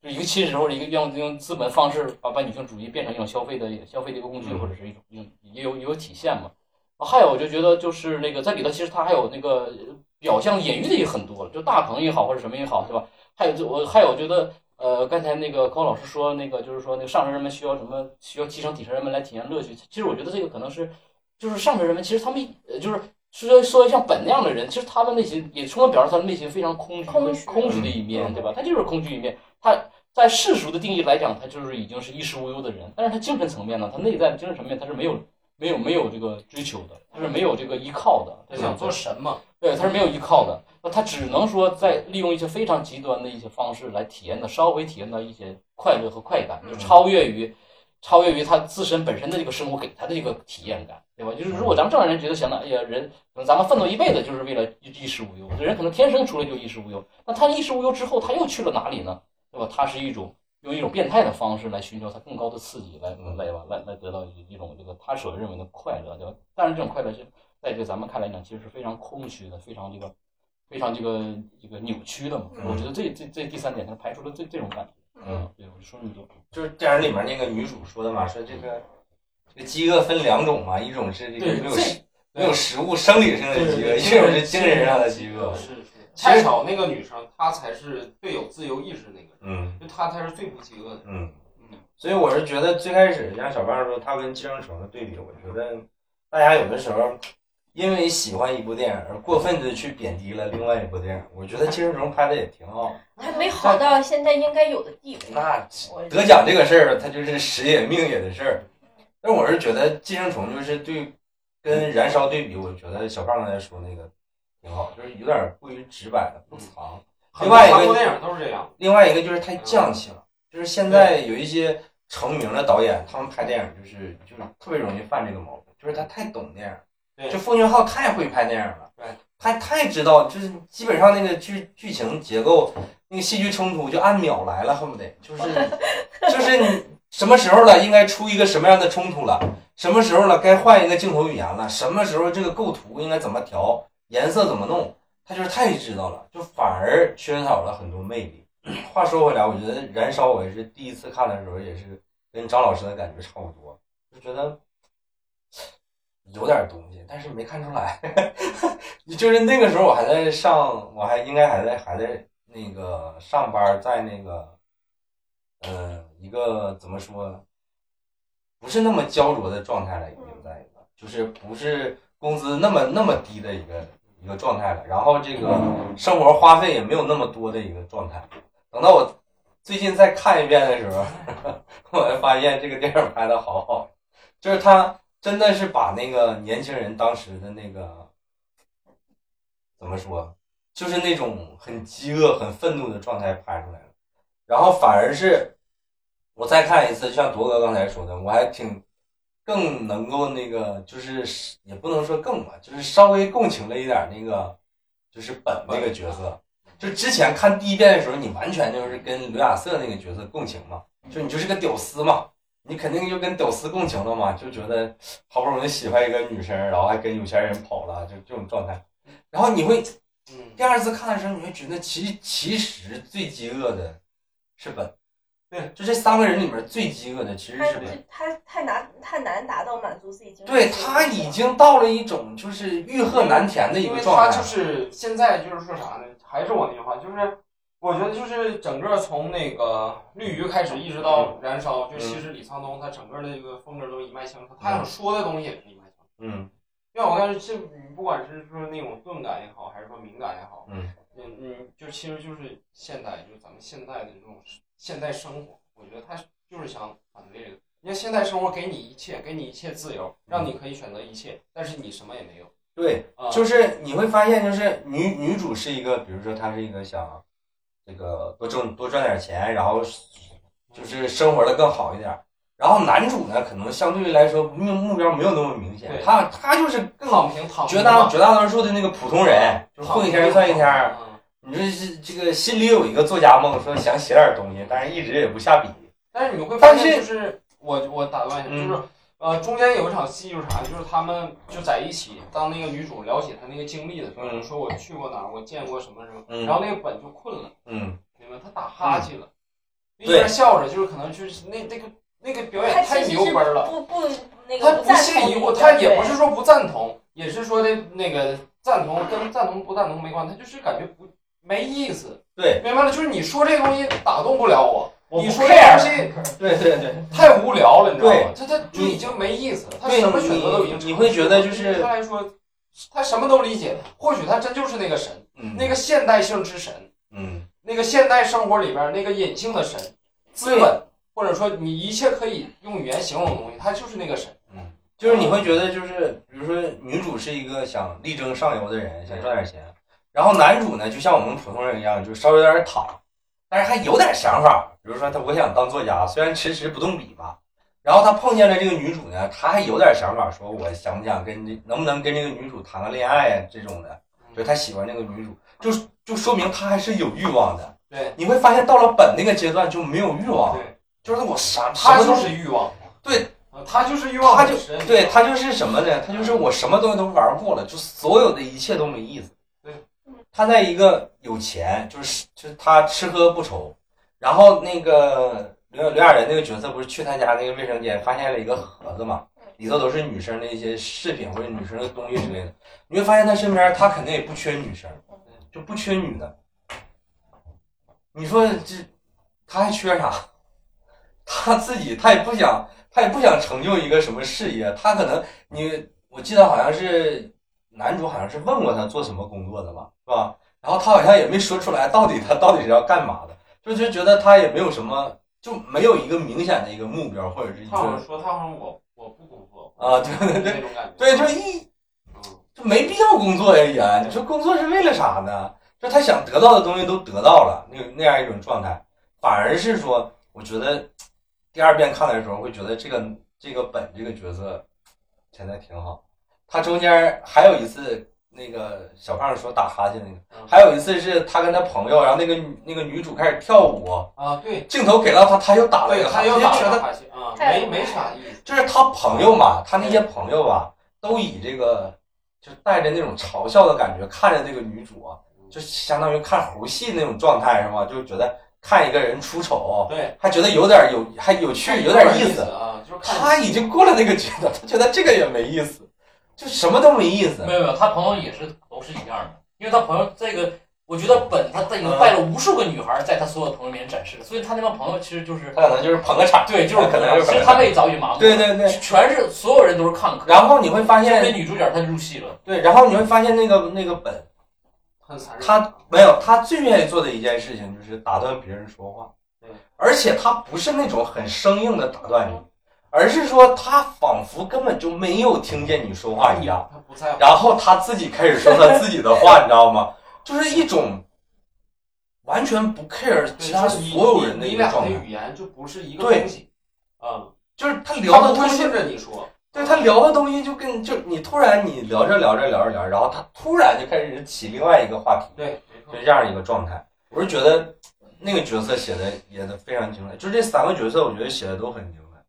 就是一个侵蚀，或者一个用用资本方式把把女性主义变成一种消费的消费的一个工具，
嗯
或者是一种一种也有也有体现嘛。啊还有我就觉得就是那个在里头，其实它还有那个表象隐喻的也很多，就大鹏也好或者什么也好，对吧？还有就我还有我觉得呃，刚才那个高老师说，那个就是说，那个上层人们需要什么？需要提升底层人们来体验乐趣。其实我觉得这个可能是，就是上层人们其实他们呃，就是说说像本那样的人，其实他们内心也充分表示他们内心非常空虚、
空虚
空虚的一面，
嗯
对吧？他就是空虚一面。他在世俗的定义来讲，他就是已经是衣食无忧的人，但是他精神层面呢，他内在的精神层面他是没有没有没有这个追求的，他是没有这个依靠的，
他
对
嗯
吧
想做神嘛，
对，他是没有依靠的，那他只能说在利用一些非常极端的一些方式来体验到稍微体验到一些快乐和快感，就超越于超越于他自身本身的这个生活给他的一个体验感，对吧？就是如果咱们正常人觉得想到，哎呀，人可能咱们奋斗一辈子就是为了衣衣食无忧，人可能天生出来就衣食无忧，那他衣食无忧之后，他又去了哪里呢？对吧？他是一种用一种变态的方式来寻求他更高的刺激，来
嗯
来吧，来来得到一一种这个他所认为的快乐，对吧？但是这种快乐是在这个咱们看来讲，其实是非常空虚的，非常这个非常这个这个扭曲的嘛。
嗯
我觉得这这这第三点，他排除了这这种感觉。
嗯，
对，我就说这么多。
就是电影里面那个女主说的嘛，说这个这饥饿分两种嘛，一种是这个
对
没有
这
食没有食物生理上的饥饿，
对对对
一种是精神上的饥饿。
是是，
太少那个女生，她才是最有自由意志那个
嗯
人，就她才是最不饥饿的。
嗯
嗯，
所以我是觉得最开始像小胖说他跟寄生虫的对比，我觉得大家有的时候因为喜欢一部电影而过分的去贬低了另外一部电影，我觉得寄生虫拍的也挺好。
还没好到现在应该有的地位。
那
我
得奖这个事儿，它就是时也命也的事儿。但我是觉得《寄生虫》就是对跟《燃烧》对比，我觉得小胖刚才说那个挺好，就是有点过于直白了，不藏。
很多韩国电影都是这样，
另外一个就是太
啊
匠气了，就是现在有一些成名的导演，他们拍电影就是就是特别容易犯这个毛病，就是他太懂电影，
对
就奉俊昊太会拍电影了
对，
他太知道，就是基本上那个剧剧情结构、那个戏剧冲突就按秒来了，恨不得就是就是你什么时候了应该出一个什么样的冲突了，什么时候了该换一个镜头语言了，什么时候这个构图应该怎么调，颜色怎么弄。他就是太知道了，就反而缺少了很多魅力。 话说回来，我觉得《燃烧》我也是第一次看的时候，也是跟张老师的感觉差不多，就觉得有点东西，但是没看出来。 就是那个时候我还在上，我还应该还在还在那个上班，在那个呃一个怎么说，不是那么焦灼的状态了，已经在一个就是不是工资那么那么低的一个一个状态了，然后这个生活花费也没有那么多的一个状态。等到我最近再看一遍的时候， 我才发现这个电影拍的好好，就是他真的是把那个年轻人当时的那个怎么说，就是那种很饥饿、很愤怒的状态拍出来了，然后反而是我再看一次，就像铎哥刚才说的，我还挺更能够那个，就是也不能说更吧，就是稍微共情了一点儿那个，就是本那个角色。就之前看第一遍的时候，你完全就是跟刘亚瑟那个角色共情嘛，就你就是个屌丝嘛，你肯定就跟屌丝共情了嘛，就觉得好不容易喜欢一个女生，然后还跟有钱人跑了，就这种状态。然后你会
嗯，
第二次看的时候，你会觉得其其实最饥饿的是本。对，就这三个人里面最饥饿的其实
他
是
这
本。
他太难太难达到满足自己精神。
对他已经到了一种就是欲壑难填的一
因
个
为
状
他
态
就。是现在就是说啥呢？还是我那句话，就是我觉得就是整个从那个绿鱼开始，一直
嗯
到燃烧，就其实李沧东他整个的一个风格都一脉相承，他想说的东西也是一脉相承。
嗯
因为我感觉这不管是说那种钝感也好，还是说敏感也好，
嗯
嗯嗯，就其实就是现代，就是咱们现代的这种现代生活，我觉得他就是想反对这个。因为现代生活给你一切，给你一切自由，让你可以选择一切，但是你什么也没有。
对，
啊、
就是你会发现，就是女女主是一个，比如说她是一个想这个多挣多赚点钱，然后
嗯
就是生活的更好一点。然后男主呢，可能相对来说目目标没有那么明显
对，
他他就是更
躺平，躺平
绝
嘛
大绝大多数的那个普通人，就是
躺
啊混一
平
天算一天。
嗯
你说这这个心里有一个作家梦，说想写点东西，但是一直也不下笔。
但是你会发
但是
现，就是我我打断一下，
嗯
就是呃，中间有一场戏就是啥，就是他们就在一起，当那个女主了解她那个经历的时候，
嗯
说我去过哪儿，我见过什么什么，
嗯
然后那个本就困了，
嗯，
明白？她打哈欠了，一
对
边笑着，就是可能就是那那个那个表
他
演
其
太
实
牛
是
掰了，
不不那
他
个
不
赞
是
同你
疑惑，
的
他也
对
不是说不赞同，也是说的那个赞同跟赞同不赞同没关系，他就是感觉不没意思，
对
明白了？就是你说这东西打动不了我，
我不
你说这东
care，
西。
对对对，
太无聊了，你知道吗
对？
他他就已经没意思了，他
对
什么选择都已经
你你会觉得就是
对他来说，他什么都理解。或许他真就是那个神，
嗯
那个现代性之神，
嗯，
那个现代生活里边那个隐性的神，资本，或者说你一切可以用语言形容的东西，他就是那个神。
就是你会觉得就是，比如说女主是一个想力争上游的人，想赚点钱，然后男主呢，就像我们普通人一样，就稍微有点躺，但是还有点想法。比如说他我想当作家，虽然迟迟不动笔吧。然后他碰见了这个女主呢，他还有点想法，说我想不想跟这能不能跟这个女主谈个恋爱呀、这种的，就他喜欢这个女主，就就说明他还是有欲望的。
对
你会发现到了本那个阶段就没有欲望，
对，
就是我啥哦什么
他就
都
是欲望，
对
啊，他就是欲望
他
本
就
身，
对他就是什么呢？他就是我什么东西都玩过了，就所有的一切都没意思
对。
他在一个有钱，就是就是他吃喝不愁，然后那个刘刘亚仁那个角色不是去他家那个卫生间发现了一个盒子嘛，里头都是女生的一些饰品或者女生的东西之类的。你会发现他身边他肯定也不缺女生，就不缺女的。你说这他还缺啥？他自己他也不想他也不想成就一个什么事业，他可能你我记得好像是男主好像是问过他做什么工作的吧，是吧？然后他好像也没说出来到底他到底是要干嘛的，就就觉得他也没有什么，就没有一个明显的一个目标或者是一
他好像
个
说他好像我我不工作
啊，对对对
那种感觉，
对，就一
嗯
就没必要工作呀，也你说工作是为了啥呢？就他想得到的东西都得到了，那那样一种状态，反而是说，我觉得第二遍看的时候会觉得这个这个本这个角色现在挺好。他中间还有一次，那个小胖说打哈欠那个，
嗯
还有一次是他跟他朋友，然后那个女那个女主开始跳舞，
啊，对，
镜头给到他，他又打了一
对，
个哈
他
欠，
要
就
打
觉得
哈欠啊，
太
没没啥意思。
就是他朋友嘛，他那些朋友啊，都以这个就带着那种嘲笑的感觉看着这个女主啊，就相当于看猴戏那种状态是吗？就觉得看一个人出丑，
对，
还觉得有点有还有趣，哦有点意思。
啊，就是看
他已经过了那个阶段，他觉得这个也没意思，就什么都没意思
没。有没有，他朋友也是都是一样的，因为他朋友这个，我觉得本他他已经带了无数个女孩在他所有朋友面前展示了，所以他那帮朋友其实就是
他可能就是捧个场，
对，就是
可能就是
其实他们也早已麻木了，
对对对。
全是所有人都是看客，
然后你会发
就
现，
哎
跟女主角她入戏了，
对，然后你会发现那个那个本
很残忍。啊
他没有，他最愿意做的一件事情就是打断别人说话。
对
而且他不是那种很生硬的打断你，而是说他仿佛根本就没有听见你说话一样，
他不在乎，
啊然后他自己开始说他自己的话，你知道 吗？就是一种完全不 care
对
其他
就是你
所有人的
你
一
你
个
俩的
状态，
语言就不是一个
对
东西，嗯，
就是他聊
他
的
不
东
会
西
顺着你说，
对他聊的东西就跟就你突然你聊着聊着聊着聊着，然后他突然就开始起另外一个话题，
对，
就这样一个状态。我是觉得那个角色写的也都非常精彩，就这三个角色我觉得写的都很精彩。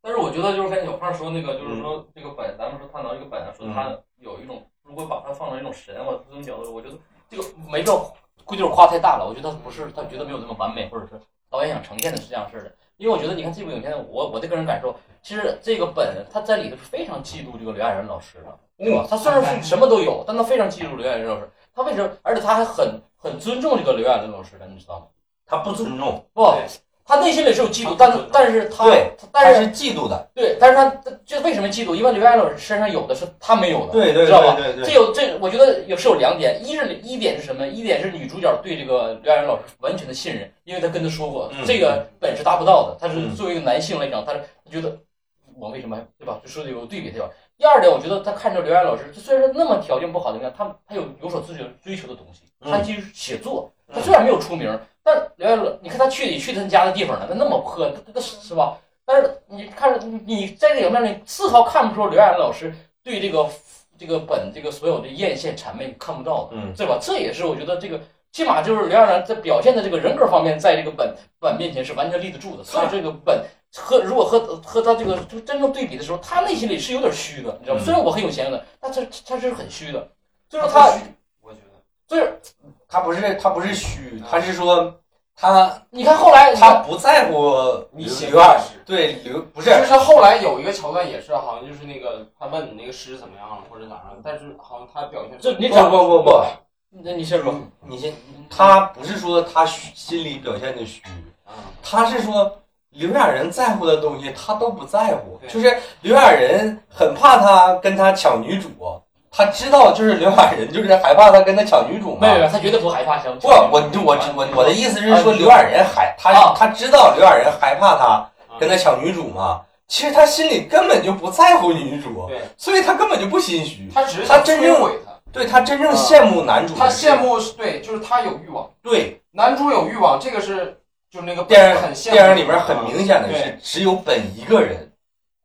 但是我觉得就是跟小胖说那个，就是说这个本，咱们说探讨这个
嗯
啊本，说他有一种，如果把它放到一种神或者宗教的，我觉得这个没必要估计是夸太大了，我觉得他不是，他觉得没有那么完美，或者是导演想呈现的是这样式的。因为我觉得你看这部影片，我我的个人感受，其实这个本他在里头是非常嫉妒这个刘亚仁老师的，对吧？他虽然
嗯
是什么都有，但他非常嫉妒刘亚仁老师。他为什么？而且他还很很尊重这个刘亚仁老师的，你知道吗？
他不尊重，
不
对，
他内心里是有嫉妒，
他
但
不尊重
但是他
对
他
他
但是
是嫉妒的，
对，但是他这为什么嫉妒？因为刘亚仁老师身上有的是他没有的，
对对
知道吧
对对
这有这，我觉得也是有两点，一是一点是什么？一点是女主角对这个刘亚仁老师完全的信任，因为她跟他说过，
嗯
这个本是达不到的。她是
嗯
作为一个男性来讲，她是她觉得我为什么还对吧？就说有对比她吧。第二点，我觉得她看着刘亚仁老师，就虽然是那么条件不好的人，她她有有所追求追求的东西，
嗯
她去写作，
嗯
她虽然没有出名，但刘亚仁老，你看她去你去他家的地方呢，那那么破，那那是吧？但是呃你看着你你在这个面里丝毫看不出刘亚仁老师对这个这个本这个所有的艳羡谄媚看不到的，
嗯
对吧？这也是我觉得这个起码就是刘亚仁在表现的这个人格方面，在这个本本面前是完全立得住的。所以这个本和如果和和他这个就真正对比的时候，他内心里是有点虚的，你知道吗？
嗯
虽然我很有钱的，但他他是很虚的，就是
不
他
虚，我觉得
就是
他不是他不是虚，他是说他
你看后来
他不在乎
你
刘
写
刘亚
故事
对刘不是
就是后来有一个桥段也是，好像就是那个他问你那个诗怎么样了，或者咋样，但是好像他表现
这你
不
讲
不不不，
那你先说，
你先他不是说他虚心里表现的虚，
啊，
他是说刘亚仁在乎的东西他都不在乎，
对
就是刘亚仁很怕他跟他抢女主，他知道就是刘亚仁就是害怕他跟他抢女主嘛
没。有没有，他绝对不害怕小
不，我我我我的意思是说，
啊
刘亚仁害他
啊，
他知道刘亚仁害怕他
啊
跟他抢女主嘛。其实他心里根本就不在乎女主，
对
所以他根本就不心虚。
他只是
他
想
真
摧毁他，
对他真正
啊
羡慕男主的
他
是，
羡慕是对，就是他有欲望，
对
男主有欲望，这个是就是那个
电影
很羡慕嗯
电影里面很明显的
对
是，只有本一个人，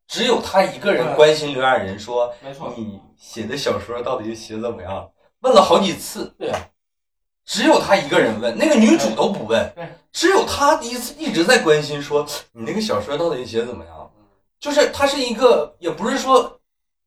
只有他一个人
对
关心刘亚仁，说
没错，
你写的小说到底写怎么样？问了好几次，
对啊
只有他一个人问，那个女主都不问
对，
只有他一次一直在关心说你那个小说到底写怎么样
嗯？
就是他是一个，也不是说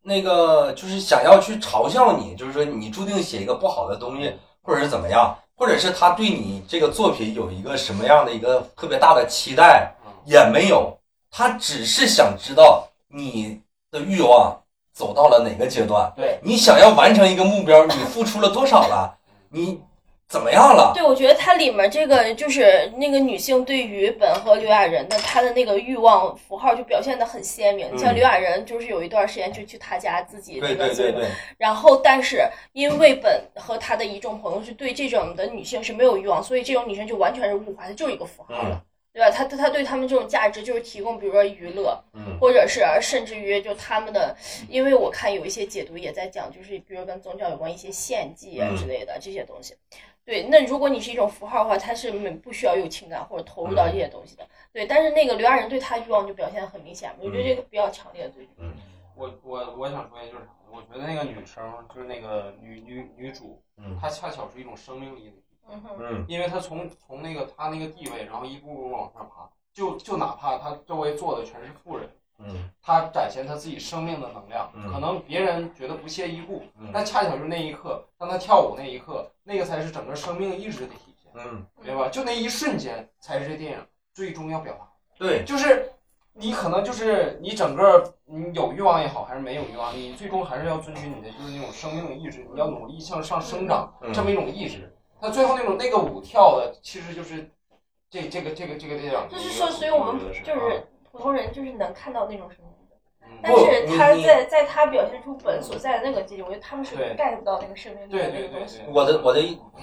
那个，就是想要去嘲笑你，就是说你注定写一个不好的东西，或者是怎么样，或者是他对你这个作品有一个什么样的一个特别大的期待
嗯，
也没有，他只是想知道你的欲望走到了哪个阶段，
对
你想要完成一个目标，你付出了多少了，你怎么样了？
对，我觉得它里面这个就是那个女性对于本和刘亚仁的她的那个欲望符号就表现的很鲜明。
嗯
像刘亚仁就是有一段时间就去他家自己那
对
个
对对对，
然后，但是因为本和他的一众朋友是对这种的女性是没有欲望，所以这种女生就完全是物化，她就是一个符
嗯
号了，对吧？她她她对他们这种价值就是提供，比如说娱乐，
嗯
或者是呃甚至于就他们的，因为我看有一些解读也在讲，就是比如跟宗教有关一些献祭啊
嗯
之类的这些东西。对，那如果你是一种符号的话，它是没不需要有情感或者投入到这
嗯
些东西的。对，但是那个刘亚仁对他欲望就表现得很明显，我觉得这个
嗯
比较强烈的对比。
我我我想说一句就是啥，我觉得那个女生就是那个女女女主，
嗯
她恰巧是一种生命力的
嗯哼，
嗯
因为他从从那个他那个地位，然后一步步往上爬，就就哪怕他周围坐的全是富人，
嗯
他展现他自己生命的能量，
嗯
可能别人觉得不屑一顾，
嗯
但恰巧就是那一刻，当他跳舞那一刻，那个才是整个生命意志的体现，
嗯，
对吧？就那一瞬间，才是这电影最终要表达的。
对，
就是你可能就是你整个你有欲望也好，还是没有欲望，你最终还是要遵循你的就是那种生命的意志，你要努力向上生长
嗯
这么一种意志。他最后那种那个舞跳的，其实就是这这个这个这个电影，
就是说，所以我们
嗯
啊
就是普通人，就是能看到那种什么。但
不
是
你
他
你
在在他表现出本所在的那个阶级，我觉得他们是
对
get 不到那个生命力
对
的那
对
个
对
东西。
对，
我的我的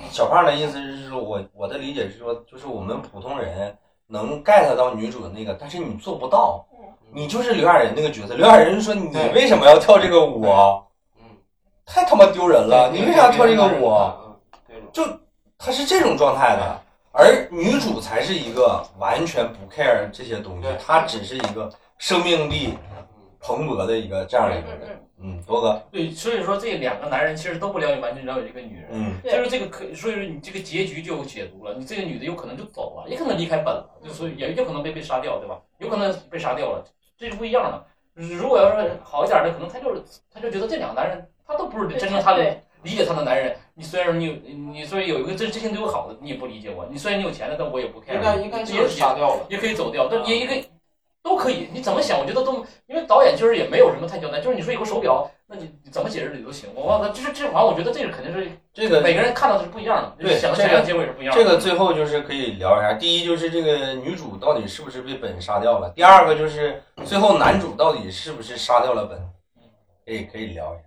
小胖的意思是说，我我的理解是说，就是我们普通人能 get 到女主的那个，但是你做不到
嗯，
你就是刘亚仁那个角色。刘亚仁说：“你
对
为什么要跳这个舞啊？
嗯，
太他妈丢人了！你为啥要跳这个舞啊？”
嗯？对对
他是这种状态的，而女主才是一个完全不 care 这些东西
对，
她只是一个生命力
嗯
蓬勃的一个这样的一个
嗯
人。
嗯，
嗯，多哥，
对，所以说这两个男人其实都不了解，完全了解这个女人。
嗯
对
就是这个可，所以说你这个结局就有解读了。你这个女的有可能就走了，也可能离开本了，
嗯
就所以也有可能被被杀掉，对吧？有可能被杀掉了，这是不一样的。如果要是好一点的，可能他就是他就觉得这两个男人他都不是真正他
对
的，理解他的男人，你虽然你有你虽然有一个真真心对我好的，你也不理解我。你虽然你有钱了，但我也不
应
care
该
你。
应该
这
就
也
是
是
杀掉了。
也可以走掉，但也也可以都可以。你怎么想，我觉得都因为导演就是也没有什么太交代，就是你说有个手表，那你你怎么解释你都行。我忘了，就是这玩意儿，我觉得这个肯定是
这个
每个人看到的是不一样的，
对
想的
这个
想象结果也是不一样的。
这个最后就是可以聊一下，第一就是这个女主到底是不是被本杀掉了，第二个就是最后男主到底是不是杀掉了本，可以可以聊一下。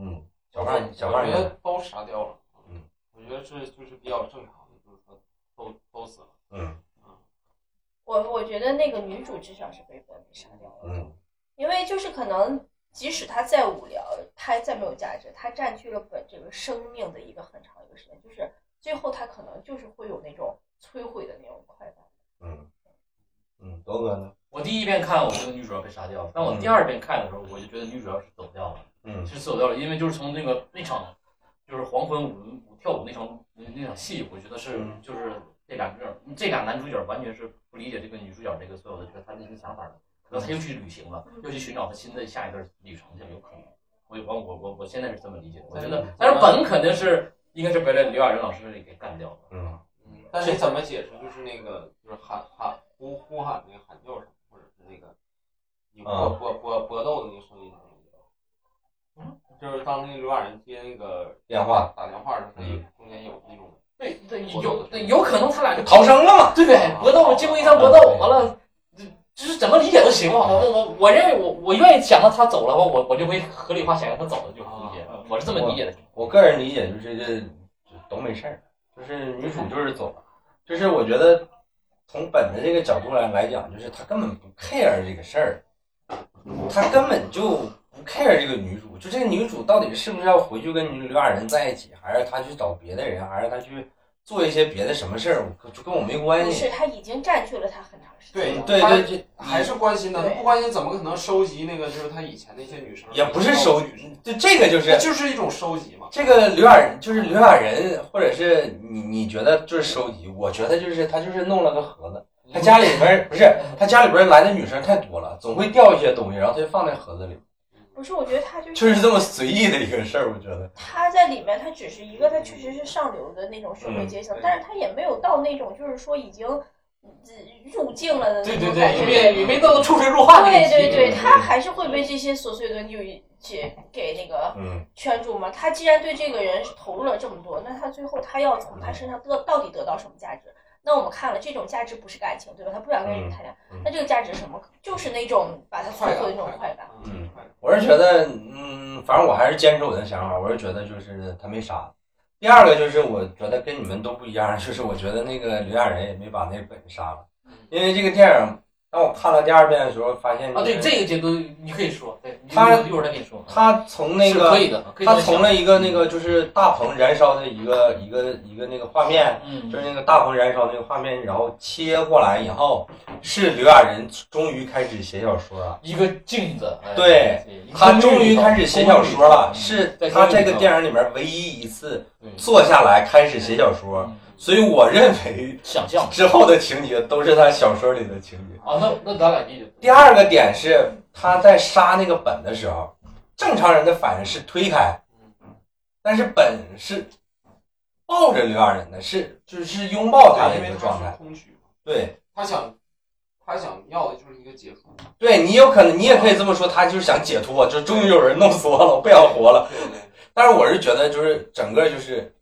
嗯，小胖小
我
胖
觉
也
得都杀掉了。
嗯，
我觉得这就是比较正常的，就是说都都死了。
嗯
我我觉得那个女主至少是被本给杀掉了，
嗯
因为就是可能即使她再无聊，她再没有价值，她占据了本这个生命的一个很长一个时间，就是最后她可能就是会有那种摧毁的那种快感。
嗯嗯，多哥呢？
我第一遍看，我觉得女主要被杀掉了，但我第二遍看的时候，我就觉得女主要是走掉了，
嗯
是走掉了，因为就是从那个那场就是黄昏舞舞跳舞那场那场戏，我觉得是
嗯
就是这两个这俩男主角完全是不理解这个女主角这个所有的这个她内心想法的，可能她又去旅行了，又去寻找她新的下一段旅程去了，有可能。我我我我我现在是这么理解的，我觉
嗯
得，但是本肯定是应该是被这刘亚仁老师给干掉了。
嗯，
嗯，但是怎么解释？就是那个就是喊喊呼呼喊那个喊叫声，或者是那个你搏
啊
搏搏搏斗的那个声音。就是当那个刘亚仁接那个
电话嗯
打电话的时候，他有中间有那种
对对，有对有可能他俩就
逃生了嘛？
对呗，搏斗，经过一番搏斗，完了，就是怎么理解都行嘛。我我我我认为我我愿意想到他走了，我我我就会合理化想象他走了就理解，我是这么理解的。
我个人理解就是这都没事儿，就是女主就是走了，就是我觉得从本的这个角度来来讲，就是她根本不 care 这个事儿，她根本就不 care 这个女主，就这个女主到底是不是要回去跟刘亚仁在一起，还是她去找别的人，还是她去做一些别的什么事儿，我就跟我没关
不
系。
是，她已经占据了她很长时间。
对
哎对
他
对，这
还是关心的，
对
他不关心怎么可能收集那个就是他以前那些女生？
也不是收，就这个就是
那就是一种收集嘛。
这个刘亚仁就是刘亚仁，或者是你你觉得就是收集，我觉得就是他就是弄了个盒子，
嗯
他家里边儿不是他家里边儿来的女生太多了，总会掉一些东西，然后他就放在盒子里，
不是，我觉得她就是
就是这么随意的一个事儿，我觉得。
他在里面，他只是一个，他确实是上流的那种社会阶层，
嗯
但是他也没有到那种就是说已经呃入境了的那
对
种
对
感觉。
对，也也没到出神入化那
对
个
对对
嗯
他还是会被这些琐碎的东西给给那个
嗯，
圈住嘛。他既然对这个人投入了这么多，那他最后他要从他身上得到底得到什么价值？那我们看了，这种价值不是感情，对吧？他不想跟人谈恋爱，
嗯嗯
那这个价值是什么？就是那种把他摧
快
毁的
感
那种快
快
感。，
嗯
快感
我是觉得，嗯，反正我还是坚持我的想法，我是觉得就是他没杀。第二个就是我觉得跟你们都不一样，就是我觉得那个刘亚仁也没把那本杀了，
嗯
因为这个电影，当我看了第二遍的时候，发现、
啊，
就是
对这个解读你可以说，对，一会儿再跟你说，
他从那
是
个
可以的，可以。
他从了一个那个
嗯
就是大棚燃烧的一个一个一个那个画面，
嗯
就是那个大棚燃烧那个画面，然后切过来以后，是刘亚仁终于开始写小说了。
一个镜子，哎
对，他终于开始写小说了，是
嗯
他这个
影
电影里面唯一一次
嗯
坐下来开始写小说，
嗯
所以我认为
想象
之后的情节都是他小说里的情节。
啊，
嗯
那那咱俩理解。
第二个点是他在杀那个本的时候，正常人的反应是推开，但是本是抱着刘亚仁的，是就是是拥抱他的
对，
一
因
个
为
状
他
态
是。空虚嘛，
对，
他想他想要的就是一个结束。
对你有可能，你也可以这么说，他就是想解脱，就终于有人弄死我了，我不想活了。
对对，
但是我是觉得，就是整个就是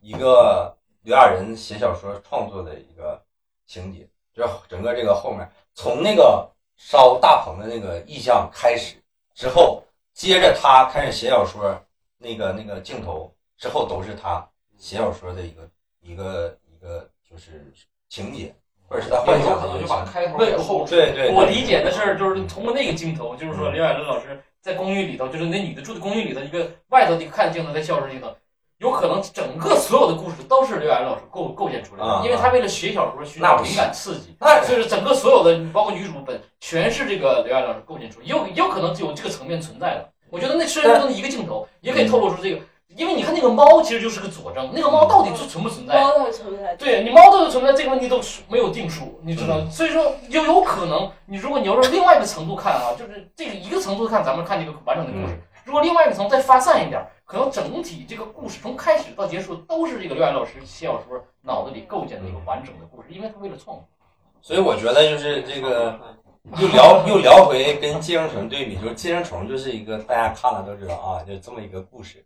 一个刘亚仁写小说创作的一个情节，就是整个这个后面从那个烧大棚的那个意象开始之后，接着他开始写小说，那个那个镜头之后都是他写小说的一个一个一个就是情节，或者是他幻
有
想
可
的
能
一
就
个
把
情节。
开头给后置。
对对嗯对
我理解的是，就是通过那个镜头，就是说刘亚仁老师在公寓里头，就是那女的住的公寓里头，一个外头的看镜头，在笑声镜头，有可能整个所有的故事都是刘亚仁老师构构建出来的，因为他为了写小说寻
啊那
找
不是
灵感 刺激，哎
那
就是整个所有的，包括女主本，全是这个刘亚仁老师构建出，有有可能有这个层面存在的。我觉得那虽然中的一个镜头，也可
嗯
以透露出这个，因为你看那个猫其实就是个佐证，那个猫到底
嗯
就存不存在？
猫的存在，
对你猫都有存在这个问题都是没有定数，你知道，所以说有有可能，你如果你要是另外一个程度看啊，就是这个一个程度看，咱们看这个完整的故事，如果另外一个层再发散一点，可能整体这个故事从开始到结束都是这个刘爱老师写小说脑子里构建的一个完整的故事，因为他为了创作。
所以我觉得就是这个，又聊又聊回跟《寄生虫》对比，就是《寄生虫》就是一个大家看了都知道啊，就是这么一个故事。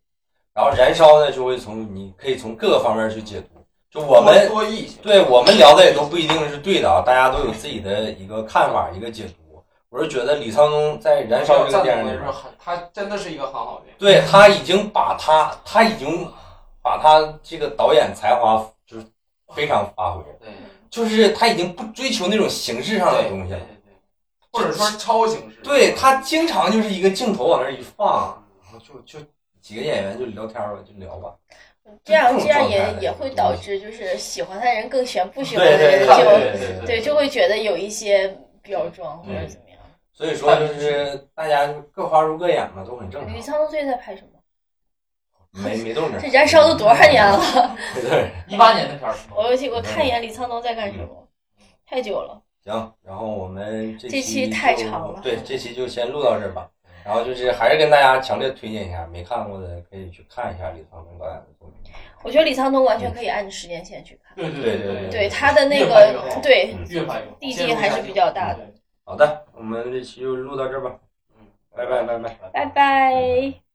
然后《燃烧》呢，就会从你可以从各个方面去解读。就我们
多异性，
对我们聊的也都不一定是对的啊，大家都有自己的一个看法、一个解读。我是觉得李沧东在《燃烧》这个
赞
电影
同
里
的
面
是，很，他真的是一个很好的。
对他已经把他他已经把他这个导演才华就是非常发挥了，
对，
就是他已经不追求那种形式上的
对
东西
对
了。
对，或者说超形式。
对他经常就是一个镜头往那儿一放，然后就就几个演员就聊天吧，就聊吧。
这样
这种
这样
状态
也
的
也
一个
会
东
导
西
致就是喜欢他的人更喜欢不喜
对
欢的
对
人
对
就
对对
对就会觉得有一些标装或者
嗯
怎么样。
所以说就是大家各花入各眼嘛，都很正
吕
常，
沧东最近在拍什么？
没没动静
这。燃烧都多少年了？
对，
一八年的片儿是吗？
我去，我看一眼李沧东在干什么，
嗯
太久了。
行，然后我们这
这期
就
太长了
对，这期就先录到这儿吧。然后就是还是跟大家强烈推荐一下，没看过的可以去看一下李沧东导演的作品。
我觉得李沧东完全可以按时间线去看，
对
对
对
对对
对他的那
越拍越
个
好嗯
对
越拍越好
递进还是比较大的。
的。
嗯好的，我们这期就录到这儿吧。拜拜拜拜。
拜拜。